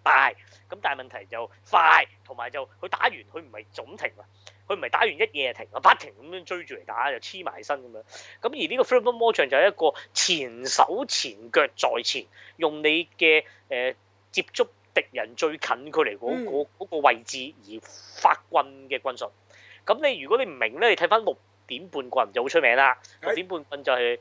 Speaker 1: 大，咁但係問題就快，同埋就佢打完佢唔係總停啊，佢唔係打完一夜就停啊，不停咁樣追住嚟打，就黐埋身咁樣。咁而呢個 flip 魔杖就係一個前手前腳在前，用你嘅誒、呃接觸敵人最近距離嗰、
Speaker 2: 嗯
Speaker 1: 嗰嗰個位置而發棍嘅棍術。咁你如果你唔明咧，你睇翻六點半棍就好出名啦。
Speaker 2: 係
Speaker 1: 六點半棍就係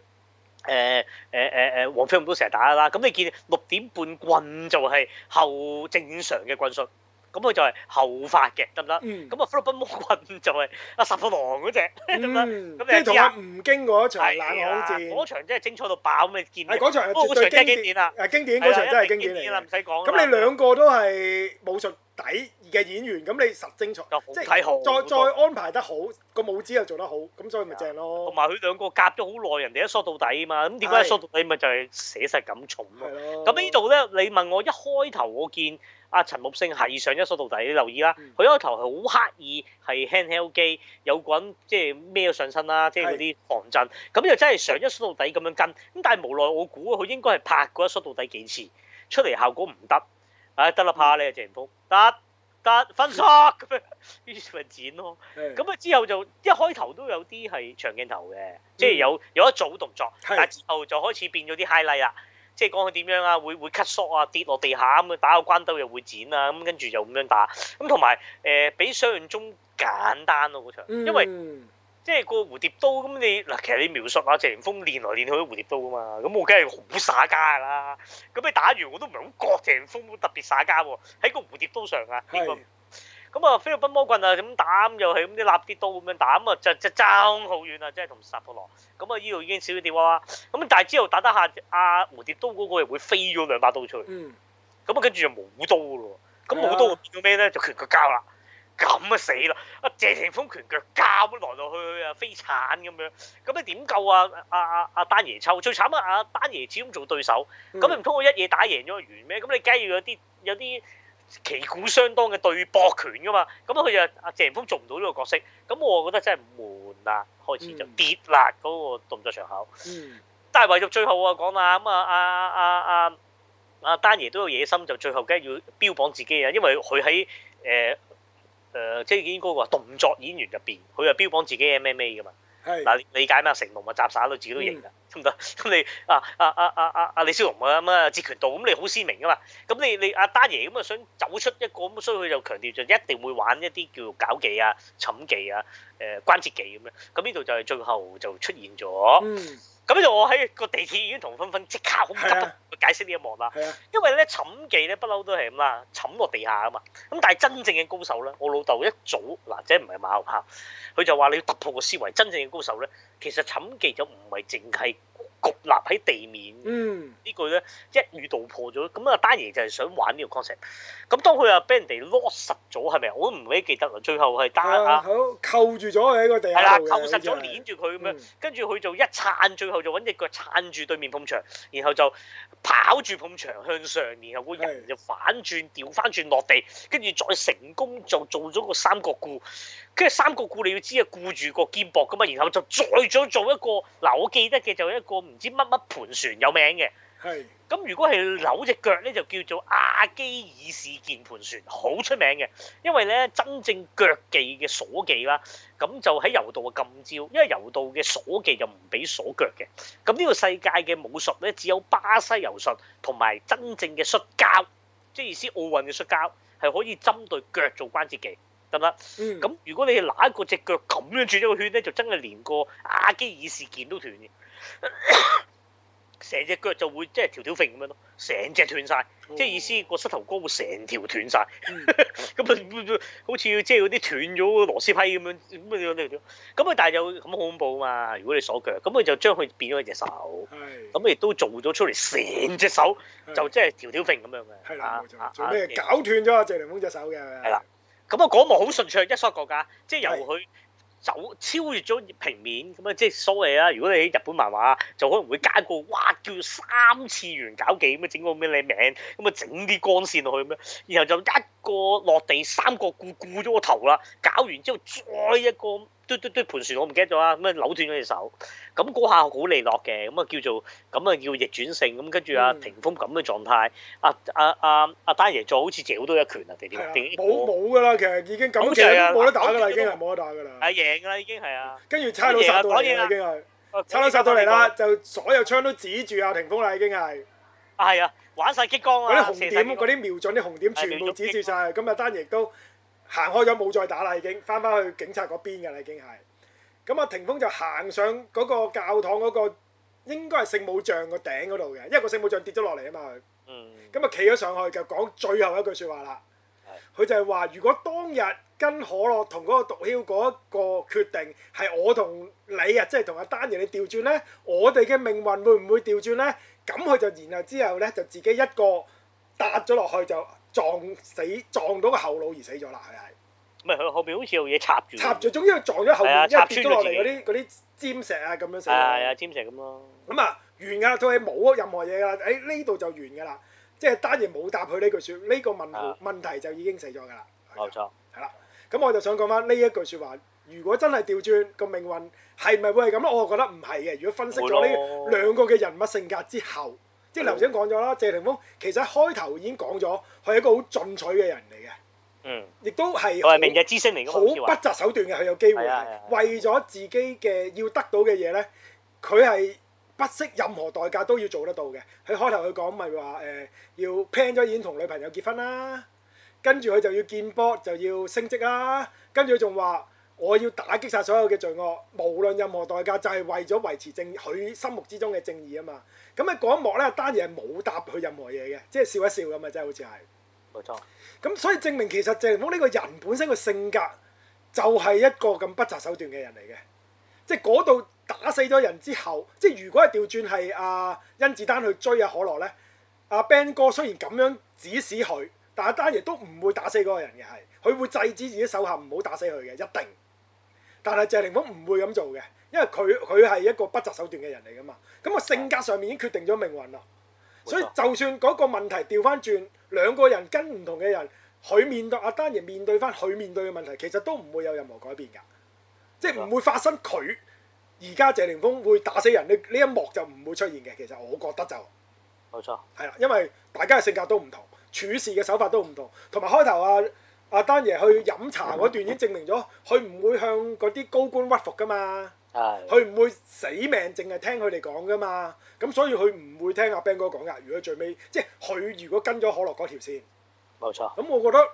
Speaker 1: 呃誒誒誒誒黃飛鴻都成日打㗎啦。咁你見六點半棍就係後正常嘅棍術，咁佢就係後發嘅，得唔得？
Speaker 2: 嗯
Speaker 1: 咁啊，菲律賓魔棍就係阿十個狼嗰只，得唔得？
Speaker 2: 嗯
Speaker 1: 咁你
Speaker 2: 即係同阿
Speaker 1: 知
Speaker 2: 吳京嗰場冷
Speaker 1: 係啦
Speaker 2: 巷
Speaker 1: 嗰
Speaker 2: 戰，
Speaker 1: 場真係精彩到爆咁，你見
Speaker 2: 係嗰場
Speaker 1: 嗰
Speaker 2: 係絕
Speaker 1: 場
Speaker 2: 對
Speaker 1: 真係經
Speaker 2: 經
Speaker 1: 典
Speaker 2: 典
Speaker 1: 啦，
Speaker 2: 啊經典嗰場真係經
Speaker 1: 係啊
Speaker 2: 典
Speaker 1: 啦，一定經典啦唔
Speaker 2: 嚟嘅。
Speaker 1: 使講啦。
Speaker 2: 咁你兩個都係武術底嘅演員，咁你實精彩
Speaker 1: 就好，
Speaker 2: 即
Speaker 1: 睇好
Speaker 2: 係再
Speaker 1: 好
Speaker 2: 再安排得好，個舞姿又做得好，咁所以咪正咯
Speaker 1: 同。埋佢兩個夾咗好耐，人哋一梳到底啊嘛，咁點解一
Speaker 2: 係
Speaker 1: 梳到底咪就係寫實感重咯
Speaker 2: 係。咯。
Speaker 1: 咁呢度咧，你問我一開頭我見阿陳木勝係上一梳到底，你留意啦
Speaker 2: 嗯，
Speaker 1: 佢一開頭係好刻意係 handheld 機，有個人即係孭咗上身啦，即係嗰啲防震，咁就真係上一梳到底咁樣跟，咁但係無奈我估佢應該係拍過一梳到底幾次，出嚟效果唔得，唉得啦怕你啊謝霆鋒，得得分數咁樣，於是咪剪咯。
Speaker 2: 係
Speaker 1: 咁啊之後就一開頭都有啲係長鏡頭嘅，即
Speaker 2: 嗯
Speaker 1: 係有有一組動作，
Speaker 2: 係
Speaker 1: 但係之後就開始變咗啲 highlight 啦，即係講佢點樣啊，會會 cut shot 啊，跌落地下咁啊，打個關刀又會剪啊，咁跟住就咁樣打，咁同埋誒比想象中簡單咯嗰場，因為
Speaker 2: 嗯
Speaker 1: 即係個蝴蝶刀咁你嗱，其實你描述啊謝霆鋒練來練去都蝴蝶刀噶嘛，咁我梗係好耍家㗎啦，咁你打完我都唔係好覺謝霆鋒特別耍家喎，喺個蝴蝶刀上啊，應該
Speaker 2: 係
Speaker 1: 咁啊，菲律賓魔棍啊，咁打咁又係咁啲立啲刀咁樣打，咁啊就就爭好遠啊，即係同殺破狼。咁啊，呢度已經少咗啲娃娃。咁啊但係之後打打下，阿、蝴蝶刀嗰個又會飛咗兩把刀出去。
Speaker 2: 嗯
Speaker 1: 咁啊，跟住就冇刀咯喎。咁
Speaker 2: 係
Speaker 1: 冇
Speaker 2: 啊
Speaker 1: 刀變咗咩咧？就拳腳交啦。咁啊死啦！阿謝霆鋒拳腳交咁來來去去啊飛鏟咁樣，咁你點夠啊？阿阿阿丹爺抽最慘啊！阿丹爺始終做對手，
Speaker 2: 嗯
Speaker 1: 咁你唔通我一嘢打贏咗佢完咩？咁你梗係要有啲有啲旗鼓相當嘅對搏拳噶嘛。咁佢就啊阿謝霆鋒做唔到呢個角色，咁我覺得真係悶啦，開始就
Speaker 2: 嗯
Speaker 1: 跌啦嗰個動作場口。
Speaker 2: 嗯
Speaker 1: 但係唯獨最後我就講啦，咁啊啊啊啊啊丹爺都有野心，就最後梗係要標榜自己啊，因為佢喺誒誒即係應該話動作演員入邊，佢係標榜自己 MMA 噶嘛。
Speaker 2: 係
Speaker 1: 嗱，你理解嘛？成龍啊，雜耍到自己都認㗎，得唔得？咁你啊啊啊啊啊啊李小龍啊咁啊，截拳道咁你好鮮明噶嘛？咁你你阿丹爺咁啊，想走出一個咁，所以佢就強調就一定會玩一啲叫做搞技啊、沉技啊、誒、關節技咁樣。咁呢度就係最後就出現咗。
Speaker 2: 嗯
Speaker 1: 咁呢度我喺個地鐵已經同芬芬即刻好急
Speaker 2: 係啊
Speaker 1: 不及解釋呢一幕啦。
Speaker 2: 係啊
Speaker 1: 因為咧沉技咧不嬲都係咁啦，沉落地下啊嘛。咁但係真正嘅高手咧，我老豆一早嗱，即係唔係馬後炮，佢就話你要突破個思維。真正嘅高手咧，其實沉技就唔係淨係局立喺地面。
Speaker 2: 嗯
Speaker 1: 呢句咧一語道破咗，咁啊丹爺就係想玩呢個 concept。咁當佢啊俾人哋 lock 實咗，係咪？啊我都唔記得記得啦。最後係丹
Speaker 2: 啊
Speaker 1: 啊，
Speaker 2: 好扣住咗佢喺個地
Speaker 1: 係
Speaker 2: 下
Speaker 1: 啦，
Speaker 2: 度嘅
Speaker 1: 扣
Speaker 2: 好
Speaker 1: 實
Speaker 2: 似
Speaker 1: 咗
Speaker 2: 係啊
Speaker 1: 攣住佢咁樣
Speaker 2: 嗯。
Speaker 1: 跟住佢就一撐，最後就揾只腳撐住對面碰牆，然後就跑住碰牆向上，然後個人
Speaker 2: 係
Speaker 1: 就反轉掉翻轉落地，跟住再成功就做咗個三角固。跟住三角固你要知啊，固住個肩膊噶嘛，然後就再咗做一個嗱，我記得嘅就一個唔唔知乜乜盤旋有名嘅。
Speaker 2: 係
Speaker 1: 咁如果係扭只腳咧，就叫做阿基爾事件盤旋，好出名嘅。因為咧真正腳技嘅鎖技啦，咁就喺柔道啊禁招，因為柔道嘅鎖技就唔俾鎖腳嘅。咁呢個世界嘅武術咧，只有巴西柔術同埋真正嘅摔跤，即係意思奧運嘅摔跤係可以針對腳做關節技，得唔得？
Speaker 2: 嗯
Speaker 1: 咁如果你揦個只腳咁樣轉一個圈咧，就真係連個阿基爾事件都斷嘅， 成隻腳就會即係條條揈咁樣咯，成隻斷晒，即係意思個膝頭哥會成條斷晒。
Speaker 2: 哦嗯
Speaker 1: 咁啊，好似即係嗰啲斷咗螺絲批咁樣，咁啊咁啊，但係就咁好恐怖啊嘛！如果你鎖腳，咁佢就將佢變咗一隻手，
Speaker 2: 係
Speaker 1: 咁亦都做咗出嚟成隻手
Speaker 2: 係
Speaker 1: 就即係條條揈咁樣嘅。
Speaker 2: 係啦，冇
Speaker 1: 啊
Speaker 2: 錯，最尾係搞斷咗阿謝霆鋒隻手嘅，
Speaker 1: 係啦咁啊，嗰幕好順暢，一摔過架，即係由佢走超越咗平面咁啊，即係所謂啦。如果你喺日本漫畫，就可能會加一個哇叫三次元搞技咁啊，整個咩靚名咁啊，整啲光線落去咁樣，然後就一個落地三個固固咗個頭啦，搞完之後再一個嘟嘟嘟盤旋，我唔記得咗啦，咁啊扭斷咗隻手，咁嗰下好利落嘅，咁啊叫做咁啊叫逆轉勝，咁跟住阿
Speaker 2: 嗯
Speaker 1: 霆鋒咁嘅狀態，阿阿阿阿丹爺再好似嚼多一拳啊定
Speaker 2: 係
Speaker 1: 點
Speaker 2: 啦，
Speaker 1: 定
Speaker 2: 冇冇噶啦，其實已經咁其
Speaker 1: 啊
Speaker 2: 實都冇得打噶啦，已經係冇得打噶啦。
Speaker 1: 係贏㗎啦，已經係啊！
Speaker 2: 跟住差佬殺到嚟啦，已經係差佬殺哦到嚟啦，就所有槍都指住阿霆鋒啦，已經係
Speaker 1: 啊！係啊，玩晒激光
Speaker 2: 嗰啲
Speaker 1: 啊！
Speaker 2: 紅
Speaker 1: 射
Speaker 2: 點
Speaker 1: 晒激
Speaker 2: 嗰
Speaker 1: 光
Speaker 2: 啲瞄準啲紅點全部指住晒。咁阿啊丹亦都行開咗冇再打啦，已經翻返去警察嗰邊噶啦，已經係。咁阿啊霆鋒就行上嗰個教堂嗰個應該係聖母像個頂嗰度嘅，因為個聖母像跌咗落嚟啊嘛佢。
Speaker 1: 嗯，
Speaker 2: 咁啊企咗上去就講最後一句説話啦。佢就係話：如果當日跟可樂同嗰個毒枭嗰一個決定係我同你啊，即係同阿丹爺你調轉呢，我哋嘅命運會唔會調轉呢？咁佢就然後之後呢，就自己一個搭咗落去就撞死
Speaker 1: 嗯
Speaker 2: 撞到個後腦而死咗啦，佢
Speaker 1: 唔係佢後面好似有嘢插住，
Speaker 2: 係插咗，總之佢撞咗後
Speaker 1: 嗯係啊
Speaker 2: 面，因為跌咗落嚟
Speaker 1: 插
Speaker 2: 嗰
Speaker 1: 穿
Speaker 2: 啲嗰啲尖石啊咁樣死咗。
Speaker 1: 係啊，尖石咁咯。
Speaker 2: 咁啊，完㗎啦，套戲冇任何嘢㗎啦，喺呢度就完㗎啦，即係單爺冇答佢呢句説，呢、個問
Speaker 1: 啊
Speaker 2: 號問題就已經死咗㗎啦。
Speaker 1: 冇錯，
Speaker 2: 係啊啦，咁我就想講翻呢一句説話，如果真係調轉個命運，係咪會係咁咧？我覺得唔係嘅。如果分析咗
Speaker 1: 冇咯嗯
Speaker 2: 呢兩個嘅人物性格之後，即係你頭先講咗啦，謝霆鋒其實一開頭已經講咗，佢係一個好進取嘅人嚟嘅，
Speaker 1: 嗯，
Speaker 2: 亦都係
Speaker 1: 佢係明日之星嚟㗎嘛，
Speaker 2: 好
Speaker 1: 好似
Speaker 2: 不
Speaker 1: 話
Speaker 2: 擇手段嘅，佢有機會
Speaker 1: 係啊係啊
Speaker 2: 係
Speaker 1: 係啊
Speaker 2: 為咗自己嘅要得到嘅嘢呢，佢係不惜任何代價都要做得到嘅。佢開頭佢講咪話誒要 plan 咗已經同女朋友結婚啦，跟住佢就要見波就要升職啦，跟住佢仲話我要打擊晒所有嘅罪惡，無論任何代價，就係為咗維持正佢心目之中嘅正義啊嘛。咁喺嗰一幕呢，單嘢係冇答佢任何嘢嘅，即係笑一笑咁啊，真係好似係。
Speaker 1: 冇錯，
Speaker 2: 咁所以證明其實謝霆鋒呢個人本身個性格就係一個咁不擇手段嘅人嚟嘅，即係嗰度打死咗人之後，即係如果係調轉係阿甄子丹去追阿可樂呢，阿 Ben 哥雖然咁樣指使佢，但阿丹爺都唔會打死嗰個人嘅，係佢會制止自己手下唔好打死佢嘅，一定。但係謝霆鋒唔會咁做嘅，因為佢佢係一個不擇手段嘅人嚟噶嘛，咁個性格上面已經決定咗命運啦。
Speaker 1: 冇錯
Speaker 2: 所以就算嗰個問題調翻轉，兩個人跟唔同嘅人，佢面對阿丹爺面對翻佢面對嘅問題，其實都唔會有任何改變㗎，即係唔會發生佢而家謝霆鋒會打死人呢呢一幕就唔會出現嘅。其實我覺得就
Speaker 1: 冇錯，
Speaker 2: 係啦，啊因為大家嘅性格都唔同，處事嘅手法都唔同，同埋開頭啊阿丹爺去飲茶嗰段已經證明咗佢唔會向嗰啲高官屈服㗎嘛。
Speaker 1: 係
Speaker 2: 佢唔會死命，淨係聽佢哋講噶嘛。咁所以佢唔會聽阿 Ben 哥講噶。如果最尾即係佢如果跟咗可樂嗰條線，
Speaker 1: 冇錯，
Speaker 2: 咁我覺得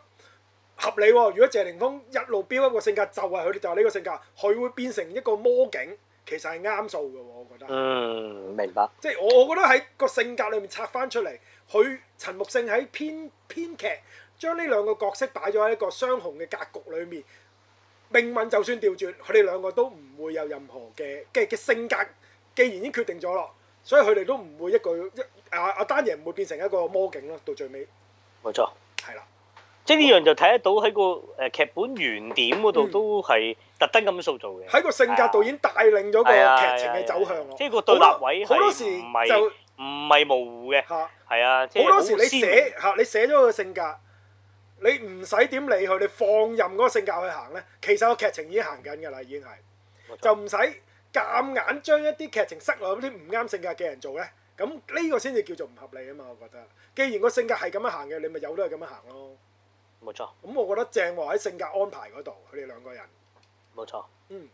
Speaker 2: 合理喎、如果謝霆鋒一路標一個性格，就係佢哋就係呢個性格，佢會變成一個魔警，其實係啱數嘅喎。我覺得，
Speaker 1: 嗯，明白，
Speaker 2: 即係我我覺得喺個性格裏面拆翻出嚟，佢陳木勝喺編編劇將呢兩個角色擺咗喺一個雙雄嘅格局裏面。命運就算調轉，佢哋兩個都唔會有任何嘅嘅嘅性格，既然已經決定咗咯，所以佢哋都唔會一個一阿阿丹爺唔會變成一個魔警咯，到最尾
Speaker 1: 冇錯。
Speaker 2: 係啦，
Speaker 1: 即係呢樣就睇得到喺個誒劇本原點嗰度
Speaker 2: 嗯
Speaker 1: 都係特登咁塑造嘅，
Speaker 2: 喺個性格度已經帶領咗個
Speaker 1: 係啊
Speaker 2: 劇情嘅走向咯。
Speaker 1: 即係個對立位係
Speaker 2: 好多好多時
Speaker 1: 唔係
Speaker 2: 就
Speaker 1: 唔係模糊嘅，
Speaker 2: 嚇。
Speaker 1: 係啊，即係
Speaker 2: 好多時你
Speaker 1: 鮮明
Speaker 2: 寫嚇你寫咗個性格，你唔使點理佢，你放任嗰個性格去行呢，其實個劇情已經行緊㗎啦，已經係
Speaker 1: 冇錯
Speaker 2: 就唔使夾硬將一啲劇情塞落啲唔啱性格嘅人做咧，咁呢個先至叫做唔合理啊嘛！我覺得，既然個性格係咁樣行嘅，你咪由得佢咁樣行咯。
Speaker 1: 冇錯
Speaker 2: 咁我覺得正喎喺性格安排嗰度，佢哋兩 個人，
Speaker 1: 冇錯。
Speaker 2: 嗯，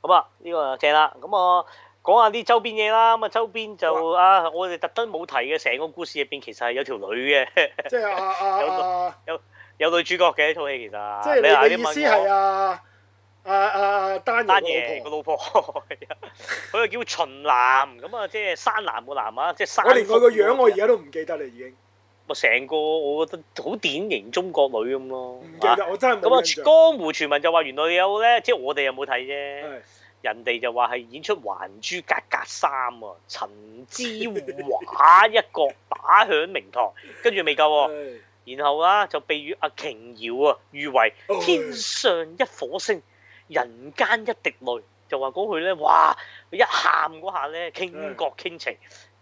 Speaker 1: 咁啊，呢個正啦。咁我講下啲周邊嘢啦。咁啊，周邊就啊，我哋特登冇提嘅，成個故事入邊其實係有條女嘅，
Speaker 2: 即係啊啊
Speaker 1: 有
Speaker 2: 啊，
Speaker 1: 有女主角嘅呢套戲其實。
Speaker 2: 即係你嘅意思係
Speaker 1: 啊？
Speaker 2: 啊啊啊 丹
Speaker 1: 單
Speaker 2: 爺
Speaker 1: 爺
Speaker 2: 個
Speaker 1: 個
Speaker 2: 老婆，
Speaker 1: 老婆， 佢又叫秦南，咁啊，即係山南個南啊，即係山。
Speaker 2: 我連佢個樣我而家都唔記得啦，已經
Speaker 1: 我啊成個我覺得好典型中國女咁咯。
Speaker 2: 唔記
Speaker 1: 啊
Speaker 2: 得，我真係
Speaker 1: 咁啊，
Speaker 2: 冇印象。
Speaker 1: 江湖傳聞就話原來有咧，即係我哋又冇睇啫，
Speaker 2: 係
Speaker 1: 人哋就話係演出《還珠格格三》啊，陳之華一角打響名堂，跟住未夠 喎，
Speaker 2: 係
Speaker 1: 然後啦就被阿瓊瑤啊譽為
Speaker 2: 哦
Speaker 1: 天上一火星，人間一滴淚，就話講佢咧，哇！一喊嗰下咧，傾國傾
Speaker 2: 嗯
Speaker 1: 情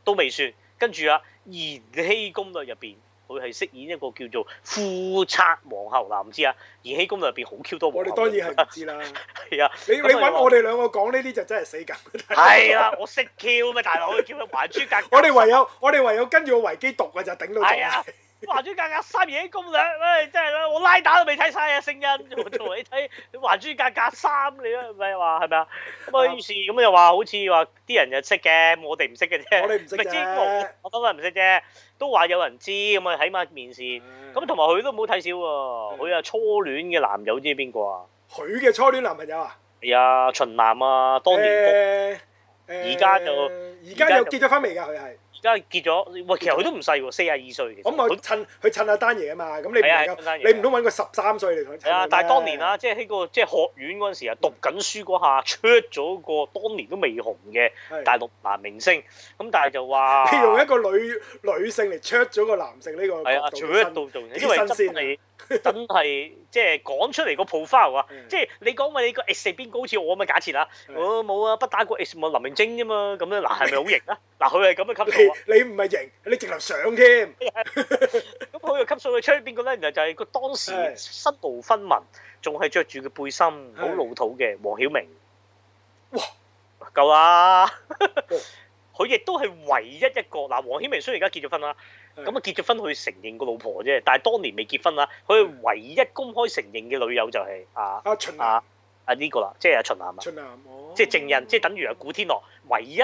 Speaker 1: 都未算，跟住啊《延禧攻略》入邊。佢係飾演一個叫做富察皇后嗱，唔知啊，《延禧攻略》入邊好 Q 多皇
Speaker 2: 我
Speaker 1: 后
Speaker 2: 哋
Speaker 1: 㗎。
Speaker 2: 當然係唔知啦。
Speaker 1: 係啊，
Speaker 2: 你你揾我哋兩個講呢啲就真係死 梗。
Speaker 1: 係啦，我識 Q 咩大佬？叫佢還珠格格。
Speaker 2: 我哋唯有我哋唯有跟住個維基讀嘅就頂到盡。
Speaker 1: 係啊，還珠格格三嘢攻略，唉，真係啦，我拉打都未睇晒啊，聖恩，我仲話你睇還珠格格三你啊，咪話係咪啊？咁啊，於是咁又話好似話啲人就識嘅，我哋唔識嘅啫。
Speaker 2: 我哋唔識
Speaker 1: 咪
Speaker 2: 啫
Speaker 1: 知我我當然唔識啫，都話有人知咁啊，起碼面試。咁同埋佢都冇睇少喎，
Speaker 2: 嗯
Speaker 1: 佢啊初戀嘅男友知邊個啊？
Speaker 2: 佢嘅初戀男朋友啊？
Speaker 1: 係啊，秦南啊，當年
Speaker 2: 誒誒
Speaker 1: 而家就
Speaker 2: 而家又結咗婚未㗎？佢係
Speaker 1: 而家結咗，喂，其實佢都唔細喎，四廿二歲。其實
Speaker 2: 咁啊我
Speaker 1: 佢
Speaker 2: 襯佢襯阿丹爺啊嘛，咁你唔
Speaker 1: 係啊
Speaker 2: 能
Speaker 1: 襯丹
Speaker 2: 夠
Speaker 1: 爺啊
Speaker 2: 你唔通揾個十三歲嚟同佢襯
Speaker 1: 係啊，
Speaker 2: 佢
Speaker 1: 但係
Speaker 2: 咩
Speaker 1: 當年啦，即係喺個即係學院嗰陣時啊，讀緊書嗰下 出咗個當年都未紅嘅
Speaker 2: 係
Speaker 1: 大陸男明星，咁但係就話
Speaker 2: 你用一個女女性嚟 check 咗個男性呢個
Speaker 1: 係啊，
Speaker 2: 角
Speaker 1: 除
Speaker 2: 度
Speaker 1: 咗
Speaker 2: 身
Speaker 1: 一度仲，
Speaker 2: 幾
Speaker 1: 因為真
Speaker 2: 新
Speaker 1: 係
Speaker 2: 鮮啊
Speaker 1: 真係即係講出嚟個 profile 啊
Speaker 2: 嗯，
Speaker 1: 即係你講話你個 S 係邊個好似我咁嘅假設啦，
Speaker 2: 嗯
Speaker 1: 我冇啊，不打過 S 咪林明晶啫嘛，咁樣嗱係咪好型 啊？嗱佢係咁嘅級數啊。
Speaker 2: 你你唔係型，你直頭上添。
Speaker 1: 哎咁佢哦個級數佢吹邊個咧？原來就係個當時
Speaker 2: 係
Speaker 1: 身無分文，仲係着住嘅背心，好老土嘅黃曉明。
Speaker 2: 哇！
Speaker 1: 夠啦！ 佢亦都係唯一一個嗱，黃曉明雖然而家結咗婚啦，
Speaker 2: 係
Speaker 1: 咁啊結咗婚佢承認個老婆啫，但係當年未結婚啦，佢
Speaker 2: 嗯
Speaker 1: 係唯一公開承認嘅女友就係啊
Speaker 2: 阿秦南
Speaker 1: 啊，啊呢個啦，即係阿秦南啊，
Speaker 2: 秦南，哦
Speaker 1: 即係證人，即係等於啊古天樂唯一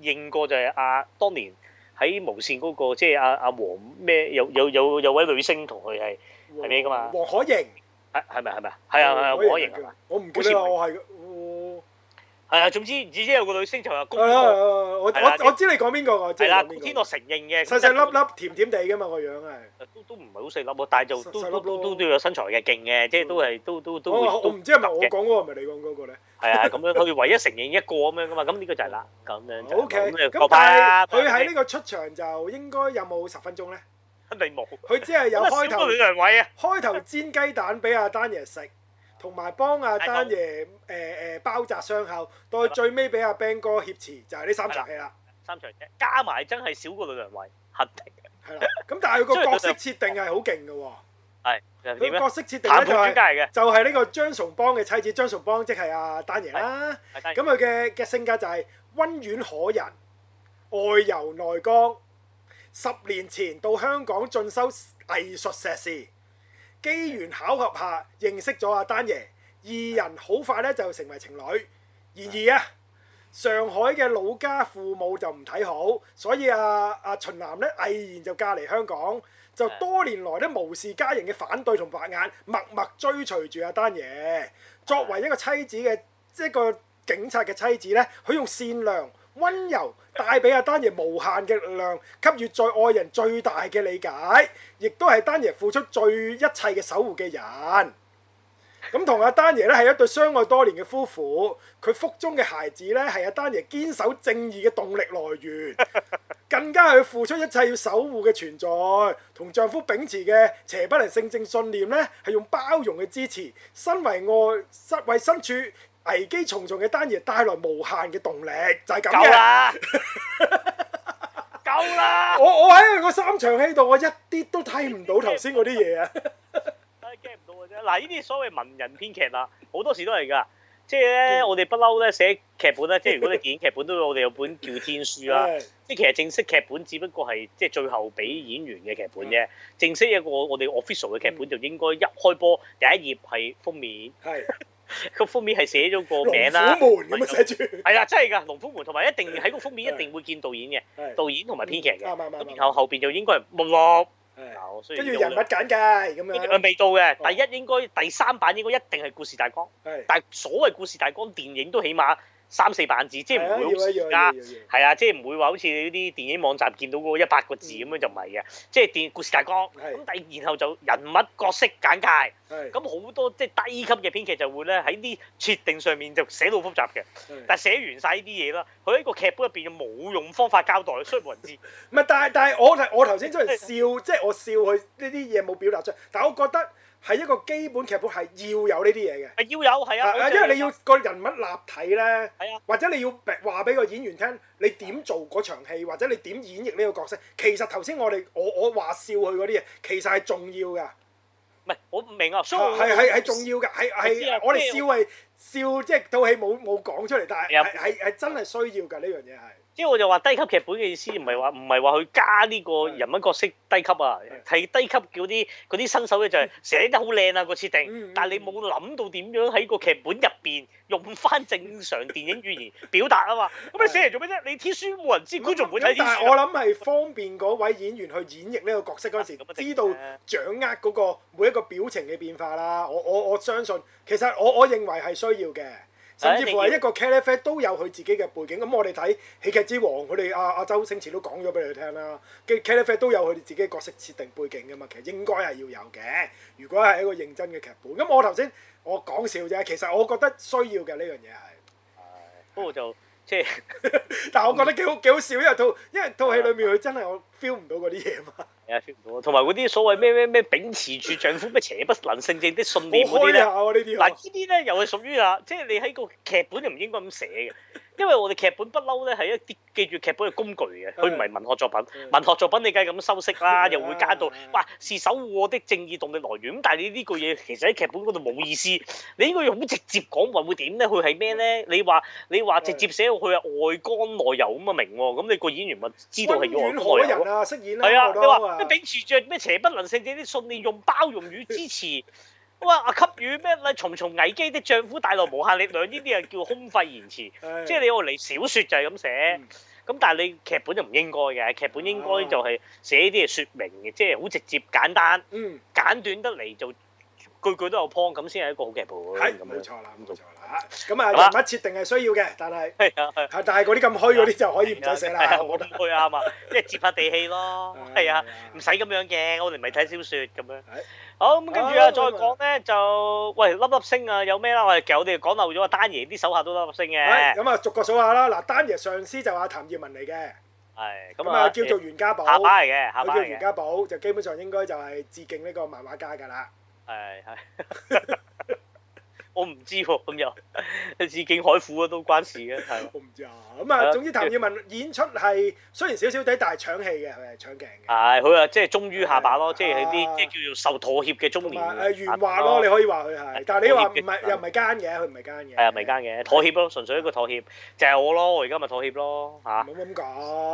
Speaker 1: 認過就係啊當年喺無線嗰個即係啊啊黃咩有有有有位女星同佢係係咩㗎嘛
Speaker 2: 黃可盈。
Speaker 1: 係係咪係咪啊係啊係啊
Speaker 2: 我以
Speaker 1: 黃
Speaker 2: 為
Speaker 1: 可盈
Speaker 2: 佢
Speaker 1: 係嘛
Speaker 2: 我唔記得啦，
Speaker 1: 好似唔係
Speaker 2: 我係我
Speaker 1: 係啊，總之只知有個女星就係公
Speaker 2: 係啦係
Speaker 1: 開
Speaker 2: 啦我
Speaker 1: 係啦
Speaker 2: 我我知你講邊個，我知
Speaker 1: 係
Speaker 2: 你
Speaker 1: 啦，
Speaker 2: 講
Speaker 1: 古
Speaker 2: 邊
Speaker 1: 天
Speaker 2: 個
Speaker 1: 樂。承認嘅
Speaker 2: 細細粒粒甜甜地噶嘛個樣係。
Speaker 1: 都都唔係好細粒喎，但係就都
Speaker 2: 細細粒
Speaker 1: 都
Speaker 2: 咯
Speaker 1: 都都都有身材嘅，勁嘅，即係都係都都都
Speaker 2: 我話
Speaker 1: 會
Speaker 2: 我
Speaker 1: 都
Speaker 2: 唔知係咪我
Speaker 1: 得嘅
Speaker 2: 講嗰個，係咪你講嗰個咧
Speaker 1: 係啊，咁樣佢唯一承認一個咁樣噶嘛，咁呢個就係啦，咁樣就
Speaker 2: ？O K，
Speaker 1: 嗯咁就
Speaker 2: 咁
Speaker 1: 夠派啦
Speaker 2: 但係佢喺呢個出場就應該有冇十分鐘咧？
Speaker 1: 肯定冇，
Speaker 2: 佢只係有
Speaker 1: 咁啊
Speaker 2: 開
Speaker 1: 少過
Speaker 2: 頭
Speaker 1: 佢兩位啊，
Speaker 2: 開頭煎雞蛋俾阿丹爺食，同埋幫阿丹爺誒誒包紮傷口，到最尾俾阿 Ben 哥挾持，就係呢三集戲啦。
Speaker 1: 三場啫，加埋真係少過佢兩位，肯定
Speaker 2: 係啦，咁但係佢個角色設定係好勁嘅喎。
Speaker 1: 係又點啊
Speaker 2: 佢
Speaker 1: 咧？
Speaker 2: 角色設定
Speaker 1: 談判
Speaker 2: 咧就
Speaker 1: 專
Speaker 2: 係、
Speaker 1: 家嚟嘅，
Speaker 2: 就係呢個張崇邦嘅妻子張崇邦，即係阿丹爺啦。
Speaker 1: 係
Speaker 2: 咁佢嘅嘅性格就係温婉可人，外柔內剛。十年前到香港進修藝術碩士，機緣巧合下認識咗阿丹爺，二人好快咧就成為情侶。然而啊，上海嘅老家父母就唔睇好，所以啊啊秦南咧毅然就嫁嚟香港，就多年來咧無視家人嘅反對同白眼，默默追隨住阿丹爺。作為一個妻子嘅即係一個警察嘅妻子咧，佢用善良。温柔帶俾阿丹爺無限嘅力量，給予最愛人最大嘅理解，亦都係丹爺付出最一切嘅守護嘅人。咁同阿丹爺咧係一對相愛多年嘅夫婦，佢腹中嘅孩子咧係阿丹爺堅守正義嘅動力來 源，更加係佢付出一切要守護嘅存在。同丈夫秉持嘅邪不能勝正信念咧，係用包容嘅支持，身為愛，身為身處危機重重嘅丹爺帶來無限嘅動力，就係咁
Speaker 1: 夠
Speaker 2: 嘅。
Speaker 1: 啦， 夠啦，
Speaker 2: 我我喺佢嗰三場戲度，我一啲都睇唔到頭先 嗰啲嘢啊！
Speaker 1: 梗係 get 啊唔到嘅啫。嗱，呢啲所謂文人編劇啦，好多時都係㗎。即係咧，
Speaker 2: 嗯
Speaker 1: 我哋不嬲咧寫劇本咧，即係如果你電影劇本都有我哋有本叫天書啦。
Speaker 2: 係
Speaker 1: 即係其實正式劇本只不過係即係最後俾演員嘅劇本
Speaker 2: 嗯
Speaker 1: 啫。正式一個我哋 official 嘅劇本就應該一開波第一頁係封面，
Speaker 2: 係
Speaker 1: 個封面係寫咗個名啦
Speaker 2: 龍。虎門咁啊樣寫住，
Speaker 1: 係啦，真係㗎，龍虎門同埋一定喺個封面
Speaker 2: 係
Speaker 1: 一定會見導演嘅，
Speaker 2: 係嗯
Speaker 1: 導演同埋編劇嘅。
Speaker 2: 啱啱啱
Speaker 1: 咁
Speaker 2: 啱
Speaker 1: 然後後邊就應該係幕落，
Speaker 2: 係
Speaker 1: 有雖
Speaker 2: 跟
Speaker 1: 然
Speaker 2: 住
Speaker 1: 有
Speaker 2: 人物簡介咁
Speaker 1: 呢
Speaker 2: 樣
Speaker 1: 個，未到嘅，
Speaker 2: 哦
Speaker 1: 第一應該第三版應該一定係故事大綱，
Speaker 2: 係
Speaker 1: 呃但係所謂故事大綱電影都起碼三四版字，即係唔會好似而
Speaker 2: 係啊要啊
Speaker 1: 家
Speaker 2: 要啊要啊要啊
Speaker 1: 係啊，即係唔會話好似呢啲電影網站見到嗰一百個字咁樣就唔係嘅，即係電故事大綱
Speaker 2: 係
Speaker 1: 咁，第然後就人物角色簡介，
Speaker 2: 啊係
Speaker 1: 啊咁好多即係低級嘅編劇就會咧喺啲設定上面就寫到複雜嘅，
Speaker 2: 係
Speaker 1: 但係寫完晒呢啲嘢啦，佢喺個劇本入邊就冇用方法交代，所以冇 人知。
Speaker 2: 唔係，但係但係我頭我頭先雖然笑，即係我笑佢呢啲嘢冇表達出，但係我覺得係一個基本劇本係要有呢啲嘢嘅。
Speaker 1: 係要有係啊，
Speaker 2: 啊
Speaker 1: 我
Speaker 2: 因為
Speaker 1: 真係
Speaker 2: 你要個人物立體咧
Speaker 1: 係啊，
Speaker 2: 或者你要話俾個演員聽，你點做嗰場戲，或者你點演繹呢個角色。其實頭先我哋我我話笑佢嗰啲嘢，其實係重要㗎，
Speaker 1: 唔係我唔明啊，所以我
Speaker 2: 係係係重要㗎，係
Speaker 1: 我知啊
Speaker 2: 係我哋
Speaker 1: 即係
Speaker 2: 笑係笑，即係套戲冇冇講出嚟，但
Speaker 1: 係
Speaker 2: 係
Speaker 1: 啊
Speaker 2: 係係係真係需要㗎呢樣嘢係。
Speaker 1: 即係我就話低級劇本嘅意思，唔係話唔係話佢加呢個人物角色低級啊，係低級嗰啲嗰啲新手咧就係寫得好靚啊個設
Speaker 2: 嗯
Speaker 1: 定
Speaker 2: 嗯，
Speaker 1: 但係你冇諗到點樣喺個劇本入邊用翻正常電影語言 表達啊嘛，咁你寫嚟做咩啫？你天書冇人知，觀眾唔會睇
Speaker 2: 咁
Speaker 1: 天
Speaker 2: 但係
Speaker 1: 書
Speaker 2: 我
Speaker 1: 啊。
Speaker 2: 諗係方便嗰位演員去演繹呢個角色嗰陣
Speaker 1: 咁
Speaker 2: 時，
Speaker 1: 一定
Speaker 2: 知道
Speaker 1: 嘅
Speaker 2: 掌握嗰個每一個表情嘅變化啦。我我我相信，其實我我認為係需要嘅，甚至乎
Speaker 1: 係一定要
Speaker 2: 係一個 c a l i f a 都有佢自己嘅背景。咁我哋睇喜劇之王，佢哋啊阿阿周星馳都講咗俾佢聽啦。嘅 c a l i f a 都有佢哋自己角色設定背景噶嘛，其實應該係要有嘅。如果係一個認真嘅劇本，咁我頭先我講笑啫，其實我覺得需要嘅呢樣嘢係。
Speaker 1: 不過就即係
Speaker 2: 但係我覺得幾好幾好笑，因為套因為套戲裏面佢真係我 feel 唔到嗰啲嘢嘛。
Speaker 1: 係啊 feel 唔到啊，同埋嗰啲所謂咩咩咩秉持住丈夫咩邪不能勝正的信念
Speaker 2: 好
Speaker 1: 嗰啲
Speaker 2: 開
Speaker 1: 咧
Speaker 2: 下。喎呢
Speaker 1: 嗱，
Speaker 2: 啲
Speaker 1: 呢
Speaker 2: 啊，
Speaker 1: 啲咧又係屬於啊，即係你喺個劇本就唔應該咁寫嘅，因為我哋劇本不嬲咧係一啲記住劇本嘅工具嘅，佢唔係文學作品。
Speaker 2: 嗯
Speaker 1: 文學作品你梗係咁修飾啦，
Speaker 2: 嗯
Speaker 1: 又會加到
Speaker 2: 嗯
Speaker 1: 哇是守護我的正義動力來源。咁但係你呢句嘢其實喺劇本嗰度冇意思，你應該好直接講話會點咧？佢係咩咧？你話你話直接寫到佢係外剛內柔咁啊明喎，咁你個演員咪知道係要外
Speaker 2: 温
Speaker 1: 剛內
Speaker 2: 遠可
Speaker 1: 柔
Speaker 2: 人
Speaker 1: 咯。
Speaker 2: 啊，飾演啦，
Speaker 1: 係啊，
Speaker 2: 好
Speaker 1: 你
Speaker 2: 多
Speaker 1: 話咩秉持着咩邪不能勝者啲信念，用包容與支持， 哇啊給予咩咧重重危機的丈夫帶來無限力量，呢啲啊叫空費言辭，
Speaker 2: 唉
Speaker 1: 即係你我嚟小説就係咁寫
Speaker 2: 嗯。哦
Speaker 1: 咁但係你劇本就唔應該嘅，劇本應該就係寫啲嘢説明嘅，即係好直接簡單、
Speaker 2: 嗯
Speaker 1: 簡短得嚟就句句都有 point，咁先係一個好劇
Speaker 2: 係
Speaker 1: 本。咁樣
Speaker 2: 冇錯啦，冇錯啦。咁啊
Speaker 1: 係
Speaker 2: 人
Speaker 1: 嘛
Speaker 2: 物設定係需要嘅，但係
Speaker 1: 係啊，係啊
Speaker 2: 係但係嗰啲咁虛嗰啲就可以唔使寫
Speaker 1: 係
Speaker 2: 啦
Speaker 1: 啊，，
Speaker 2: 我
Speaker 1: 我
Speaker 2: 覺
Speaker 1: 都
Speaker 2: 得嗯
Speaker 1: 去啱啊，即係接下地氣咯，係啊。唔使咁樣嘅，我哋唔係睇小説咁樣
Speaker 2: 係。
Speaker 1: 好咁跟住
Speaker 2: 好
Speaker 1: 啊，再講咧就喂粒粒星啊，有咩啦？我哋其實我哋講漏咗啊，丹爺啲手下都粒粒星
Speaker 2: 係
Speaker 1: 嘅，
Speaker 2: 咁啊，逐個數下啦。嗱，丹爺上司就阿譚耀文嚟嘅，
Speaker 1: 係
Speaker 2: 咁
Speaker 1: 咁
Speaker 2: 啊
Speaker 1: 啊，
Speaker 2: 叫做袁家寶，
Speaker 1: 下
Speaker 2: 佢
Speaker 1: 巴嚟嘅，下巴
Speaker 2: 叫
Speaker 1: 嚟
Speaker 2: 袁
Speaker 1: 嘅，
Speaker 2: 家寶，就基本上應該就係致敬呢個漫畫家㗎啦。
Speaker 1: 係係。 我唔知喎，咁又致敬海虎啊，都關事嘅，係
Speaker 2: 我唔知啊。咁啊，
Speaker 1: 啊
Speaker 2: 總之譚耀文演出係雖然少少地，但係搶戲嘅，佢係搶鏡嘅。
Speaker 1: 係佢啊，即係忠於下巴咯，
Speaker 2: 係
Speaker 1: 即係啲
Speaker 2: 啊
Speaker 1: 即係叫做受妥協嘅中
Speaker 2: 同
Speaker 1: 年
Speaker 2: 埋誒
Speaker 1: 下
Speaker 2: 原
Speaker 1: 巴
Speaker 2: 話咯，你可以話佢
Speaker 1: 啊
Speaker 2: 係，但係你話唔
Speaker 1: 妥協
Speaker 2: 係
Speaker 1: 嘅
Speaker 2: 又唔係奸嘅，佢唔係奸嘅。
Speaker 1: 係啊，迷奸嘅妥協咯，純粹一個妥協，就係我咯，我而家咪妥協咯嚇。
Speaker 2: 唔好咁講。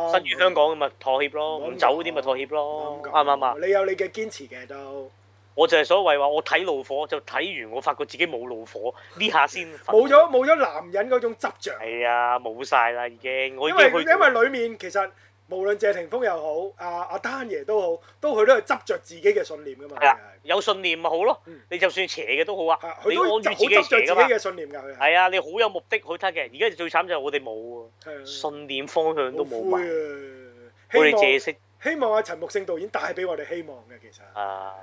Speaker 1: 啊身於香港咁咪妥協咯，唔走嗰啲咪妥協咯
Speaker 2: 啊
Speaker 1: 啱
Speaker 2: 唔，好
Speaker 1: 唔
Speaker 2: 咁講
Speaker 1: 啱啊？
Speaker 2: 你有你嘅堅持嘅都
Speaker 1: 我就係所謂話我睇怒火，就睇完我發覺自己冇怒火，呢下先憤
Speaker 2: 冇咗。冇咗男人嗰種執著，
Speaker 1: 係啊，冇晒啦已經，我已
Speaker 2: 因
Speaker 1: 經
Speaker 2: 為
Speaker 1: 去
Speaker 2: 因為裡面其實無論謝霆鋒又好，啊阿阿丹爺都好，都佢都係執着自己嘅信念㗎嘛。
Speaker 1: 係啊，有信念咪好咯
Speaker 2: 嗯。
Speaker 1: 你就算邪嘅都好
Speaker 2: 係啊
Speaker 1: 啊，
Speaker 2: 佢
Speaker 1: 你
Speaker 2: 都好
Speaker 1: 安
Speaker 2: 執
Speaker 1: 於
Speaker 2: 好
Speaker 1: 自己
Speaker 2: 執著自
Speaker 1: 邪
Speaker 2: 己
Speaker 1: 噶嘛。
Speaker 2: 嘅信念㗎，佢係
Speaker 1: 係啊，你好有目的去睇嘅。而家最慘就係我哋冇啊，
Speaker 2: 係啊
Speaker 1: 信念方向都冇
Speaker 2: 好灰
Speaker 1: 埋，
Speaker 2: 啊！
Speaker 1: 我
Speaker 2: 希
Speaker 1: 哋
Speaker 2: 望
Speaker 1: 借識
Speaker 2: 希望阿陳木勝導演帶俾我哋希望嘅其實。
Speaker 1: 啊，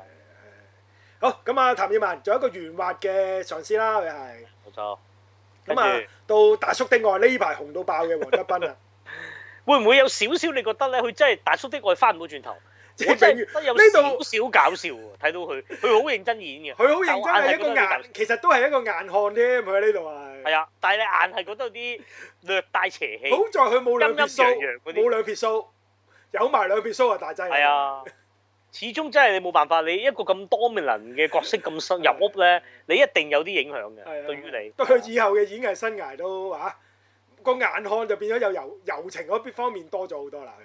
Speaker 2: 好咁啊，譚耀文仲有一個圓滑嘅上司啦，佢係
Speaker 1: 冇錯。跟住
Speaker 2: 咁啊，到大叔的愛呢排紅到爆嘅黃德 斌啊，
Speaker 1: 會唔會有少少你覺得咧？佢真係大叔的愛翻唔到轉頭。
Speaker 2: 即
Speaker 1: 我
Speaker 2: 係
Speaker 1: 真係
Speaker 2: 永遠
Speaker 1: 覺得有
Speaker 2: 呢
Speaker 1: 少少搞笑喎，睇到佢，佢好認真演嘅，
Speaker 2: 佢好認真
Speaker 1: 但我硬
Speaker 2: 係
Speaker 1: 係
Speaker 2: 一個
Speaker 1: 覺得佢搞
Speaker 2: 硬，其實都係一個硬漢添，佢喺呢度係。
Speaker 1: 係啊，但係你硬係覺得有啲略帶邪氣，
Speaker 2: 好在佢冇兩撇
Speaker 1: 陰陰陽陽
Speaker 2: 須，
Speaker 1: 嗰啲
Speaker 2: 冇兩撇須，有埋兩撇須啊大劑。
Speaker 1: 係，啊，始終真係你冇辦法，你一個咁 dominant 嘅角色咁深入屋咧，你一定有啲影響
Speaker 2: 啊係啊
Speaker 1: 嘅，對於你。
Speaker 2: 對佢以後嘅演藝生涯都嚇個眼看就變咗有柔柔情嗰邊方面多咗好多啦，佢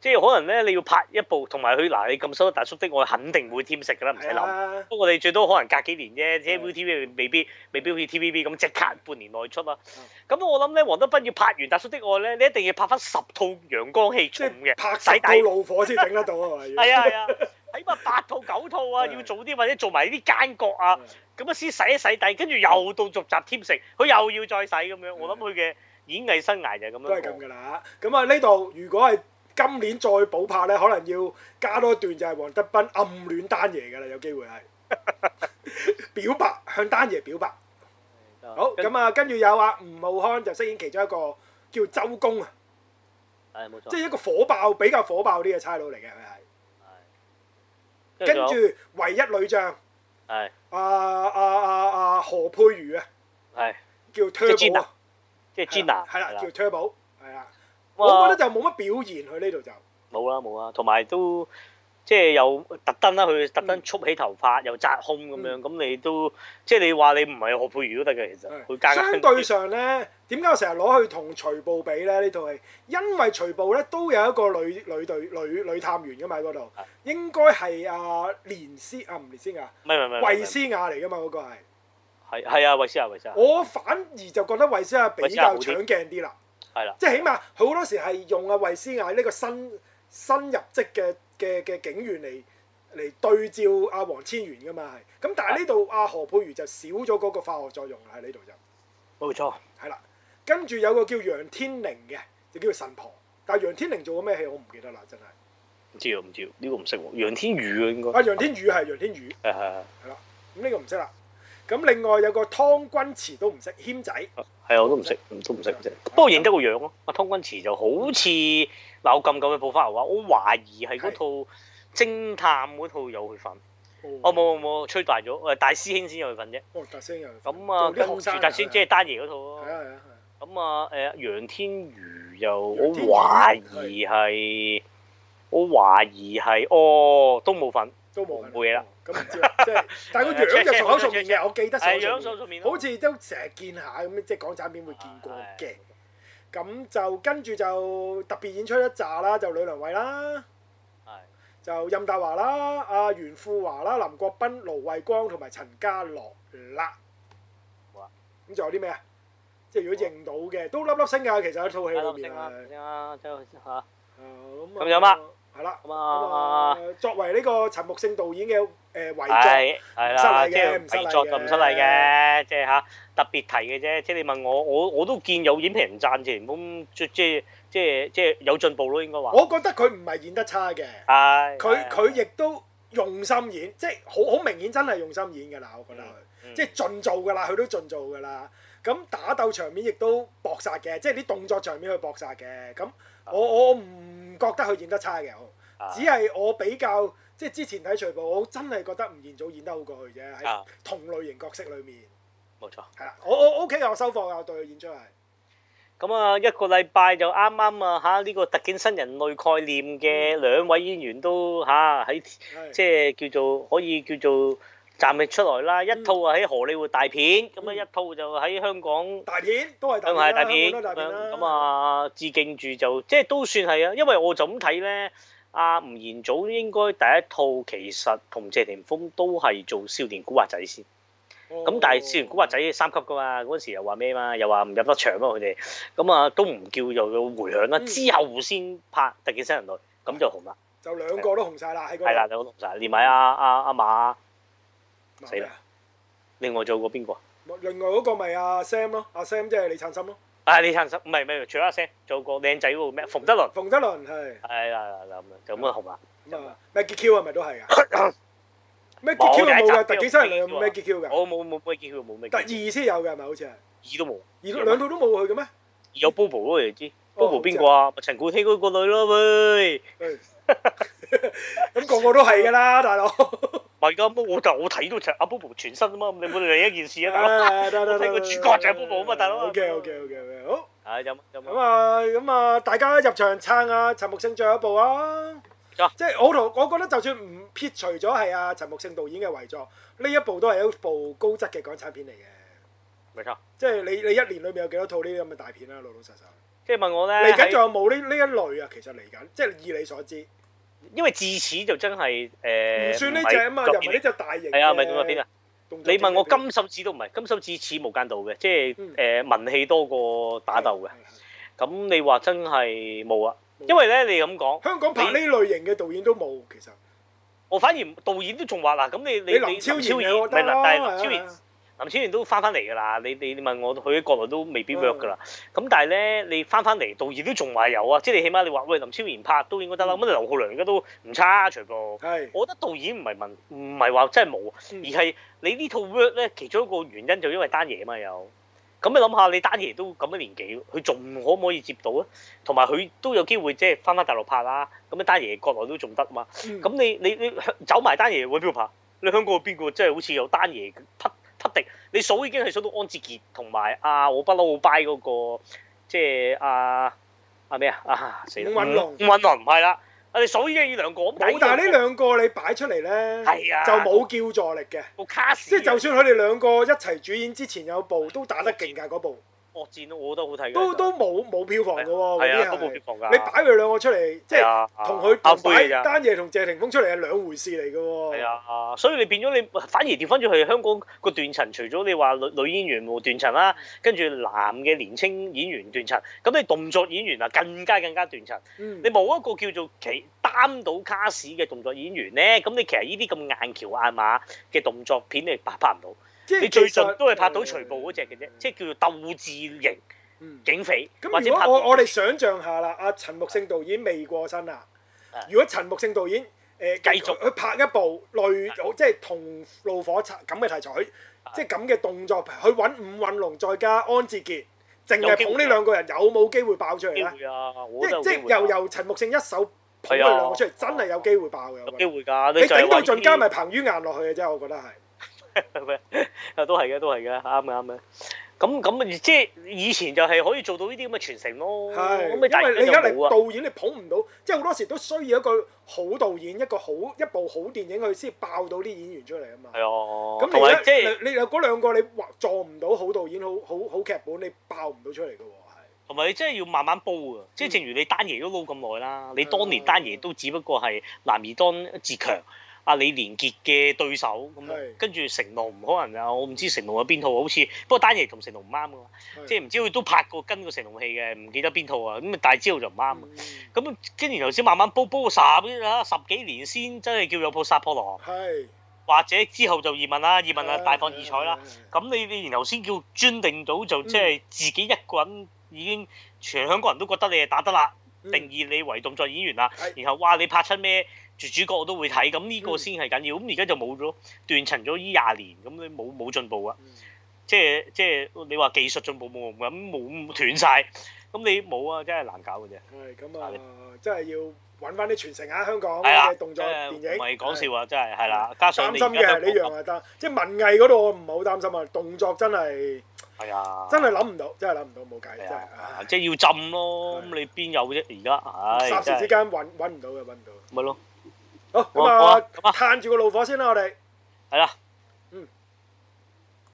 Speaker 1: 即係可能咧，你要拍一部，同埋佢嗱，你咁收得大叔的愛，肯定會添食㗎啦，唔使
Speaker 2: 係係啊
Speaker 1: 諗。
Speaker 2: 啦，
Speaker 1: 不過你最多可能隔幾年啫，即係
Speaker 2: 嗯
Speaker 1: ViuTV 未必未必好似 TVB 咁即刻半年內出啦。
Speaker 2: 嗯
Speaker 1: 咁我諗咧，黃德斌要拍完《大叔的愛》咧，你一定要拍翻十套陽光戲
Speaker 2: 即
Speaker 1: 重嘅
Speaker 2: 係，拍
Speaker 1: 洗
Speaker 2: 晒到
Speaker 1: 底。
Speaker 2: 怒火先頂得到啊嘛，要
Speaker 1: 係啊係啊， 起碼八套九套啊，
Speaker 2: 嗯
Speaker 1: 要做啲或者做埋啲奸角啊，咁啊先洗一洗底，跟住又到續集添食，佢又要再洗咁樣。我諗佢嘅演藝生涯就係咁樣
Speaker 2: 嗯都係咁
Speaker 1: 過。
Speaker 2: 噶啦。咁啊呢度如果係今年再補拍咧，可能要加多一段就係黃德斌暗戀丹爺噶啦，有機會 係表白向丹爺表白。好
Speaker 1: 跟
Speaker 2: 咁啊，跟住有啊吳浩康就飾演其中一個叫周公啊，
Speaker 1: 係冇錯。
Speaker 2: 即係一個火爆比較火爆啲嘅差佬嚟嘅佢
Speaker 1: 係
Speaker 2: 係。跟
Speaker 1: 仲有
Speaker 2: 住唯一女將
Speaker 1: 係
Speaker 2: 啊啊啊啊何佩瑜啊，
Speaker 1: 係
Speaker 2: 叫
Speaker 1: 即係
Speaker 2: Turbo 啊，
Speaker 1: 即係
Speaker 2: 係啦
Speaker 1: Gina
Speaker 2: 係啦，
Speaker 1: 係
Speaker 2: 叫 Turbo 係啦。
Speaker 1: 哇
Speaker 2: 我覺得就冇乜表現佢呢度就。
Speaker 1: 冇啦冇啦，同埋都即係又特登啦，佢特
Speaker 2: 嗯
Speaker 1: 登束起頭髮又紮胸咁樣，咁你都即係你話你唔係何佩瑜都得嘅，其實佢加
Speaker 2: 嗯相對上咧，點解我成日攞去同徐步比咧？呢套戲，因為徐步咧都有一個女女隊女女探員噶嘛喺嗰度
Speaker 1: 係，
Speaker 2: 應該係阿連詩啊唔連詩雅，
Speaker 1: 唔係唔係唔係
Speaker 2: 維斯雅嚟噶嘛嗰個係。
Speaker 1: 係係啊，維斯啊維斯啊，
Speaker 2: 我反而就覺得維斯雅比較
Speaker 1: 維斯雅
Speaker 2: 搶
Speaker 1: 好
Speaker 2: 鏡啲啦，
Speaker 1: 係啦，
Speaker 2: 即係起碼佢好多時係用阿維斯雅呢個新新入職嘅嘅嘅警員嚟嚟對照阿黃千源噶嘛係。咁但係呢度阿何佩瑜就少咗嗰個化學作用啦喺呢度就。
Speaker 1: 冇錯，
Speaker 2: 係啦，跟住有個叫楊天寧嘅，就叫神婆。但係楊天寧做過咩戲我唔記得啦，真係。
Speaker 1: 唔知喎唔知喎，呢個唔識喎，楊天宇啊應該，
Speaker 2: 啊，楊天宇係楊天宇，
Speaker 1: 係係係
Speaker 2: 咁呢個唔識啦。咁另外有個湯君池都唔識，軒仔
Speaker 1: 係啊我都唔識，都唔識啫，不過認得個樣咯，阿湯君池就好似嗱我咁咁嘅報翻嚟話，啊我懷疑係嗰套偵探嗰套有佢份，哦
Speaker 2: 哦，
Speaker 1: 冇冇冇吹大咗，誒大師兄先有佢份啫。
Speaker 2: 哦，達聲又
Speaker 1: 咁啊，跟住但先即係單爺嗰套咯
Speaker 2: 係。啊係啊
Speaker 1: 咁啊，誒楊天如又我
Speaker 2: 楊天如
Speaker 1: 懷疑係，我懷疑係哦，都冇份，
Speaker 2: 都冇哦
Speaker 1: 冇嘢啦。
Speaker 2: 咁唔知啦，啊即係但係 個樣就熟口熟面嘅，我記得熟
Speaker 1: 係
Speaker 2: 口
Speaker 1: 樣
Speaker 2: 熟
Speaker 1: 數
Speaker 2: 面，
Speaker 1: 數面咯
Speaker 2: 好似都成日見下咁，即係港產片會見過嘅。咁就跟住就特別演出一紮啦，就呂良偉啦。
Speaker 1: 係
Speaker 2: 就任達華啦、阿袁富華啦、林國斌、盧慧光同埋陳家樂啦。
Speaker 1: 好啊
Speaker 2: 咁仲有啲咩啊？即係如果認到嘅，都粒粒星㗎。其實喺套戲
Speaker 1: 係啦，
Speaker 2: 裏
Speaker 1: 星
Speaker 2: 面
Speaker 1: 啦，
Speaker 2: 啊，
Speaker 1: 星啦，即係嚇
Speaker 2: 啊咁
Speaker 1: 咁有乜？
Speaker 2: 係啦，
Speaker 1: 咁
Speaker 2: 咁
Speaker 1: 啊，
Speaker 2: 啊，作為呢個陳木勝導演嘅誒遺
Speaker 1: 係係啦，
Speaker 2: 唔失禮嘅
Speaker 1: 即係
Speaker 2: 唔失禮嘅
Speaker 1: 遺作就唔失禮嘅，即係嚇特別提嘅啫。即係你問我，我我都見有影評人讚謝霆鋒，即即即係即係有進步咯，應該話
Speaker 2: 作，。我覺得佢唔係演得差嘅，
Speaker 1: 係啊
Speaker 2: 佢
Speaker 1: 係
Speaker 2: 佢亦都用心演，即係好好明顯真係用心演㗎啦。我覺得佢。
Speaker 1: 嗯
Speaker 2: 即係盡做㗎啦，佢都盡做㗎啦。咁打鬥場面亦都搏殺嘅，即係啲動作場面佢搏殺嘅。咁我我唔覺得佢演得差嘅，我
Speaker 1: 啊
Speaker 2: 只係我比較即係之前睇徐步，我真係覺得吳彥祖演得好過佢啫，喺
Speaker 1: 啊
Speaker 2: 同類型角色裏面
Speaker 1: 冇錯。
Speaker 2: 係啦。我我 OK 嘅，我收貨嘅，我對佢演出係
Speaker 1: 咁啊，一個禮拜就啱啱啊嚇呢個特警新人類概念嘅
Speaker 2: 嗯
Speaker 1: 兩位演員都嚇喺
Speaker 2: 係
Speaker 1: 即係叫做可以叫做站立出來啦。一套啊喺荷里活大片，咁啊
Speaker 2: 嗯
Speaker 1: 一套就喺香港
Speaker 2: 大片都係
Speaker 1: 香
Speaker 2: 大
Speaker 1: 港係大片
Speaker 2: 片啦，香港都係大片啦。
Speaker 1: 咁啊，致敬住就即係都算係啊，因為我就咁睇咧。阿吳彥祖應該第一套其實同謝霆鋒都係做少年古惑仔先。
Speaker 2: 哦，
Speaker 1: 咁但係少年古惑仔三級噶嘛，嗰陣時又話咩嘛，又話唔入得場咯佢哋，咁啊都唔叫做回響啦，
Speaker 2: 嗯
Speaker 1: 之後先拍特技新人類，咁就紅啦，
Speaker 2: 就兩個都紅晒啦，喺嗰度
Speaker 1: 係啦，就紅晒，連埋阿阿阿馬，
Speaker 2: 嗱
Speaker 1: 死啦！另外仲有個邊個啊？
Speaker 2: 另外嗰個咪阿 à, Sam 咯，阿 Sam 即係李燦森咯，
Speaker 1: 啊李燦森，唔係唔係，除咗阿 Sam，仲有個靚仔喎咩？馮德倫，
Speaker 2: 馮德倫係。
Speaker 1: 係啦啦啦咁樣，就咁啊紅啦，
Speaker 2: 咁啊，Maggie Q 係咪都係噶 à?？Maggie
Speaker 1: 冇
Speaker 2: Q 冇
Speaker 1: 第
Speaker 2: 噶，
Speaker 1: 一集
Speaker 2: 特警新人類
Speaker 1: 有
Speaker 2: 有冇 Maggie Q 噶？
Speaker 1: 我冇冇咩機會，冇咩
Speaker 2: 特
Speaker 1: 機會，
Speaker 2: 二先有嘅係咪好似係？
Speaker 1: 二都冇，
Speaker 2: 二兩套都冇佢嘅咩？
Speaker 1: 有 Bobo 咯你知
Speaker 2: 哦
Speaker 1: ，Bobo 邊個啊？陳冠希嗰個女咯喂，
Speaker 2: 唉咁個個都係㗎啦，大佬。
Speaker 1: 唔係㗎，我但我睇到陳阿 Bobo 全身啊嘛，咁你冇理一件事啊大佬。
Speaker 2: 唉得
Speaker 1: 我睇個主角就係 Bobo 啊嘛大佬
Speaker 2: O K O K O K O K，好
Speaker 1: 啊，有冇有
Speaker 2: 咁
Speaker 1: 冇？
Speaker 2: 啊，咁啊，大家入場撐啊，陳木勝最後一步啊！
Speaker 1: 啊
Speaker 2: 即係我同我覺得就算唔撇除咗係阿陳木勝導演嘅遺作，呢一部都係一部高質嘅港產片嚟嘅。
Speaker 1: 冇錯。
Speaker 2: 即係你你一年裏面有幾多套呢啲咁嘅大片啦、啊老老實實。
Speaker 1: 即係問我咧，
Speaker 2: 嚟緊
Speaker 1: 喺
Speaker 2: 仲有冇呢呢一類啊？其實嚟緊，即係以你所知，
Speaker 1: 因為自此就真係誒，
Speaker 2: 唔算呢只啊嘛，
Speaker 1: 唔係
Speaker 2: 又唔係呢只大型。
Speaker 1: 係啊，咪動作片啊！
Speaker 2: 動作
Speaker 1: 你
Speaker 2: 片嘅片？
Speaker 1: 問我金手指都唔係，金手指似無間道嘅，即係誒、
Speaker 2: 嗯
Speaker 1: 文氣多過打鬥嘅
Speaker 2: 係。係
Speaker 1: 咁你話真係冇啊？
Speaker 2: 冇
Speaker 1: 因為咧，你咁講，
Speaker 2: 香港拍呢類型嘅導演都冇，其實
Speaker 1: 我反而導演都仲話嗱，咁你
Speaker 2: 你
Speaker 1: 你
Speaker 2: 林超賢
Speaker 1: 賢
Speaker 2: 嘅我
Speaker 1: 唔係
Speaker 2: 得
Speaker 1: 嗱
Speaker 2: 啦，
Speaker 1: 但係林超
Speaker 2: 係
Speaker 1: 賢
Speaker 2: 啊
Speaker 1: 林超賢都翻翻嚟㗎啦。你你你問我去咗國內都未必 work 㗎啦。
Speaker 2: 嗯
Speaker 1: 咁但係咧，你翻翻嚟導演都仲話有啊，即係你起碼你話喂林超賢拍都應該得啦。咁
Speaker 2: 嗯
Speaker 1: 你劉浩良而家都唔差，全部。
Speaker 2: 係
Speaker 1: 我覺得導演唔係問，唔係話真係冇，
Speaker 2: 嗯
Speaker 1: 而係你呢套 work 咧，其中一個原因就因為單爺啊嘛又。咁你諗下，你單爺都咁嘅年紀，佢仲可唔可以接到啊？同埋佢都有機會即係翻翻大陸拍啦。咁啊，單爺國內都仲得嘛。
Speaker 2: 嗯
Speaker 1: 咁你你你走埋單爺揾邊個拍？你香港有邊個即係好似有單爺匹匹敵？你數已經係數到安志傑同埋啊，我不嬲好 buy 嗰個，即係啊啊咩啊啊死啦！
Speaker 2: 伍允龍
Speaker 1: 伍允龍係啦，啊你數已經要兩個咁，
Speaker 2: 冇，但係呢兩個你擺出嚟咧，
Speaker 1: 係啊
Speaker 2: 就冇叫助力嘅。
Speaker 1: 個卡士啊
Speaker 2: 即係就算佢哋兩個一齊主演之前有部都打得勁㗎，嗰部
Speaker 1: 惡戰咯，我覺得好睇嘅。
Speaker 2: 都都冇冇票房㗎喎，
Speaker 1: 啊係
Speaker 2: 嗰
Speaker 1: 啊，都冇票
Speaker 2: 啲係。
Speaker 1: 房㗎。
Speaker 2: 你擺佢兩個出嚟，即
Speaker 1: 係
Speaker 2: 係
Speaker 1: 啊
Speaker 2: 同佢
Speaker 1: 阿
Speaker 2: 同
Speaker 1: 灰
Speaker 2: 擺
Speaker 1: 㗎咋。
Speaker 2: 單嘢同謝霆鋒出嚟係兩回事嚟㗎喎。
Speaker 1: 係啊，所以你變咗你反而調翻轉去香港個斷層，除咗你話女女演員冇斷層啦，跟住男嘅年青演員斷層，咁你動作演員啊更加更加斷層。
Speaker 2: 嗯，
Speaker 1: 你冇一個叫做其擔到卡士嘅動作演員咧，咁你其實呢啲咁硬橋硬馬嘅動作片你拍拍唔到，
Speaker 2: 即係
Speaker 1: 你最
Speaker 2: 其實
Speaker 1: 盡都係拍到徐步嗰只嘅啫，即係叫做鬥智型
Speaker 2: 嗯
Speaker 1: 警匪，或
Speaker 2: 咁
Speaker 1: 者
Speaker 2: 如
Speaker 1: 拍
Speaker 2: 果我
Speaker 1: 到
Speaker 2: 我哋想像下啦，阿陳木勝導演未過身啦
Speaker 1: 啊。
Speaker 2: 如果陳木勝導演誒
Speaker 1: 繼續
Speaker 2: 佢拍一部類即係同怒火賊咁嘅題材，佢
Speaker 1: 啊
Speaker 2: 即係咁嘅動作，佢揾伍允龍再加安志傑，淨
Speaker 1: 有
Speaker 2: 係
Speaker 1: 機會
Speaker 2: 捧呢兩個人有冇機會爆出嚟
Speaker 1: 機
Speaker 2: 咧？
Speaker 1: 會啊，我覺
Speaker 2: 即
Speaker 1: 得有
Speaker 2: 即
Speaker 1: 機會
Speaker 2: 由
Speaker 1: 㗎
Speaker 2: 由陳木勝一手捧佢
Speaker 1: 係啊
Speaker 2: 兩個出嚟，真係有機會爆嘅。我
Speaker 1: 有
Speaker 2: 覺
Speaker 1: 機
Speaker 2: 得
Speaker 1: 會㗎，
Speaker 2: 你
Speaker 1: 就係話
Speaker 2: 頂到
Speaker 1: 呢
Speaker 2: 盡
Speaker 1: 啲
Speaker 2: 加咪彭于晏落去嘅啫，我覺得係。
Speaker 1: 係咪？ 啊，都係嘅，都係嘅，啱嘅，啱嘅。咁咁即係以前就係可以做到呢啲咁嘅傳承咯。
Speaker 2: 係，
Speaker 1: 咁但
Speaker 2: 因為你而家
Speaker 1: 就
Speaker 2: 你
Speaker 1: 冇啊。
Speaker 2: 導演你捧唔到，即係好多時都需要一個好導演，一個好一部好電影佢先爆到啲演員出嚟啊嘛。
Speaker 1: 係啊，
Speaker 2: 咁
Speaker 1: 同
Speaker 2: 你而
Speaker 1: 埋即
Speaker 2: 家
Speaker 1: 係
Speaker 2: 你你有嗰兩個你畫撞唔到好導演，好好好劇本，你爆唔到出嚟嘅喎，
Speaker 1: 同埋你真係要慢慢煲啊！
Speaker 2: 嗯
Speaker 1: 即係正如你單爺都撈咁耐啦，你當年單爺都只不過係男兒當自強。阿李連杰嘅對手咁樣
Speaker 2: 係，
Speaker 1: 跟住成龍可能啊，我唔知成龍有邊套，好似不過單爺同成龍唔啱㗎嘛，
Speaker 2: 係
Speaker 1: 即係唔知佢都拍過跟過成龍戲嘅，唔記得邊套啊，咁啊但係之後就唔啱啊。
Speaker 2: 嗯
Speaker 1: 咁跟住頭先慢慢煲煲十啦，十幾年先真係叫有部殺破狼，
Speaker 2: 係
Speaker 1: 或者之後就葉問啦，葉問啊大嗯放異彩啦。。
Speaker 2: 係
Speaker 1: 咁你你然後先叫專定到就即係自己一個人已經全香港人都覺得你係打得啦，
Speaker 2: 嗯
Speaker 1: 定義你為動作演員啦。
Speaker 2: 係
Speaker 1: 然後哇你拍出咩主主角我都會睇，咁呢個
Speaker 2: 嗯
Speaker 1: 先係緊要。咁而家就冇咗斷層咗依廿年，咁你冇冇進步啊？
Speaker 2: 嗯
Speaker 1: 即係即係你話技術進步冇咁冇斷晒，咁你冇啊，真係難搞嘅啫。
Speaker 2: 係咁啊，真係要揾翻啲傳承下香港
Speaker 1: 係啦，
Speaker 2: 嘅動作電影。
Speaker 1: 誒唔係講
Speaker 2: 係
Speaker 1: 笑啊，真係係啦。加上
Speaker 2: 擔
Speaker 1: 你
Speaker 2: 心
Speaker 1: 而家
Speaker 2: 嘅
Speaker 1: 都
Speaker 2: 呢樣啊，擔即係文藝嗰度我唔係好擔心啊，動作真係
Speaker 1: 係啊，
Speaker 2: 真係諗唔到，真係諗唔到冇計，真
Speaker 1: 係啊，
Speaker 2: 係
Speaker 1: 即係要浸咯。咁
Speaker 2: 係
Speaker 1: 你邊有啫？而家
Speaker 2: 唉
Speaker 1: 唉，
Speaker 2: 霎時之
Speaker 1: 真係
Speaker 2: 間揾揾唔到嘅，揾唔到。
Speaker 1: 咪咯，
Speaker 2: 好
Speaker 1: 好啊好
Speaker 2: 咁
Speaker 1: 啊咁啊
Speaker 2: 啊，嘆住個怒火先啦，我哋。
Speaker 1: 係啦
Speaker 2: 嗯。